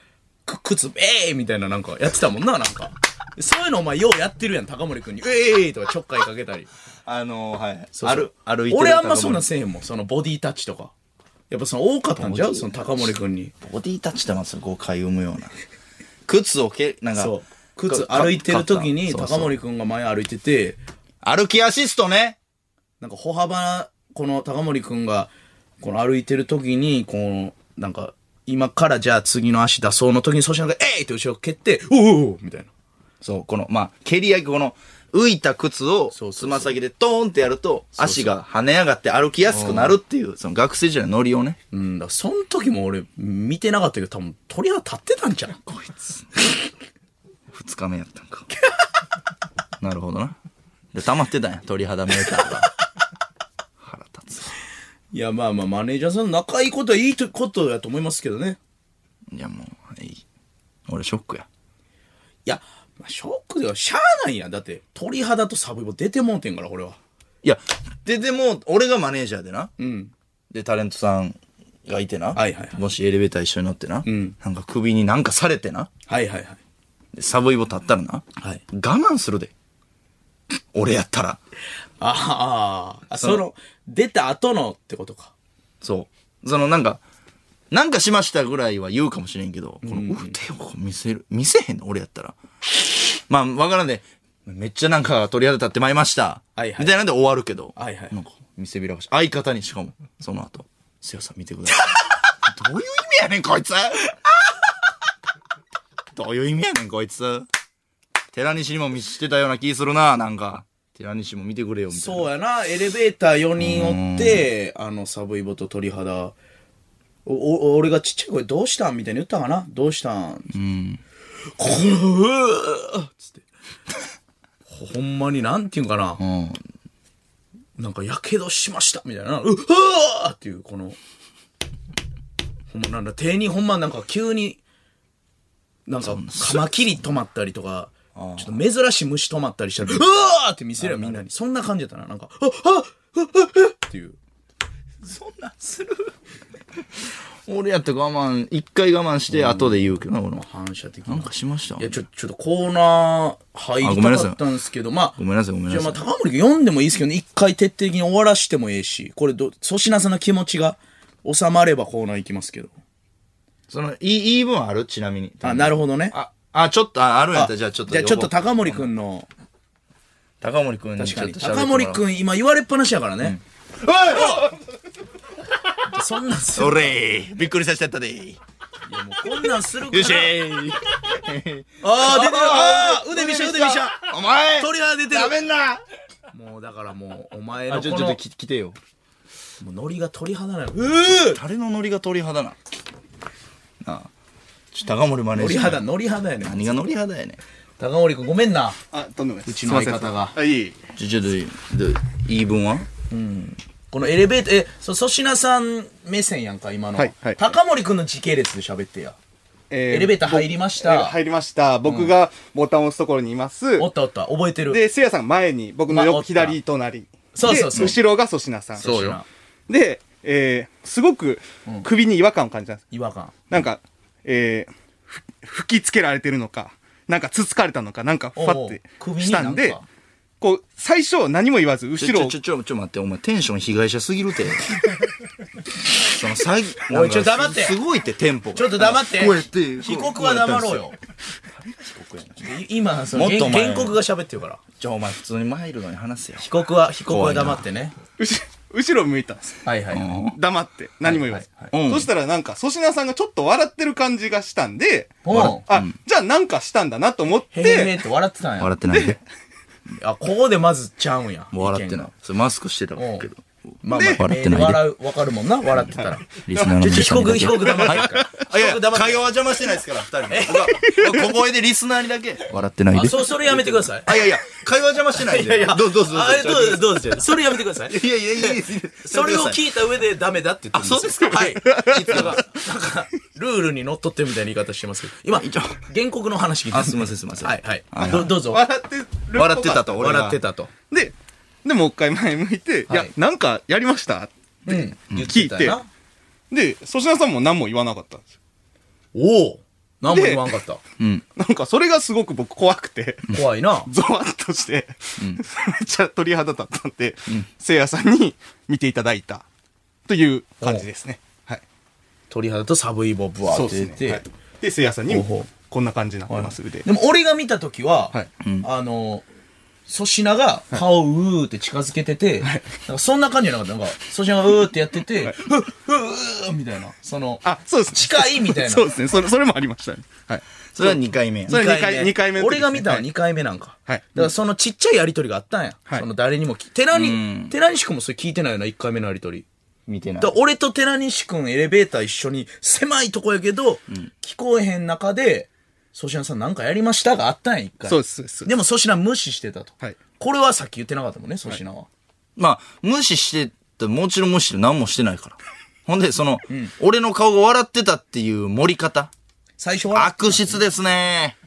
Speaker 2: く靴、ええー、みたいななんかやってたもんな、なんか。そういうのお前ようやってるやん、高森くんに、ええー、とかちょっかいかけたり。
Speaker 1: あの、はい。
Speaker 2: そうそう
Speaker 1: 歩歩いてる
Speaker 2: 俺あんまそんな
Speaker 1: 高
Speaker 2: せえへんもんそのボディタッチとかやっぱその多かったんじゃうその高森君に
Speaker 1: 森ボディタッチだなんすよ、誤解生むような。靴をけ、なんか、
Speaker 2: そう
Speaker 1: か
Speaker 2: 靴
Speaker 1: か
Speaker 2: 歩いてる時
Speaker 1: 買っ
Speaker 2: に
Speaker 1: た
Speaker 2: 高
Speaker 1: そうそう
Speaker 2: 森君が前歩いてて
Speaker 1: 歩きアシストね。
Speaker 2: なんか歩幅この高森君がこの歩いてる時にこのなんか今からじゃあ次の足出そうの時に粗品が「えい!」って後ろ蹴って「おうおうおうみたいな
Speaker 1: そう、この、まあ、蹴り上げ、この、浮いた靴を
Speaker 2: そうそうそう
Speaker 1: つま先でトーンってやると足が跳ね上がって歩きやすくなるっていうその学生時代のノリをね
Speaker 2: うんだからその時も俺見てなかったけど多分鳥肌立ってたんじゃんこいつ
Speaker 1: 二日目やったんか なるほどなで溜まってたんや鳥肌メーターが 腹立つわ
Speaker 2: いやまあまあマネージャーさんの仲いいことはいいとことだと思いますけどね
Speaker 1: いやもういい俺ショックや
Speaker 2: いや、まあ、ショックではしゃあないやんだって鳥肌とサブイボ出てもうてんから俺はい
Speaker 1: やででも俺がマネージャーでな、
Speaker 2: うん
Speaker 1: でタレントさんがいてな、
Speaker 2: はいはいはい
Speaker 1: もしエレベーター一緒に乗ってな、
Speaker 2: ん
Speaker 1: なんか首になんかされてな
Speaker 2: はいはいはい
Speaker 1: でサブイボ立ったらな、
Speaker 2: はい
Speaker 1: 我慢するで俺やったら
Speaker 2: あーあそ
Speaker 1: の
Speaker 2: の出た後のってことか
Speaker 1: そう。そのなんか、なんかしましたぐらいは言うかもしれんけど、この腕をこう見せる、見せへんの俺やったら。まあ、わからんで、めっちゃなんか鳥肌立ってまいりました。
Speaker 2: はいはい
Speaker 1: みたいなんで終わるけど。
Speaker 2: はいはい
Speaker 1: なんか、見せびらかし。相方にしかも、その後、せやさん見てください。 どういう意味やねん、こいつ どういう意味やねん、こいつ。寺西にも見してたような気するな、なんか。寺西も見てくれよ、みたいな。
Speaker 2: そうやなエレベーター4人おってあのサブイボと鳥肌おお俺がちっちゃい声どうしたんみたいに言ったかなどうしたんうんこうっつってほんまになんていうんかな、
Speaker 1: ん
Speaker 2: なんかやけどしましたみたいなうっうわーっていうこのほんまなんだ手にほんまなんか急になんかカマキリ止まったりとかちょっと珍しい虫止まったりしたらうわーって見せるよみんなにそんな感じだったななんかあっあっあっあっっていう
Speaker 1: そんなんする俺やったら我慢、一回我慢して後で言うけどな、俺も。
Speaker 2: 反射的
Speaker 1: な
Speaker 2: なん
Speaker 1: かしました
Speaker 2: いやちょちょっとコーナー入りたかったんですけどまあ
Speaker 1: ごめんなさい、ごめん
Speaker 2: じ
Speaker 1: な
Speaker 2: ゃあま
Speaker 1: さ
Speaker 2: あ
Speaker 1: い。
Speaker 2: 高森君読んでもいいですけどね一回徹底的に終わらしてもええしこれど粗品さんの気持ちが収まればコーナー行きますけど
Speaker 1: その、いい、いい分あるちなみに。
Speaker 2: あなるほどね
Speaker 1: あ、あ、ちょっと、あ、あるんやったら、じゃあちょっと。
Speaker 2: じゃあちょっと高森くんの、
Speaker 1: 高森くんに
Speaker 2: 確
Speaker 1: ち
Speaker 2: か
Speaker 1: ょっ
Speaker 2: に。
Speaker 1: と喋ってもら
Speaker 2: 高森く
Speaker 1: ん。
Speaker 2: ん今言われっぱなしやからね。
Speaker 1: おい
Speaker 2: そんなんする。
Speaker 1: それびっくりさせちゃったで。よ
Speaker 2: いやもうこんなんするから。
Speaker 1: っしゃー
Speaker 2: ああ、出てる。ああ、腕びしゃ、腕びしゃ。
Speaker 1: お前
Speaker 2: 鳥肌出てる
Speaker 1: やめんな
Speaker 2: もうだからもう、お前
Speaker 1: あ、
Speaker 2: のこ
Speaker 1: ちょ、
Speaker 2: の、
Speaker 1: ちょっと
Speaker 2: も
Speaker 1: き来てよ。
Speaker 2: うノリが鳥肌なの。
Speaker 1: 誰のノリが鳥肌な。なあ。ちょ、高森マネー
Speaker 2: 鳥
Speaker 1: ジャー。
Speaker 2: 肌、ノリ肌やねん。
Speaker 1: 何がノリ肌やねん。
Speaker 2: 高森くんごめんな。
Speaker 4: あ、とんでもない
Speaker 2: う
Speaker 4: です。
Speaker 2: ちの相方が
Speaker 4: すいませんあ、いえいえ
Speaker 1: ちょ、ちょっと、どう言い分は
Speaker 2: このエレベーター、え、そ粗品さん目線やんか、今の。
Speaker 4: はいはい
Speaker 2: 高森くんの時系列で喋ってや。
Speaker 4: え
Speaker 2: エレベーター入りました
Speaker 4: 僕えー入りました。僕がボタンを押すところにいます。
Speaker 2: おったおった、覚えてる。
Speaker 4: で、せいやさんが前に、僕の
Speaker 2: まあお
Speaker 4: 横
Speaker 2: った
Speaker 4: 左隣。
Speaker 2: そうそうそう
Speaker 4: で後ろが粗品さん。
Speaker 2: そうよ
Speaker 4: で、えー、すごく首に違和感を感じたんです。
Speaker 2: 違和感。
Speaker 4: なんか、えー、ふ吹きつけられてるのか、なんかつつかれたのか、なんかふわ
Speaker 2: おうお
Speaker 4: っ
Speaker 2: う
Speaker 4: て
Speaker 2: 首に
Speaker 4: したん
Speaker 2: なん
Speaker 4: で
Speaker 2: か、
Speaker 4: こう、最初何も言わず、
Speaker 1: ち
Speaker 4: 後ろ
Speaker 1: ょ、
Speaker 4: を
Speaker 1: ちょ、ちょ、ちょ、待って、お前テンション被害者すぎるて。 その詐欺、
Speaker 2: おいちょ黙って
Speaker 1: すすごいって、テンポが。
Speaker 2: ちょっと黙って。
Speaker 1: こうやって。
Speaker 2: 被告は黙ろうよ。い今、その、
Speaker 1: もっと
Speaker 2: 原
Speaker 1: お前
Speaker 2: 原告が喋ってるから。
Speaker 1: じゃあお前普通にマイルドに話せよ。
Speaker 2: 被告は、被告は
Speaker 1: 怖いな
Speaker 2: 黙ってね。
Speaker 4: 後後ろ向いたんです。
Speaker 2: はいはいはい。
Speaker 4: 黙って、何も言わず。
Speaker 2: はい
Speaker 1: はいはいうん
Speaker 4: そしたらなんか、粗品さんがちょっと笑ってる感じがしたんで、
Speaker 2: うん
Speaker 4: あ、じゃあなんかしたんだなと思っ
Speaker 2: へへへ
Speaker 4: て、
Speaker 2: って笑ってたんや。
Speaker 1: 笑ってないで。
Speaker 2: あ、ここでまずちゃうんや。
Speaker 1: もう笑ってない
Speaker 2: 意。
Speaker 1: それマスクしてた
Speaker 2: 見が。
Speaker 1: けど。
Speaker 2: おうまあまあ、
Speaker 1: で笑ってないで
Speaker 2: えー笑う、わかるもんな、笑ってたら。
Speaker 1: リスナーの
Speaker 2: ちょ
Speaker 1: 皆
Speaker 2: ち
Speaker 1: さ
Speaker 2: ょ
Speaker 1: ん
Speaker 2: 被
Speaker 1: にだ
Speaker 2: 告、
Speaker 1: け
Speaker 2: 被告黙ってるから。
Speaker 1: いやい
Speaker 2: 被
Speaker 1: や、会
Speaker 2: 告
Speaker 1: 話
Speaker 2: 黙ってる
Speaker 1: は邪魔してないですから、二人も。僕は小声でリスナーにだけ。笑ってない
Speaker 2: あ、
Speaker 1: で。
Speaker 2: そう、それやめてください。
Speaker 1: あ、いやいや、会話邪魔してないん
Speaker 2: いやい
Speaker 1: で。
Speaker 2: や、
Speaker 1: どうぞどうぞ。
Speaker 2: あどうぞ、どうぞ。それやめてください。
Speaker 1: いやいやいやいや、
Speaker 2: それを
Speaker 1: い
Speaker 2: 聞いた上でダメだって言ってるんですよ
Speaker 1: あそうですか
Speaker 2: はい。なんか、ルールにのっとってみたいな言い方してますけど、今、原告の話聞いて
Speaker 1: あすいませんすいません
Speaker 2: はい、はい
Speaker 1: はいは。い
Speaker 2: どどうぞ。
Speaker 4: 笑ってるっぽか
Speaker 1: 笑ってたと俺が
Speaker 2: 笑ってたと。
Speaker 4: で、で、もう一回前向いて、い
Speaker 2: は
Speaker 4: や
Speaker 2: い、
Speaker 4: なんかやりました
Speaker 2: うん。
Speaker 4: 聞いて
Speaker 2: な。
Speaker 4: で、粗品さんも何も言わなかったんですよ。
Speaker 2: おお何も言わんかった。
Speaker 4: なんかそれがすごく僕怖くて、
Speaker 2: 怖いな。
Speaker 4: ゾワッとして、 めっちゃ鳥肌立ったんで、せいやさんに見ていただいたという感じですね。はい。
Speaker 2: 鳥肌と寒い棒ブワーって出て。
Speaker 4: はいで、せいやさんに
Speaker 2: ほうほう
Speaker 4: もこんな感じになってます、腕。
Speaker 2: でも俺が見た時は、
Speaker 4: はい
Speaker 2: あの、粗品が顔をうーって近づけてて、なんかそんな感じじゃなかった。なんか粗品がうーってやってて、うっうーみたいな。その、
Speaker 4: あ、そうですね。
Speaker 2: 近いみたいな
Speaker 4: そうですね。それ、それもありましたね。はい。
Speaker 1: それは2回目や
Speaker 4: それ二回二回目の時
Speaker 2: 俺が見たのは
Speaker 4: ですね
Speaker 2: 2回目なんか。
Speaker 4: はい
Speaker 2: だからそのちっちゃいやりとりがあったんや。
Speaker 4: はい
Speaker 2: その誰にもき、寺に、寺西くんもそれ聞いてないよな、1回目のやりとり。
Speaker 1: 見てない
Speaker 2: だから俺と寺西くんエレベーター一緒に狭いとこやけど、聞こえへん中で、粗品さんなんかやりましたがあったんや、一回。
Speaker 4: そうです、そうです。
Speaker 2: でも粗品無視してたと。
Speaker 4: はい
Speaker 2: これはさっき言ってなかったもんね、粗品は。
Speaker 1: まあ、無視してた、もちろん無視して何もしてないから。ほんで、その、俺の顔が笑ってたっていう盛り方。
Speaker 2: 最初は、
Speaker 1: 悪質ですね。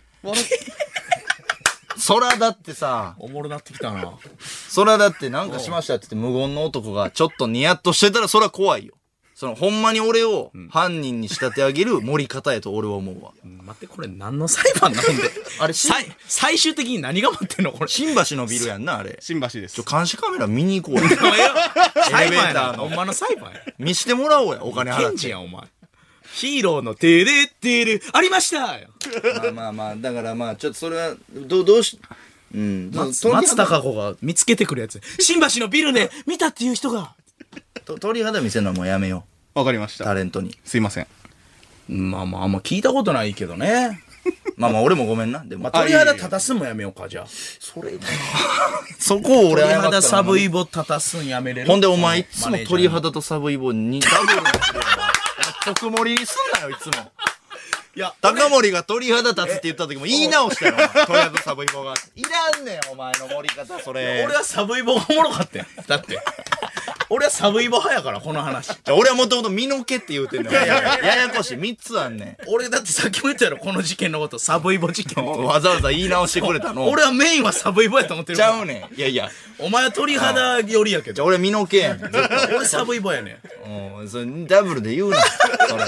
Speaker 1: そらだってさ、
Speaker 2: おもろなってきたな。
Speaker 1: そらだってなんかしましたって言って無言の男がちょっとニヤッとしてたらそら怖いよ。その、ほんまに俺を犯人に仕立て上げる盛り方やと俺は思うわ。
Speaker 2: 待って、これ何の裁判 なんで。
Speaker 1: あれ、し
Speaker 2: 最、最終的に何が待ってんのこれ。
Speaker 1: 新橋のビルやんな、あれ。
Speaker 4: 新橋です。
Speaker 1: 監視カメラ見に行こ うよ。
Speaker 2: お前よ裁
Speaker 1: エレベ
Speaker 2: 判
Speaker 1: ー
Speaker 2: や
Speaker 1: ター
Speaker 2: な。
Speaker 1: の
Speaker 2: ほんまの裁判や。
Speaker 1: 見してもらおうや、お金払っ
Speaker 2: 検
Speaker 1: て。
Speaker 2: 事やん、お前。ヒーローのてれてれ、ありましたよ
Speaker 1: まあまあまあ、だからまあ、ちょっとそれは、どう、どうし、うん。
Speaker 2: 松松たか子が見つけてくるやつ。新橋のビル で見たっていう人が。
Speaker 1: と鳥肌見せるのはもうやめよ
Speaker 4: わかりまし
Speaker 1: う。タ
Speaker 4: た。
Speaker 1: レントに。
Speaker 4: すいません。
Speaker 2: まあまあ、あんま聞いたことないけどね。
Speaker 1: まあまあ、俺もごめんな。でも、
Speaker 2: まあ、
Speaker 1: あ
Speaker 2: 鳥肌立たすんもやめようか、じゃあ。
Speaker 1: そこを俺
Speaker 2: 鳥
Speaker 1: 謝ったら
Speaker 2: 肌サブイボ立たすんやめれる
Speaker 1: ほんで、お前、いつも鳥
Speaker 2: マネージャーに
Speaker 1: 肌とサブイボ にダブルにするよお前。特盛りにすんなよ、いつも。
Speaker 2: いや、
Speaker 1: 高森が鳥肌立つって言った時も言い直したよ、お前鳥肌とサブイボが。いらんねん、お前の盛り方、それ。
Speaker 2: 俺はサブイボがおもろか ったよ。だって。俺はサブイボ派やから、この話。
Speaker 1: じゃあ俺はもともと身の毛って言うてんのよ。ややこしい、3つあんね
Speaker 2: 俺だってさっきも言ったやろ、この事件のこと、サブイボ事
Speaker 1: ん。
Speaker 2: 件 って。
Speaker 1: わざわざ言い直してくれたの。
Speaker 2: 俺はメインはサブイボやと思ってる
Speaker 1: ち
Speaker 2: から
Speaker 1: ゃうねん。いやいや。
Speaker 2: お前は鳥肌寄りやけ
Speaker 1: じゃ
Speaker 2: ど。
Speaker 1: あ俺身の毛やねん。
Speaker 2: 俺サブイボやねん。
Speaker 1: うん、それダブルで言うな。それ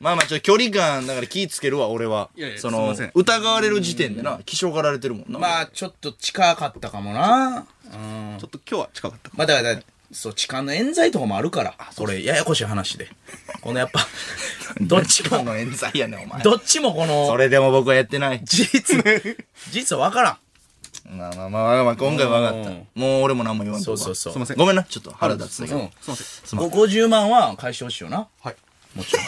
Speaker 1: まあまあ、ちょっと距離感、だから気ぃつけるわ、俺は。
Speaker 4: いやいや
Speaker 1: そ
Speaker 4: すい
Speaker 1: の
Speaker 4: ません、
Speaker 1: 疑われる時点でな、気性がられてるもんな。
Speaker 2: まあ、ちょっと近かったかもな。
Speaker 4: ちょっと今日は近かったか。
Speaker 2: まあだから、そう、痴漢の冤罪とかもあるから、これ、ややこしい話で。このやっぱ、どっち
Speaker 1: あ
Speaker 2: も、
Speaker 1: の冤罪やねん、お前。
Speaker 2: どっちもこ
Speaker 1: そ
Speaker 2: の、
Speaker 1: れでも僕はやってない。
Speaker 2: 事実、事実は分からん。
Speaker 1: まあまあまあ、まあ、今回は分かっ
Speaker 2: うん
Speaker 1: た。もう俺も何も言わんと
Speaker 2: そう
Speaker 1: こ
Speaker 2: そうそう。
Speaker 4: すいません。
Speaker 1: ごめんな、ちょっと腹立つだけ
Speaker 2: うん
Speaker 1: ど。
Speaker 4: すいません。
Speaker 2: 50万は返してほしいよな。
Speaker 4: はい。
Speaker 2: もちろん。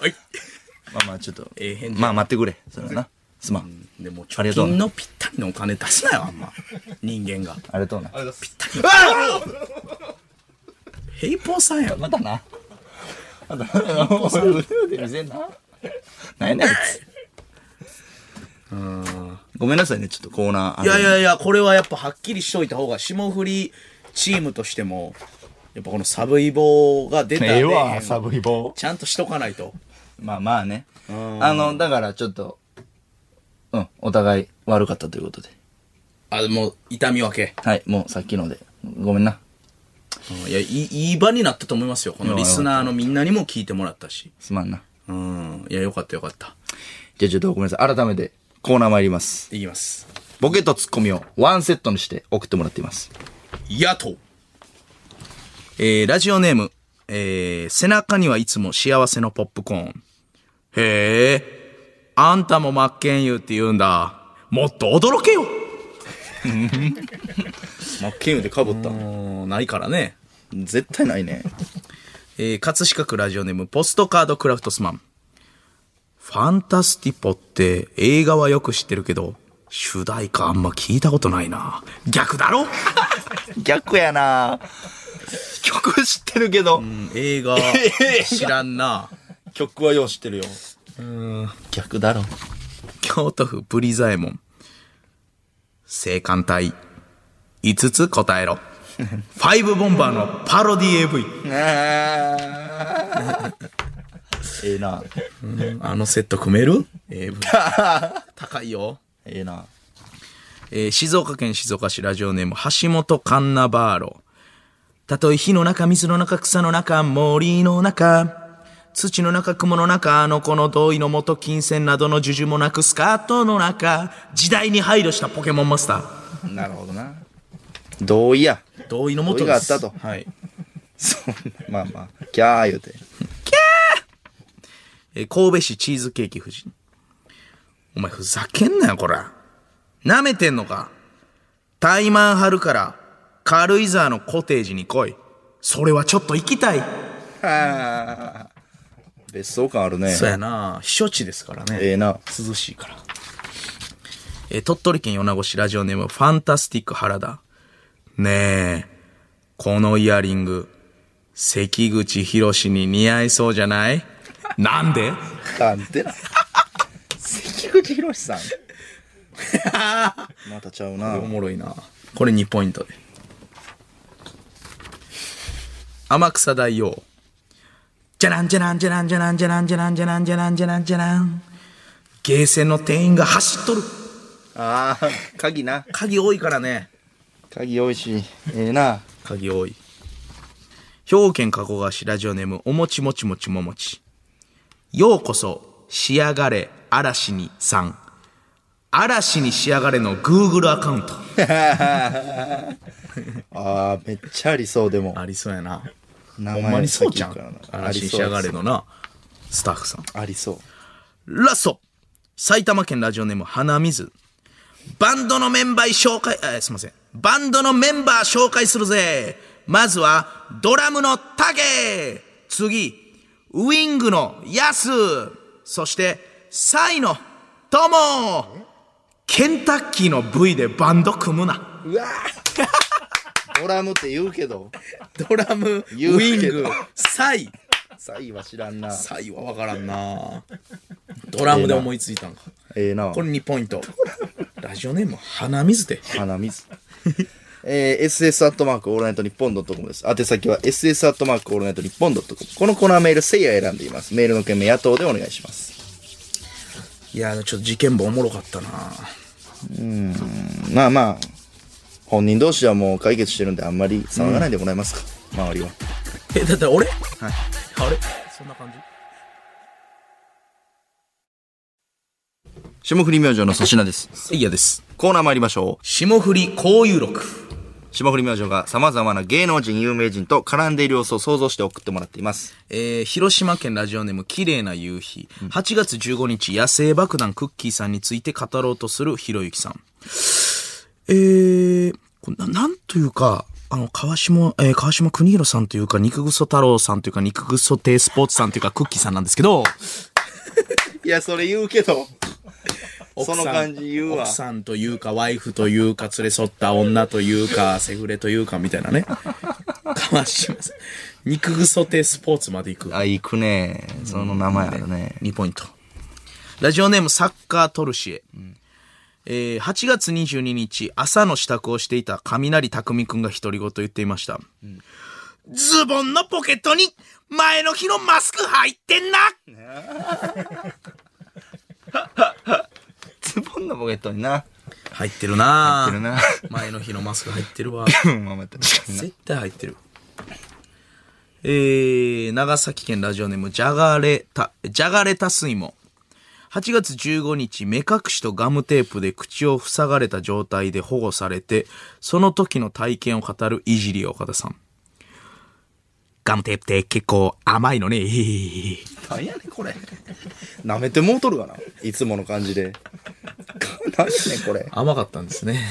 Speaker 2: はい。
Speaker 1: まあまあ、ちょっと
Speaker 2: ええ返。事
Speaker 1: まあ待ってくれ。それはな。すまん。
Speaker 2: でも、
Speaker 1: ありが
Speaker 2: 貯
Speaker 1: とうな
Speaker 2: 金のぴったりのお金出すなよ、あんま。人間が。
Speaker 1: ありがとうな。
Speaker 2: 平凡さんや
Speaker 1: またな。またな。俺腕で見せんな。なんやねん、あいつ。ごめんなさいね、ちょっとコーナー。
Speaker 2: いやいやいや、これはやっぱはっきりしといた方が、霜降りチームとしても、やっぱこのサブイボが出た
Speaker 1: ええ
Speaker 2: 出へ
Speaker 1: わ、
Speaker 2: ん
Speaker 1: サブイボ。
Speaker 2: ちゃんとしとかないと。
Speaker 1: まあまあね。あの、だからちょっと、うん、お互い悪かったということで。
Speaker 2: あ、もう、痛み分け。
Speaker 1: はい、もうさっきので、ごめんな。
Speaker 2: いや、いい、いい場になったと思いますよ。このリスナーのみんなにも聞いてもらったし。
Speaker 1: すまんな。
Speaker 2: うん。いや、よかったよかった。
Speaker 1: じゃあちょっとごめんなさい。改めて、コーナー参ります。
Speaker 2: いきます。
Speaker 1: ボケとツッコミをワンセットにして送ってもらっています。
Speaker 2: 野党。えー、ラジオネーム、えー、背中にはいつも幸せのポップコーン。へえ、あんたも真剣佑って言うんだ。もっと驚けよ
Speaker 1: 真っ金でかぶった。
Speaker 2: うん、ないからね。
Speaker 1: 絶対ないね。
Speaker 2: えー、葛飾区ラジオネーム、ポストカードクラフトスマン。ファンタスティポって映画はよく知ってるけど、主題歌あんま聞いたことないな。逆だろ
Speaker 1: 逆やな曲知ってるけど、
Speaker 2: 映画、 知らんな。
Speaker 1: 曲はよう知ってるよ。逆だろ。
Speaker 2: 京都府ブリザエモン。青函隊。5つ答えろ。ファイブボンバーのパロディ AV。
Speaker 1: ええな
Speaker 2: あのセット組める ?AV。高いよ。
Speaker 1: ええな
Speaker 2: えー静岡県静岡市ラジオネーム橋本カンナバーロたとえ火の中水の中草の中森の中土の中、雲の中、のこの同意のもと、金銭などの授受もなく、スカートの中、時代に配慮したポケモンマスター。
Speaker 1: なるほどな。同意や。
Speaker 2: 同意のもとです。
Speaker 1: 同意があったと
Speaker 2: はい。
Speaker 1: そんな、まあまあ、キャー言うて。
Speaker 2: えー神戸市チーズケーキ夫人。お前ふざけんなよ、こら。舐めてんのか。怠慢張るから、軽井沢のコテージに来い。それはちょっと行きたい。
Speaker 1: 別荘感あるね。
Speaker 2: そうやな避暑地ですからね。
Speaker 1: ええな。
Speaker 2: 涼しいから。えー鳥取県米子市ラジオネームファンタスティック原田。ねえ、このイヤリング、関口博に似合いそうじゃ ないなんで
Speaker 1: なんてな。関口博さん。またちゃうな
Speaker 2: お。もろいなこれ2ポイントで天草大王じゃらんじゃらんじゃらんじゃらんじゃらんじゃらんじゃらんじゃらんじゃらんじゃらんゲーセンの店員が走っとる
Speaker 1: ああ、鍵な。
Speaker 2: 鍵多いからね
Speaker 1: 鍵おいしい。ええな。
Speaker 2: 鍵多い兵庫県加古川市ラジオネームおもちもちもちももちようこそ仕上がれ嵐にさん嵐に仕上がれの Google アカウント
Speaker 1: ああ、めっちゃありそう、でも。
Speaker 2: ありそうやな
Speaker 1: 名
Speaker 2: ほ
Speaker 1: 前
Speaker 2: んまにそうじゃ
Speaker 1: 先行
Speaker 2: ん
Speaker 1: く。からなありそ
Speaker 2: 嵐
Speaker 1: う
Speaker 2: に仕上がれのな、スタッフさん。
Speaker 1: ありそう。
Speaker 2: ラスト埼玉県ラジオネーム、花水。バンドのメンバー紹介、えーすいません。バンドのメンバー紹介するぜまずは、ドラムのタケ次、ウィングのヤスそして、サイのトモケンタッキーの V でバンド組むな。
Speaker 1: うわドラムって言うけど、
Speaker 2: ドラム、ウ
Speaker 1: 言うけど
Speaker 2: サイ
Speaker 1: サイは知らんな。
Speaker 2: サイは分からんなドラムで思いついたんか。
Speaker 1: ええな。
Speaker 2: これ2ポイント。ラジオネーム、鼻水で。
Speaker 1: 鼻水。えー、ss アットマークオールナイトニッポンドットコムです。宛先は ss アットマークオールナイトニッポンドットコム。このコーナーメール、せいや選んでいます。メールの件名、野党でお願いします。
Speaker 2: いやー、ちょっと事件簿おもろかったな
Speaker 1: まあまあ、本人同士はもう解決してるんで、あんまり騒がないでもらえますか、周りは。
Speaker 2: え、だって俺はい。あれそんな感じ
Speaker 1: 霜降り明星の粗品です。
Speaker 2: せいやです。
Speaker 1: コーナー参りましょう。
Speaker 2: 霜降り交友録。
Speaker 1: 霜降り明星が様々な芸能人、有名人と絡んでいる様子を想像して送ってもらっています。
Speaker 2: えー、広島県ラジオネーム綺麗な夕日。8月15日、野生爆弾クッキーさんについて語ろうとするひろゆきさん。えー、これななんというか、あの、川島、えー川島邦弘さんというか、肉ぐそ太郎さんというか、肉ぐそ亭スポーツさんというか、クッキーさんなんですけど、
Speaker 1: いや、それ言うけど。
Speaker 2: 奥さん
Speaker 1: その感じ言うわ
Speaker 2: 奥さんというか、ワイフというか、連れ添った女というか、セフレというか、みたいなね。川島さん。肉ぐそ亭スポーツまで行く。
Speaker 1: あ、行くね。その名前あるね。
Speaker 2: 2ポイント。ラジオネームサッカートルシエ。えー8月22日、朝の支度をしていた雷匠くんが独り言言っていました。ズボンのポケットに前の日のマスク入ってんな
Speaker 1: ズボンのポケットにな。
Speaker 2: 入ってる
Speaker 1: 入
Speaker 2: な
Speaker 1: ってる な
Speaker 2: 前の日のマスク入ってるわ。
Speaker 1: うん、まあまあ確かにな。
Speaker 2: 絶対入ってる。えー、長崎県ラジオネーム、じゃがれた、じゃがれた水も。8月15日、目隠しとガムテープで口を塞がれた状態で保護されて、その時の体験を語るいじり岡田さん。ガムテープって結構甘いの ね。
Speaker 1: 何やねんこれ。舐めてもうとるがな。いつもの感じ で。何やねんこれ。
Speaker 2: 甘かったんですね。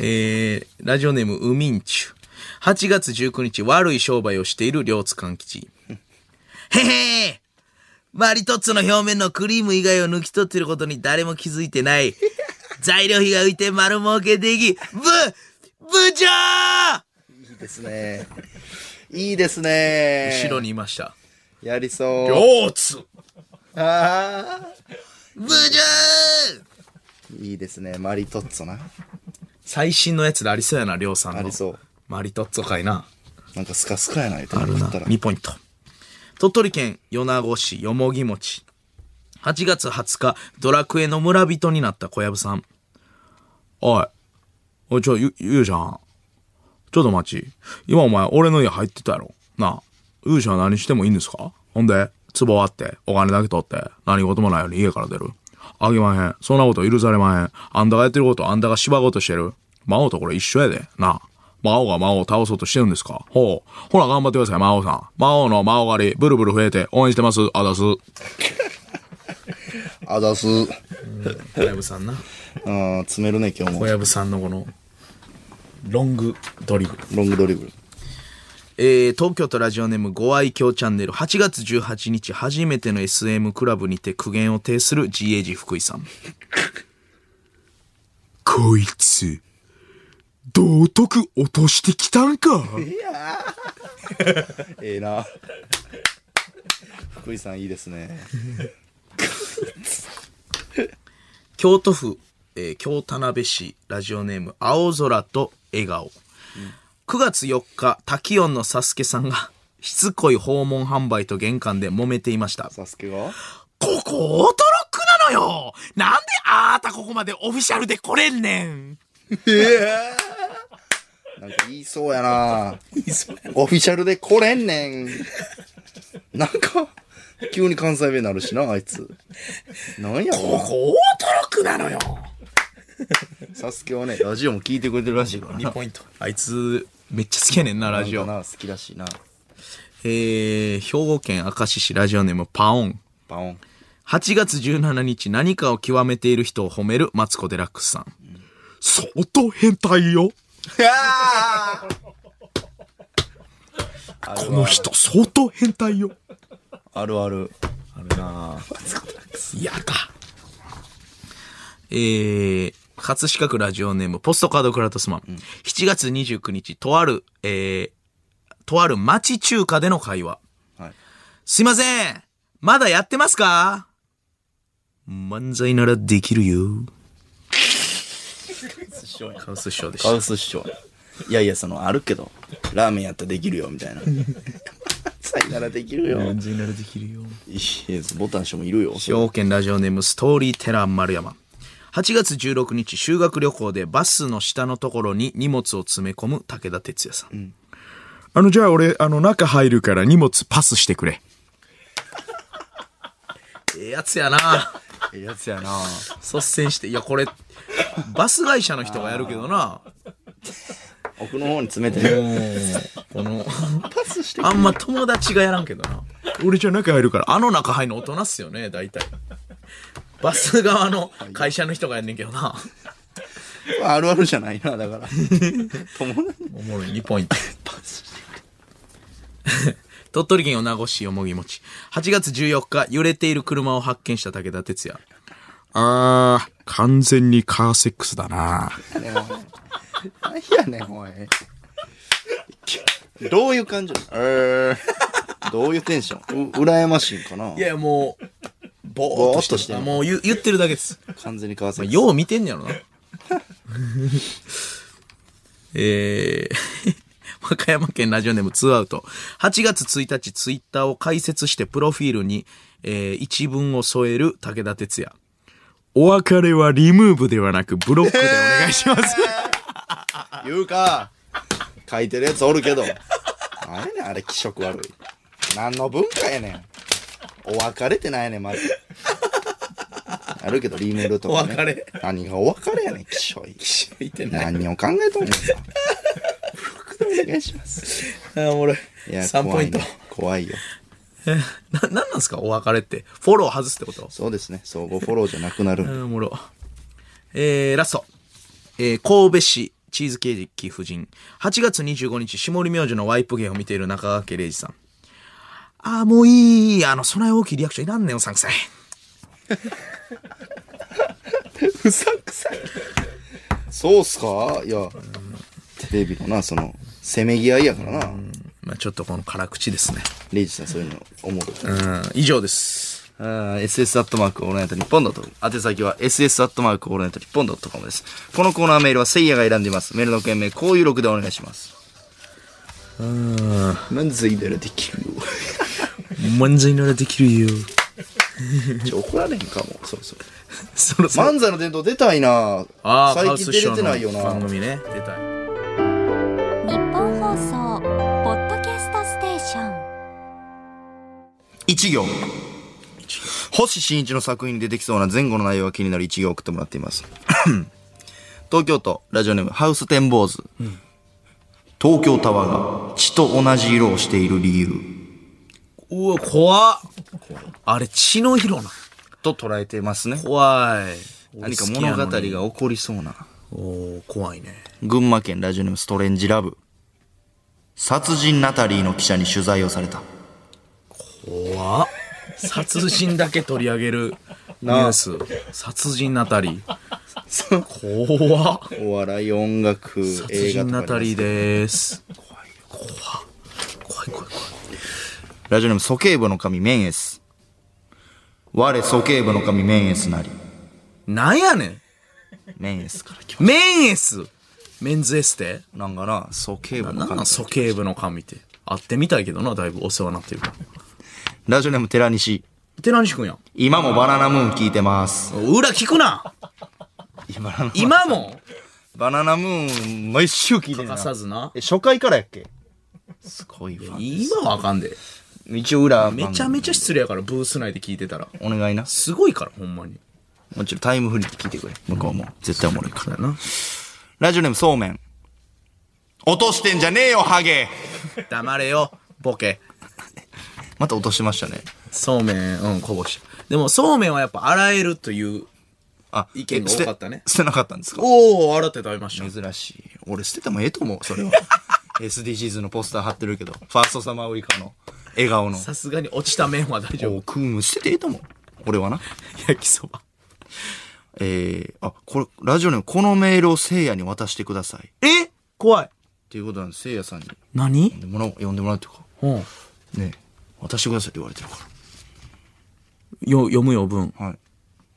Speaker 2: えー、ラジオネーム、ウミンチュ。8月19日、悪い商売をしている両津勘吉。へへーマリトッツォの表面のクリーム以外を抜き取ってることに誰も気づいてない。材料費が浮いて丸儲けでき、ぶ、部長
Speaker 1: いいですね。いいですね。
Speaker 2: 後ろにいました。
Speaker 1: やりそう。
Speaker 2: 両津
Speaker 1: ああ。
Speaker 2: 部長
Speaker 1: いいですね。マリトッツォな。
Speaker 2: 最新のやつでありそうやな、両さんの。
Speaker 1: ありそう。
Speaker 2: マリトッツォかいな。
Speaker 1: なんかスカスカやないと
Speaker 2: ある
Speaker 1: 思
Speaker 2: な。
Speaker 1: ったら。
Speaker 2: 2ポイント。鳥取県米子市よもぎ餅。8月20日、ドラクエの村人になった小籔さん。おい。おい、ちょ、ゆ、ゆうちゃん。ちょっと待ち。今お前、俺の家入ってたやろ。なあ。
Speaker 5: 勇者は何してもいいんですかほんで、壺割って、お金だけ取って、何事もないように家から出る。あげまへん。そんなこと許されまへん。あんたがやってること、あんたが縛ろうとしてる。魔王とこれ一緒やで。なあ。魔王が魔王を倒そうとしてるんですかほう。ほら頑張ってください、魔王さん。魔王の魔王狩り、ブルブル増えて、応援してます。あだす。
Speaker 1: あざす。うん、
Speaker 2: 小籔さんな。
Speaker 1: 詰めるね、今日
Speaker 2: 小
Speaker 1: も。
Speaker 2: 籔さんのこの、ロングドリブル。
Speaker 1: ロングドリブル。
Speaker 2: えー東京都ラジオネームご愛嬌チャンネル8月18日初めての SM クラブにて苦言を呈する GAG 福井さん
Speaker 5: こいつ、道徳落としてきたんか。
Speaker 1: ええ な。福井さんいいですね。
Speaker 2: 京都府、えー京田辺市ラジオネーム青空と笑顔9月4日滝音のサスケさんがしつこい訪問販売と玄関で揉めていました
Speaker 1: サスケが
Speaker 5: ここオートロックなのよなんであーたここまでオフィシャルで来れんねん
Speaker 1: なんか言いそうやなオフィシャルで来れんねん。なんか、急に関西弁になるしな、あいつ。なんやろな
Speaker 2: オートロックなのよ
Speaker 1: サスケはね、ラジオも聞いてくれてるらしいからな。
Speaker 2: ポイントあいつめっちゃ好きやねんなラジ
Speaker 1: なん
Speaker 2: オ
Speaker 1: かな好きらしいな。
Speaker 2: えー、兵庫県明石市ラジオネームパオン。
Speaker 1: パオン。
Speaker 2: 8月17日何かを極めている人を褒めるマツコ・デラックスさん。
Speaker 5: 相当変態よこの人相当変態よ
Speaker 1: あるある。
Speaker 2: やか。えー、葛飾区ラジオネームポストカードクラトスマン。7月29日、とある、えー、とある町中華での会話。
Speaker 1: はい
Speaker 2: すいませんまだやってますか漫才ならできる よ。カウス師匠でした
Speaker 1: カ。ウス師匠。いやいや、その、あるけど、ラーメンやったらできるよ、みたいな。さいならできるよ。
Speaker 2: 漫才ならできるよ。
Speaker 1: いやボタン師匠もいるよ。
Speaker 2: 兵庫県ラジオネームストーリーテラー丸山8月16日修学旅行でバスの下のところに荷物を詰め込む武田鉄矢さん、
Speaker 5: あのじゃあ俺あの中入るから荷物パスしてくれ
Speaker 2: ええやつやな
Speaker 1: ええやつやな
Speaker 2: 率先していやこれバス会社の人がやるけどな
Speaker 1: 奥の方に詰めてる。
Speaker 2: こ のあんま友達がやらんけどな
Speaker 5: 俺じゃあ中入るからあ
Speaker 2: あの中入るの大人っすよね大体 バス側の会社の人がやんねんけど な
Speaker 1: あるあるじゃないな、だから。友達
Speaker 2: おもろい2ポイント。 鳥取県米子市よもぎもち。8月14日、揺れている車を発見した武田鉄矢。
Speaker 5: あー完全にカーセックスだな
Speaker 1: 何やねん、おい。どういう感じなのえー、どういうテンションう羨ましいんかない
Speaker 2: や、もう、ぼー
Speaker 1: ぼ
Speaker 2: っとして
Speaker 1: ーっとしてんの
Speaker 2: る。もう言う言ってるだけです。
Speaker 1: 完全に川
Speaker 2: まあ
Speaker 1: 崎。
Speaker 2: よう見てんねや ろな。えー、 和歌山県ラジオネーム2アウト。8月1日、ツイッターを開設して、プロフィールに、えー一文を添える武田鉄矢。
Speaker 5: お別れはリムーブではなくブロックでお願いします、
Speaker 1: 言うか。書いてるやつおるけど。あれねん、あれ気色悪い。何の文化やねん。お別れってないやねん、まず。あるけど、リーメールとか、ね。
Speaker 2: お別れ。
Speaker 1: 何がお別れやねん、気性い。
Speaker 2: いてない。
Speaker 1: 何を考えとんねんさ。ブロックでお願いします。
Speaker 2: あーおもろい。
Speaker 1: いや、
Speaker 2: 3ポイント。
Speaker 1: 怖いね。怖いよ。
Speaker 2: な、なんなんですかお別れって。フォロー外すってこと
Speaker 1: そうですね。相互フォローじゃなくなるんで。
Speaker 2: うん、おもろ。えー、ラスト。えー、神戸市チーズケーキ夫人。8月25日、下り明星のワイプ芸を見ている中川家礼二さん。あー、もういい。あの、そない大きいリアクションいらんねん、おさんくさい。
Speaker 1: うさんくさい。そうっすかいや、テレビのな、その、せめぎ合いやからな。
Speaker 2: まあちょっとこの辛口ですね。
Speaker 1: レイジさんそういうの思うと。
Speaker 2: うん、以上です。
Speaker 1: SS アットマークオールナイトニッポンドット宛先は SS アットマークオールナイトニッポンドットコムです。このコーナーメールはせいやが選んでいます。メールの件名、こういう録でお願いします。うん。なんでせいやらできる
Speaker 2: 漫才ならできるよ。
Speaker 1: のちょ、怒られへんかも。そうそう。
Speaker 2: そろそろ。
Speaker 1: 漫才の伝統出たいな
Speaker 2: あー、カ
Speaker 1: 最
Speaker 2: ウス
Speaker 1: 近
Speaker 2: 師
Speaker 1: 出
Speaker 2: 匠
Speaker 1: れてないよ
Speaker 2: の
Speaker 1: な。
Speaker 2: 番組ね。出た。
Speaker 3: 日本放送ポッドキャストステーション
Speaker 1: 一行。星新一の作品に出てきそうな前後の内容が気になる一行を送ってもらってい ます。東京都、ラジオネーム、ハウステンボーズ。東京タワーが血と同じ色をしている理由
Speaker 2: うわ、怖っ。あれ、血の色な。
Speaker 1: と捉えていますね。
Speaker 2: 怖い。
Speaker 1: 何か物語が
Speaker 2: 俺好きやのに
Speaker 1: 起こりそうな。
Speaker 2: おー怖いね。
Speaker 1: 群馬県ラジオネームストレンジラブ殺人ナタリーの記者に取材をされた
Speaker 2: 怖っ。殺人だけ取り上げるニュース。殺人ナタリー。怖っ。
Speaker 1: お笑い音楽
Speaker 2: 殺
Speaker 1: 映画
Speaker 2: 人
Speaker 1: とかあ
Speaker 2: ナ
Speaker 1: ります
Speaker 2: タリーでーす。怖い。怖い。怖い怖い怖い。
Speaker 1: ラジオネーム鼠径部の神メンエス我鼠径部の神メンエスなり
Speaker 2: なんやねん。
Speaker 1: メンエスから来ま
Speaker 2: メンエス。メンズエステ
Speaker 1: なんかな鼠径部
Speaker 2: な
Speaker 1: の
Speaker 2: んな
Speaker 1: 神
Speaker 2: ん鼠径部の神って。会ってみたいけどな、だいぶお世話になってるから。
Speaker 1: ラジオネーム寺西
Speaker 2: 寺西くんやん。
Speaker 1: 今もバナナムーン聞いてます
Speaker 2: 裏聞くな
Speaker 1: 今な
Speaker 2: 今も
Speaker 1: バナナムーン毎週聞いてる
Speaker 2: 欠か
Speaker 1: な
Speaker 2: さずな。
Speaker 1: え初回からやっけすごいわ
Speaker 2: 今はあかんで。
Speaker 1: 一応裏
Speaker 2: めちゃめちゃ失礼やから、ブース内で聞いてたら。
Speaker 1: お願いな
Speaker 2: すごいから、ほんまに。
Speaker 1: もちろんタイムフリーで聞いてくれ向こうも絶対おもろいから
Speaker 2: だな。
Speaker 1: ラジオネームそうめん。落としてんじゃねえよ、ハゲ。
Speaker 2: 黙れよ、ボケ。
Speaker 1: また落としましたね。
Speaker 2: そうめん、うん、こぼした。でも、そうめんはやっぱ洗えるという。
Speaker 1: あ、
Speaker 2: 意見が多かったね
Speaker 1: え捨て捨てなかったんですか
Speaker 2: おー、洗って食べました。
Speaker 1: 珍しい。俺捨ててもええと思う、それ は。SDGs のポスター貼ってるけど、ファーストサマーウイカの笑顔の。
Speaker 2: さすがに落ちた麺は大丈
Speaker 1: お
Speaker 2: 夫。
Speaker 1: う、クーム捨ててええと思う。俺はな。
Speaker 2: 焼きそば。
Speaker 1: えー、あ、これ、ラジオネーム、このメールをせいやに渡してください。っ
Speaker 2: え怖い。
Speaker 1: ていうことなんで、せいやさんに
Speaker 2: 何
Speaker 1: 呼んでもらおう、呼んでもらうっていうか、
Speaker 2: うん。よ、
Speaker 1: ねえ、渡してくださいって言われてるか
Speaker 2: 読むよ、文。
Speaker 1: ら。はい。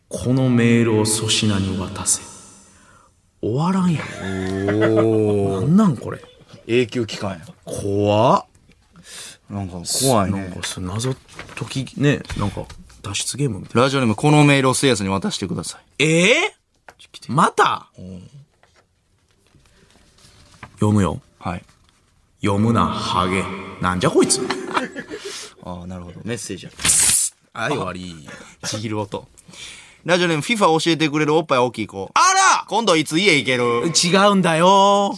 Speaker 2: このメールを粗品に渡せ。終わらんやん。おなんなんこれ。
Speaker 1: 永久期間や。
Speaker 2: 怖っ。
Speaker 1: なんか怖い
Speaker 2: なん
Speaker 1: ね。
Speaker 2: かその謎解きねなんか脱出ゲームみたいな
Speaker 1: ラジオネーム、このメールをせいやさんに渡してください。
Speaker 2: ええまた読むよ
Speaker 1: はい。
Speaker 2: 読むなハゲなんじゃこいつ
Speaker 1: ああ、なるほど。メッセージや。
Speaker 2: はい終わり
Speaker 1: ちぎる音。ラジオネーム、FIFA 教えてくれるおっぱい大きい子。あら今度いつ家行ける
Speaker 2: 違うんだよ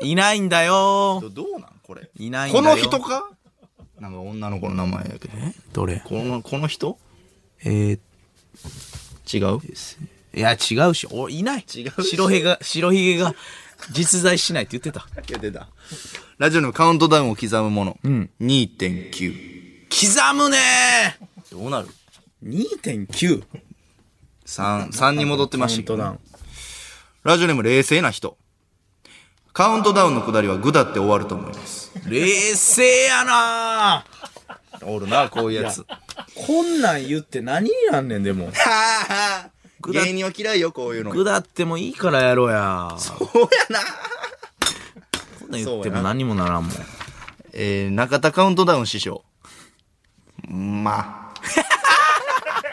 Speaker 2: いないんだよ
Speaker 1: どうなんこれ。
Speaker 2: いないんだ
Speaker 1: こ
Speaker 2: よ
Speaker 1: の人かなんか女の子の名前やけど。
Speaker 2: どれ
Speaker 1: この、この人
Speaker 2: え
Speaker 1: 違う
Speaker 2: ー、いや違うしおいない
Speaker 1: 違うし
Speaker 2: 白ひげが白ひげが実在しないって言ってた
Speaker 1: ラジオネーム、カウントダウンを刻むもの。うん。2.9。
Speaker 2: 刻むね
Speaker 1: どうなる
Speaker 2: ー2.9
Speaker 1: ?3、3に戻ってま
Speaker 2: カウ
Speaker 1: した
Speaker 2: ン
Speaker 1: け
Speaker 2: ト
Speaker 1: ど
Speaker 2: ダ
Speaker 1: ね、
Speaker 2: ウン
Speaker 1: ラジオネーム、冷静な人。カウントダウンの下りはグダって終わると思います。
Speaker 2: 冷静やなー
Speaker 1: おるな、こういうやつ。
Speaker 2: こんなん言って何になんねんでもだ
Speaker 1: 芸人は嫌いよ、こういうの。
Speaker 2: 下ってもいいからやろうや
Speaker 1: そうやな。
Speaker 2: こんなん言っても何もならんもん
Speaker 1: えー、中田カウントダウン師匠。まあ。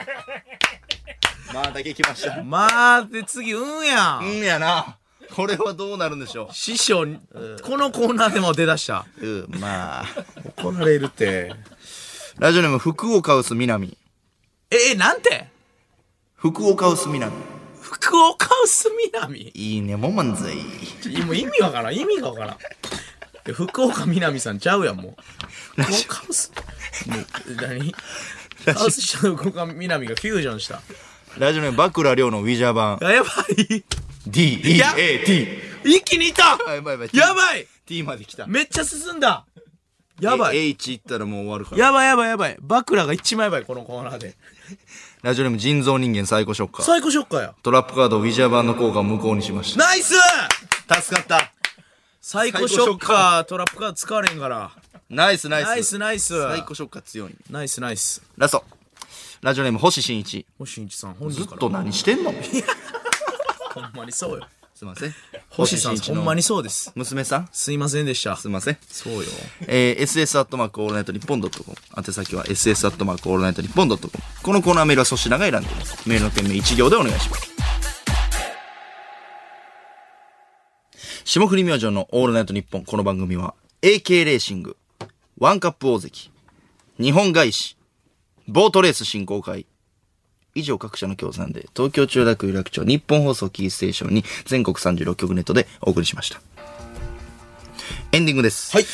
Speaker 1: まあだけ来ました。
Speaker 2: まあで次うんや
Speaker 1: うん
Speaker 2: ん
Speaker 1: やな。これはどうなるんでしょ
Speaker 2: 師匠このコーナーでも出だした
Speaker 1: う。うん、まあ。
Speaker 2: 怒られるって
Speaker 1: ラジオネーム、福岡薄南。
Speaker 2: えなんて
Speaker 1: 福岡薄南。
Speaker 2: 福岡薄南
Speaker 1: いいね、も漫才。
Speaker 2: もう意味わからん意味がわからんえ福岡南さんちゃうやんもう福岡薄もう何カウス師匠の福岡南がフュージョンした
Speaker 1: ラジオネーム、バクラリョウのウィジャー版。
Speaker 2: あやばい
Speaker 1: D, E,
Speaker 2: や
Speaker 1: A, T。
Speaker 2: 一気にいた
Speaker 1: あやばいやばい。
Speaker 2: やばい
Speaker 1: !T まで来た。
Speaker 2: めっちゃ進んだやばい
Speaker 1: H いったらもう終わるから。
Speaker 2: やばいやばいやばい。バクラが一枚ばい、このコーナーで。
Speaker 1: ラジオネーム、人造人間最高ショッカー。
Speaker 2: 最高ショッカーや。
Speaker 1: トラップカード、ウィジャー版の効果を無効にしまし
Speaker 2: ナイス
Speaker 1: た。助かった。
Speaker 2: 最高ショッカー、トラップカード使われんから。
Speaker 1: ナイス、ナイス。
Speaker 2: ナイスナイス。
Speaker 1: 最高ショッカー強い。
Speaker 2: ナイスナイス。
Speaker 1: ラスト。ラジオネーム、星新一。
Speaker 2: 星一さん、本
Speaker 1: ずっ
Speaker 2: 人から。
Speaker 1: と何してんの
Speaker 2: ほんま にそうよ。
Speaker 1: すいません。
Speaker 2: 星さん、ほんまに
Speaker 1: 星新一の
Speaker 2: そうです。
Speaker 1: 娘さん
Speaker 2: すいませんでした。
Speaker 1: すいません。
Speaker 2: そうよ。
Speaker 1: えー、ss アットマークオールナイトニッポンドットコム。宛先は ss アットマークオールナイトニッポンドットコム。このコーナーメールは粗品が選んでいます。メールの件名一行でお願いします。霜降り明星のオールナイトニッポン。この番組は、AK レーシング、ワンカップ大関、日本外資、ボートレース振興会。以上各社の協賛で、東京千代田区有楽町日本放送キーステーションに全国36局ネットでお送りしました。エンディングです。
Speaker 2: はい。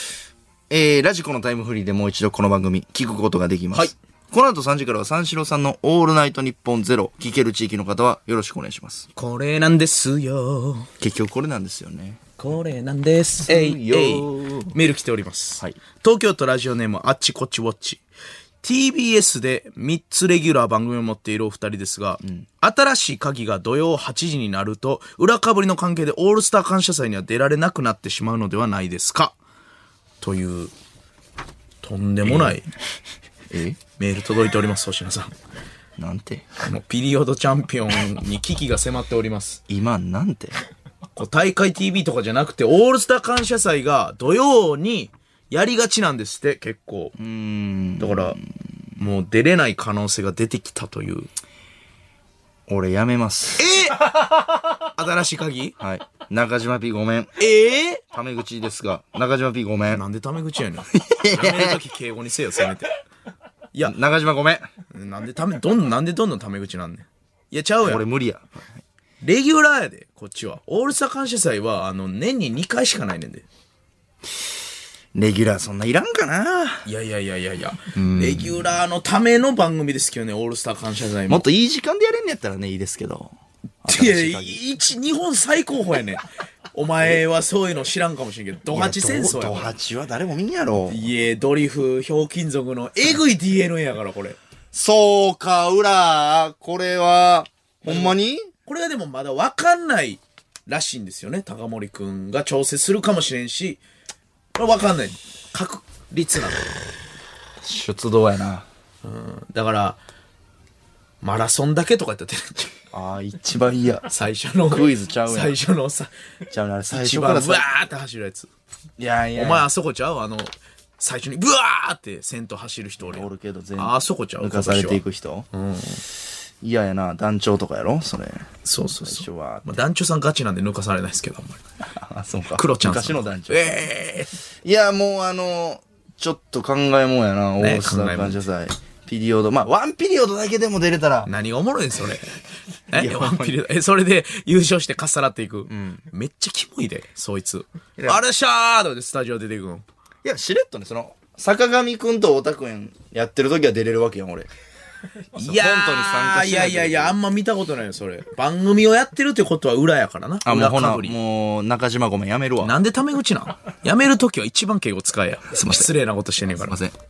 Speaker 1: えー、ラジコのタイムフリーでもう一度この番組聞くことができます。
Speaker 2: はい
Speaker 1: この後3時からは三四郎さんのオールナイト日本ゼロ、聞ける地域の方はよろしくお願いします。
Speaker 2: これなんですよ。
Speaker 1: 結局これなんですよね。
Speaker 2: これなんです。
Speaker 1: よ
Speaker 2: えい、えい。メール来ております。
Speaker 1: はい
Speaker 2: 東京都ラジオネームあっちこっちウォッチ。TBS で3つレギュラー番組を持っているお二人ですが、新しい鍵が土曜8時になると、裏かぶりの関係でオールスター感謝祭には出られなくなってしまうのではないですかという、とんでもない
Speaker 1: え
Speaker 2: メール届いております、星野さん。
Speaker 1: なんて
Speaker 2: あのピリオドチャンピオンに危機が迫っております。
Speaker 1: 今なんて
Speaker 2: こう大会 TV とかじゃなくて、オールスター感謝祭が土曜にやりがちなんですって、結構。だから、もう出れない可能性が出てきたという。
Speaker 1: 俺やめます。
Speaker 2: 新しい鍵
Speaker 1: はい。中島 P ごめん。
Speaker 2: ええ
Speaker 1: タメ口ですが、中島 P ごめん。
Speaker 2: なんでタメ口やねん。やめるとき敬語にせよ、せめて。
Speaker 1: 中島ごめん。
Speaker 2: なんでため、どんどん、なんでどんどんタメ口なんねん。いや、ちゃうや
Speaker 1: 俺
Speaker 2: ん。
Speaker 1: 無理や。
Speaker 2: レギュラーやで、こっちは。オールスター感謝祭は、あの、年に2回しかないねんで。
Speaker 1: レギュラーそんないらんかない
Speaker 2: やいやいやいやいや。レギュラーのための番組ですけどね、オールスター感謝祭も
Speaker 1: もっといい時間でやれんのやったらね、いいですけど。
Speaker 2: いや、一、日本最高峰やねん。 お前はそういうの知らんかもしれんけど、ドハチ戦争や
Speaker 1: ド
Speaker 2: から。
Speaker 1: ハチは誰も見んやろ。
Speaker 2: いや、ドリフ、ひょうきん族のえぐい DNA やから、これ。
Speaker 1: そうか、裏。これは、ほんまに
Speaker 2: これがでもまだわかんないらしいんですよね。高森くんが調整するかもしれんし、これわかんない。確率なの。
Speaker 1: 出動やな。
Speaker 2: だから、マラソンだけとかやったら出るんち ゃ
Speaker 1: ああ、一番嫌
Speaker 2: う。最初の。
Speaker 1: クイズちゃうやん
Speaker 2: 最初のさ、
Speaker 1: ちゃうな、あれ最
Speaker 2: 一
Speaker 1: 初
Speaker 2: 番
Speaker 1: か
Speaker 2: ブワ
Speaker 1: らさ。
Speaker 2: ーって走るやつ。
Speaker 1: いやいや
Speaker 2: お前あそこちゃうあの、最初にブワーって先頭走る人俺。
Speaker 1: おるけど全
Speaker 2: あそこちゃう
Speaker 1: 抜かされていく人嫌、やな、団長とかやろそれ。
Speaker 2: そうそうそ
Speaker 1: 最初
Speaker 2: う。
Speaker 1: は
Speaker 2: まあ、団長さんガチなんで抜かされないですけど、あんまり。
Speaker 1: あ、そうか。
Speaker 2: 黒ちゃんさん。
Speaker 1: 昔の団長。
Speaker 2: ええー。
Speaker 1: いや、もうあの、ちょっと考えもんやな、オールスター感謝祭。ピリオド。まあ、ワンピリオドだけでも出れたら、
Speaker 2: 何がおもろいんそれ。 え、
Speaker 1: や
Speaker 2: ワンピリオドえ、それで優勝してかっさらっていく。めっちゃキモいで、そいつ。あれっしゃーとかでスタジオ出ていくの。
Speaker 1: いや、しれっとね、その、坂上くんと太田くんやってる時は出れるわけやん、俺。
Speaker 2: いやー
Speaker 1: コントに参加しないと
Speaker 2: いやいやいや、あんま見たことないよ、それ。番組をやってるってことは裏やからな。裏かぶり。
Speaker 1: もう、中島ごめん、やめるわ。
Speaker 2: なんでタメ口なんやめるときは一番敬語使えや。失礼なことしてねえから。
Speaker 1: すいません。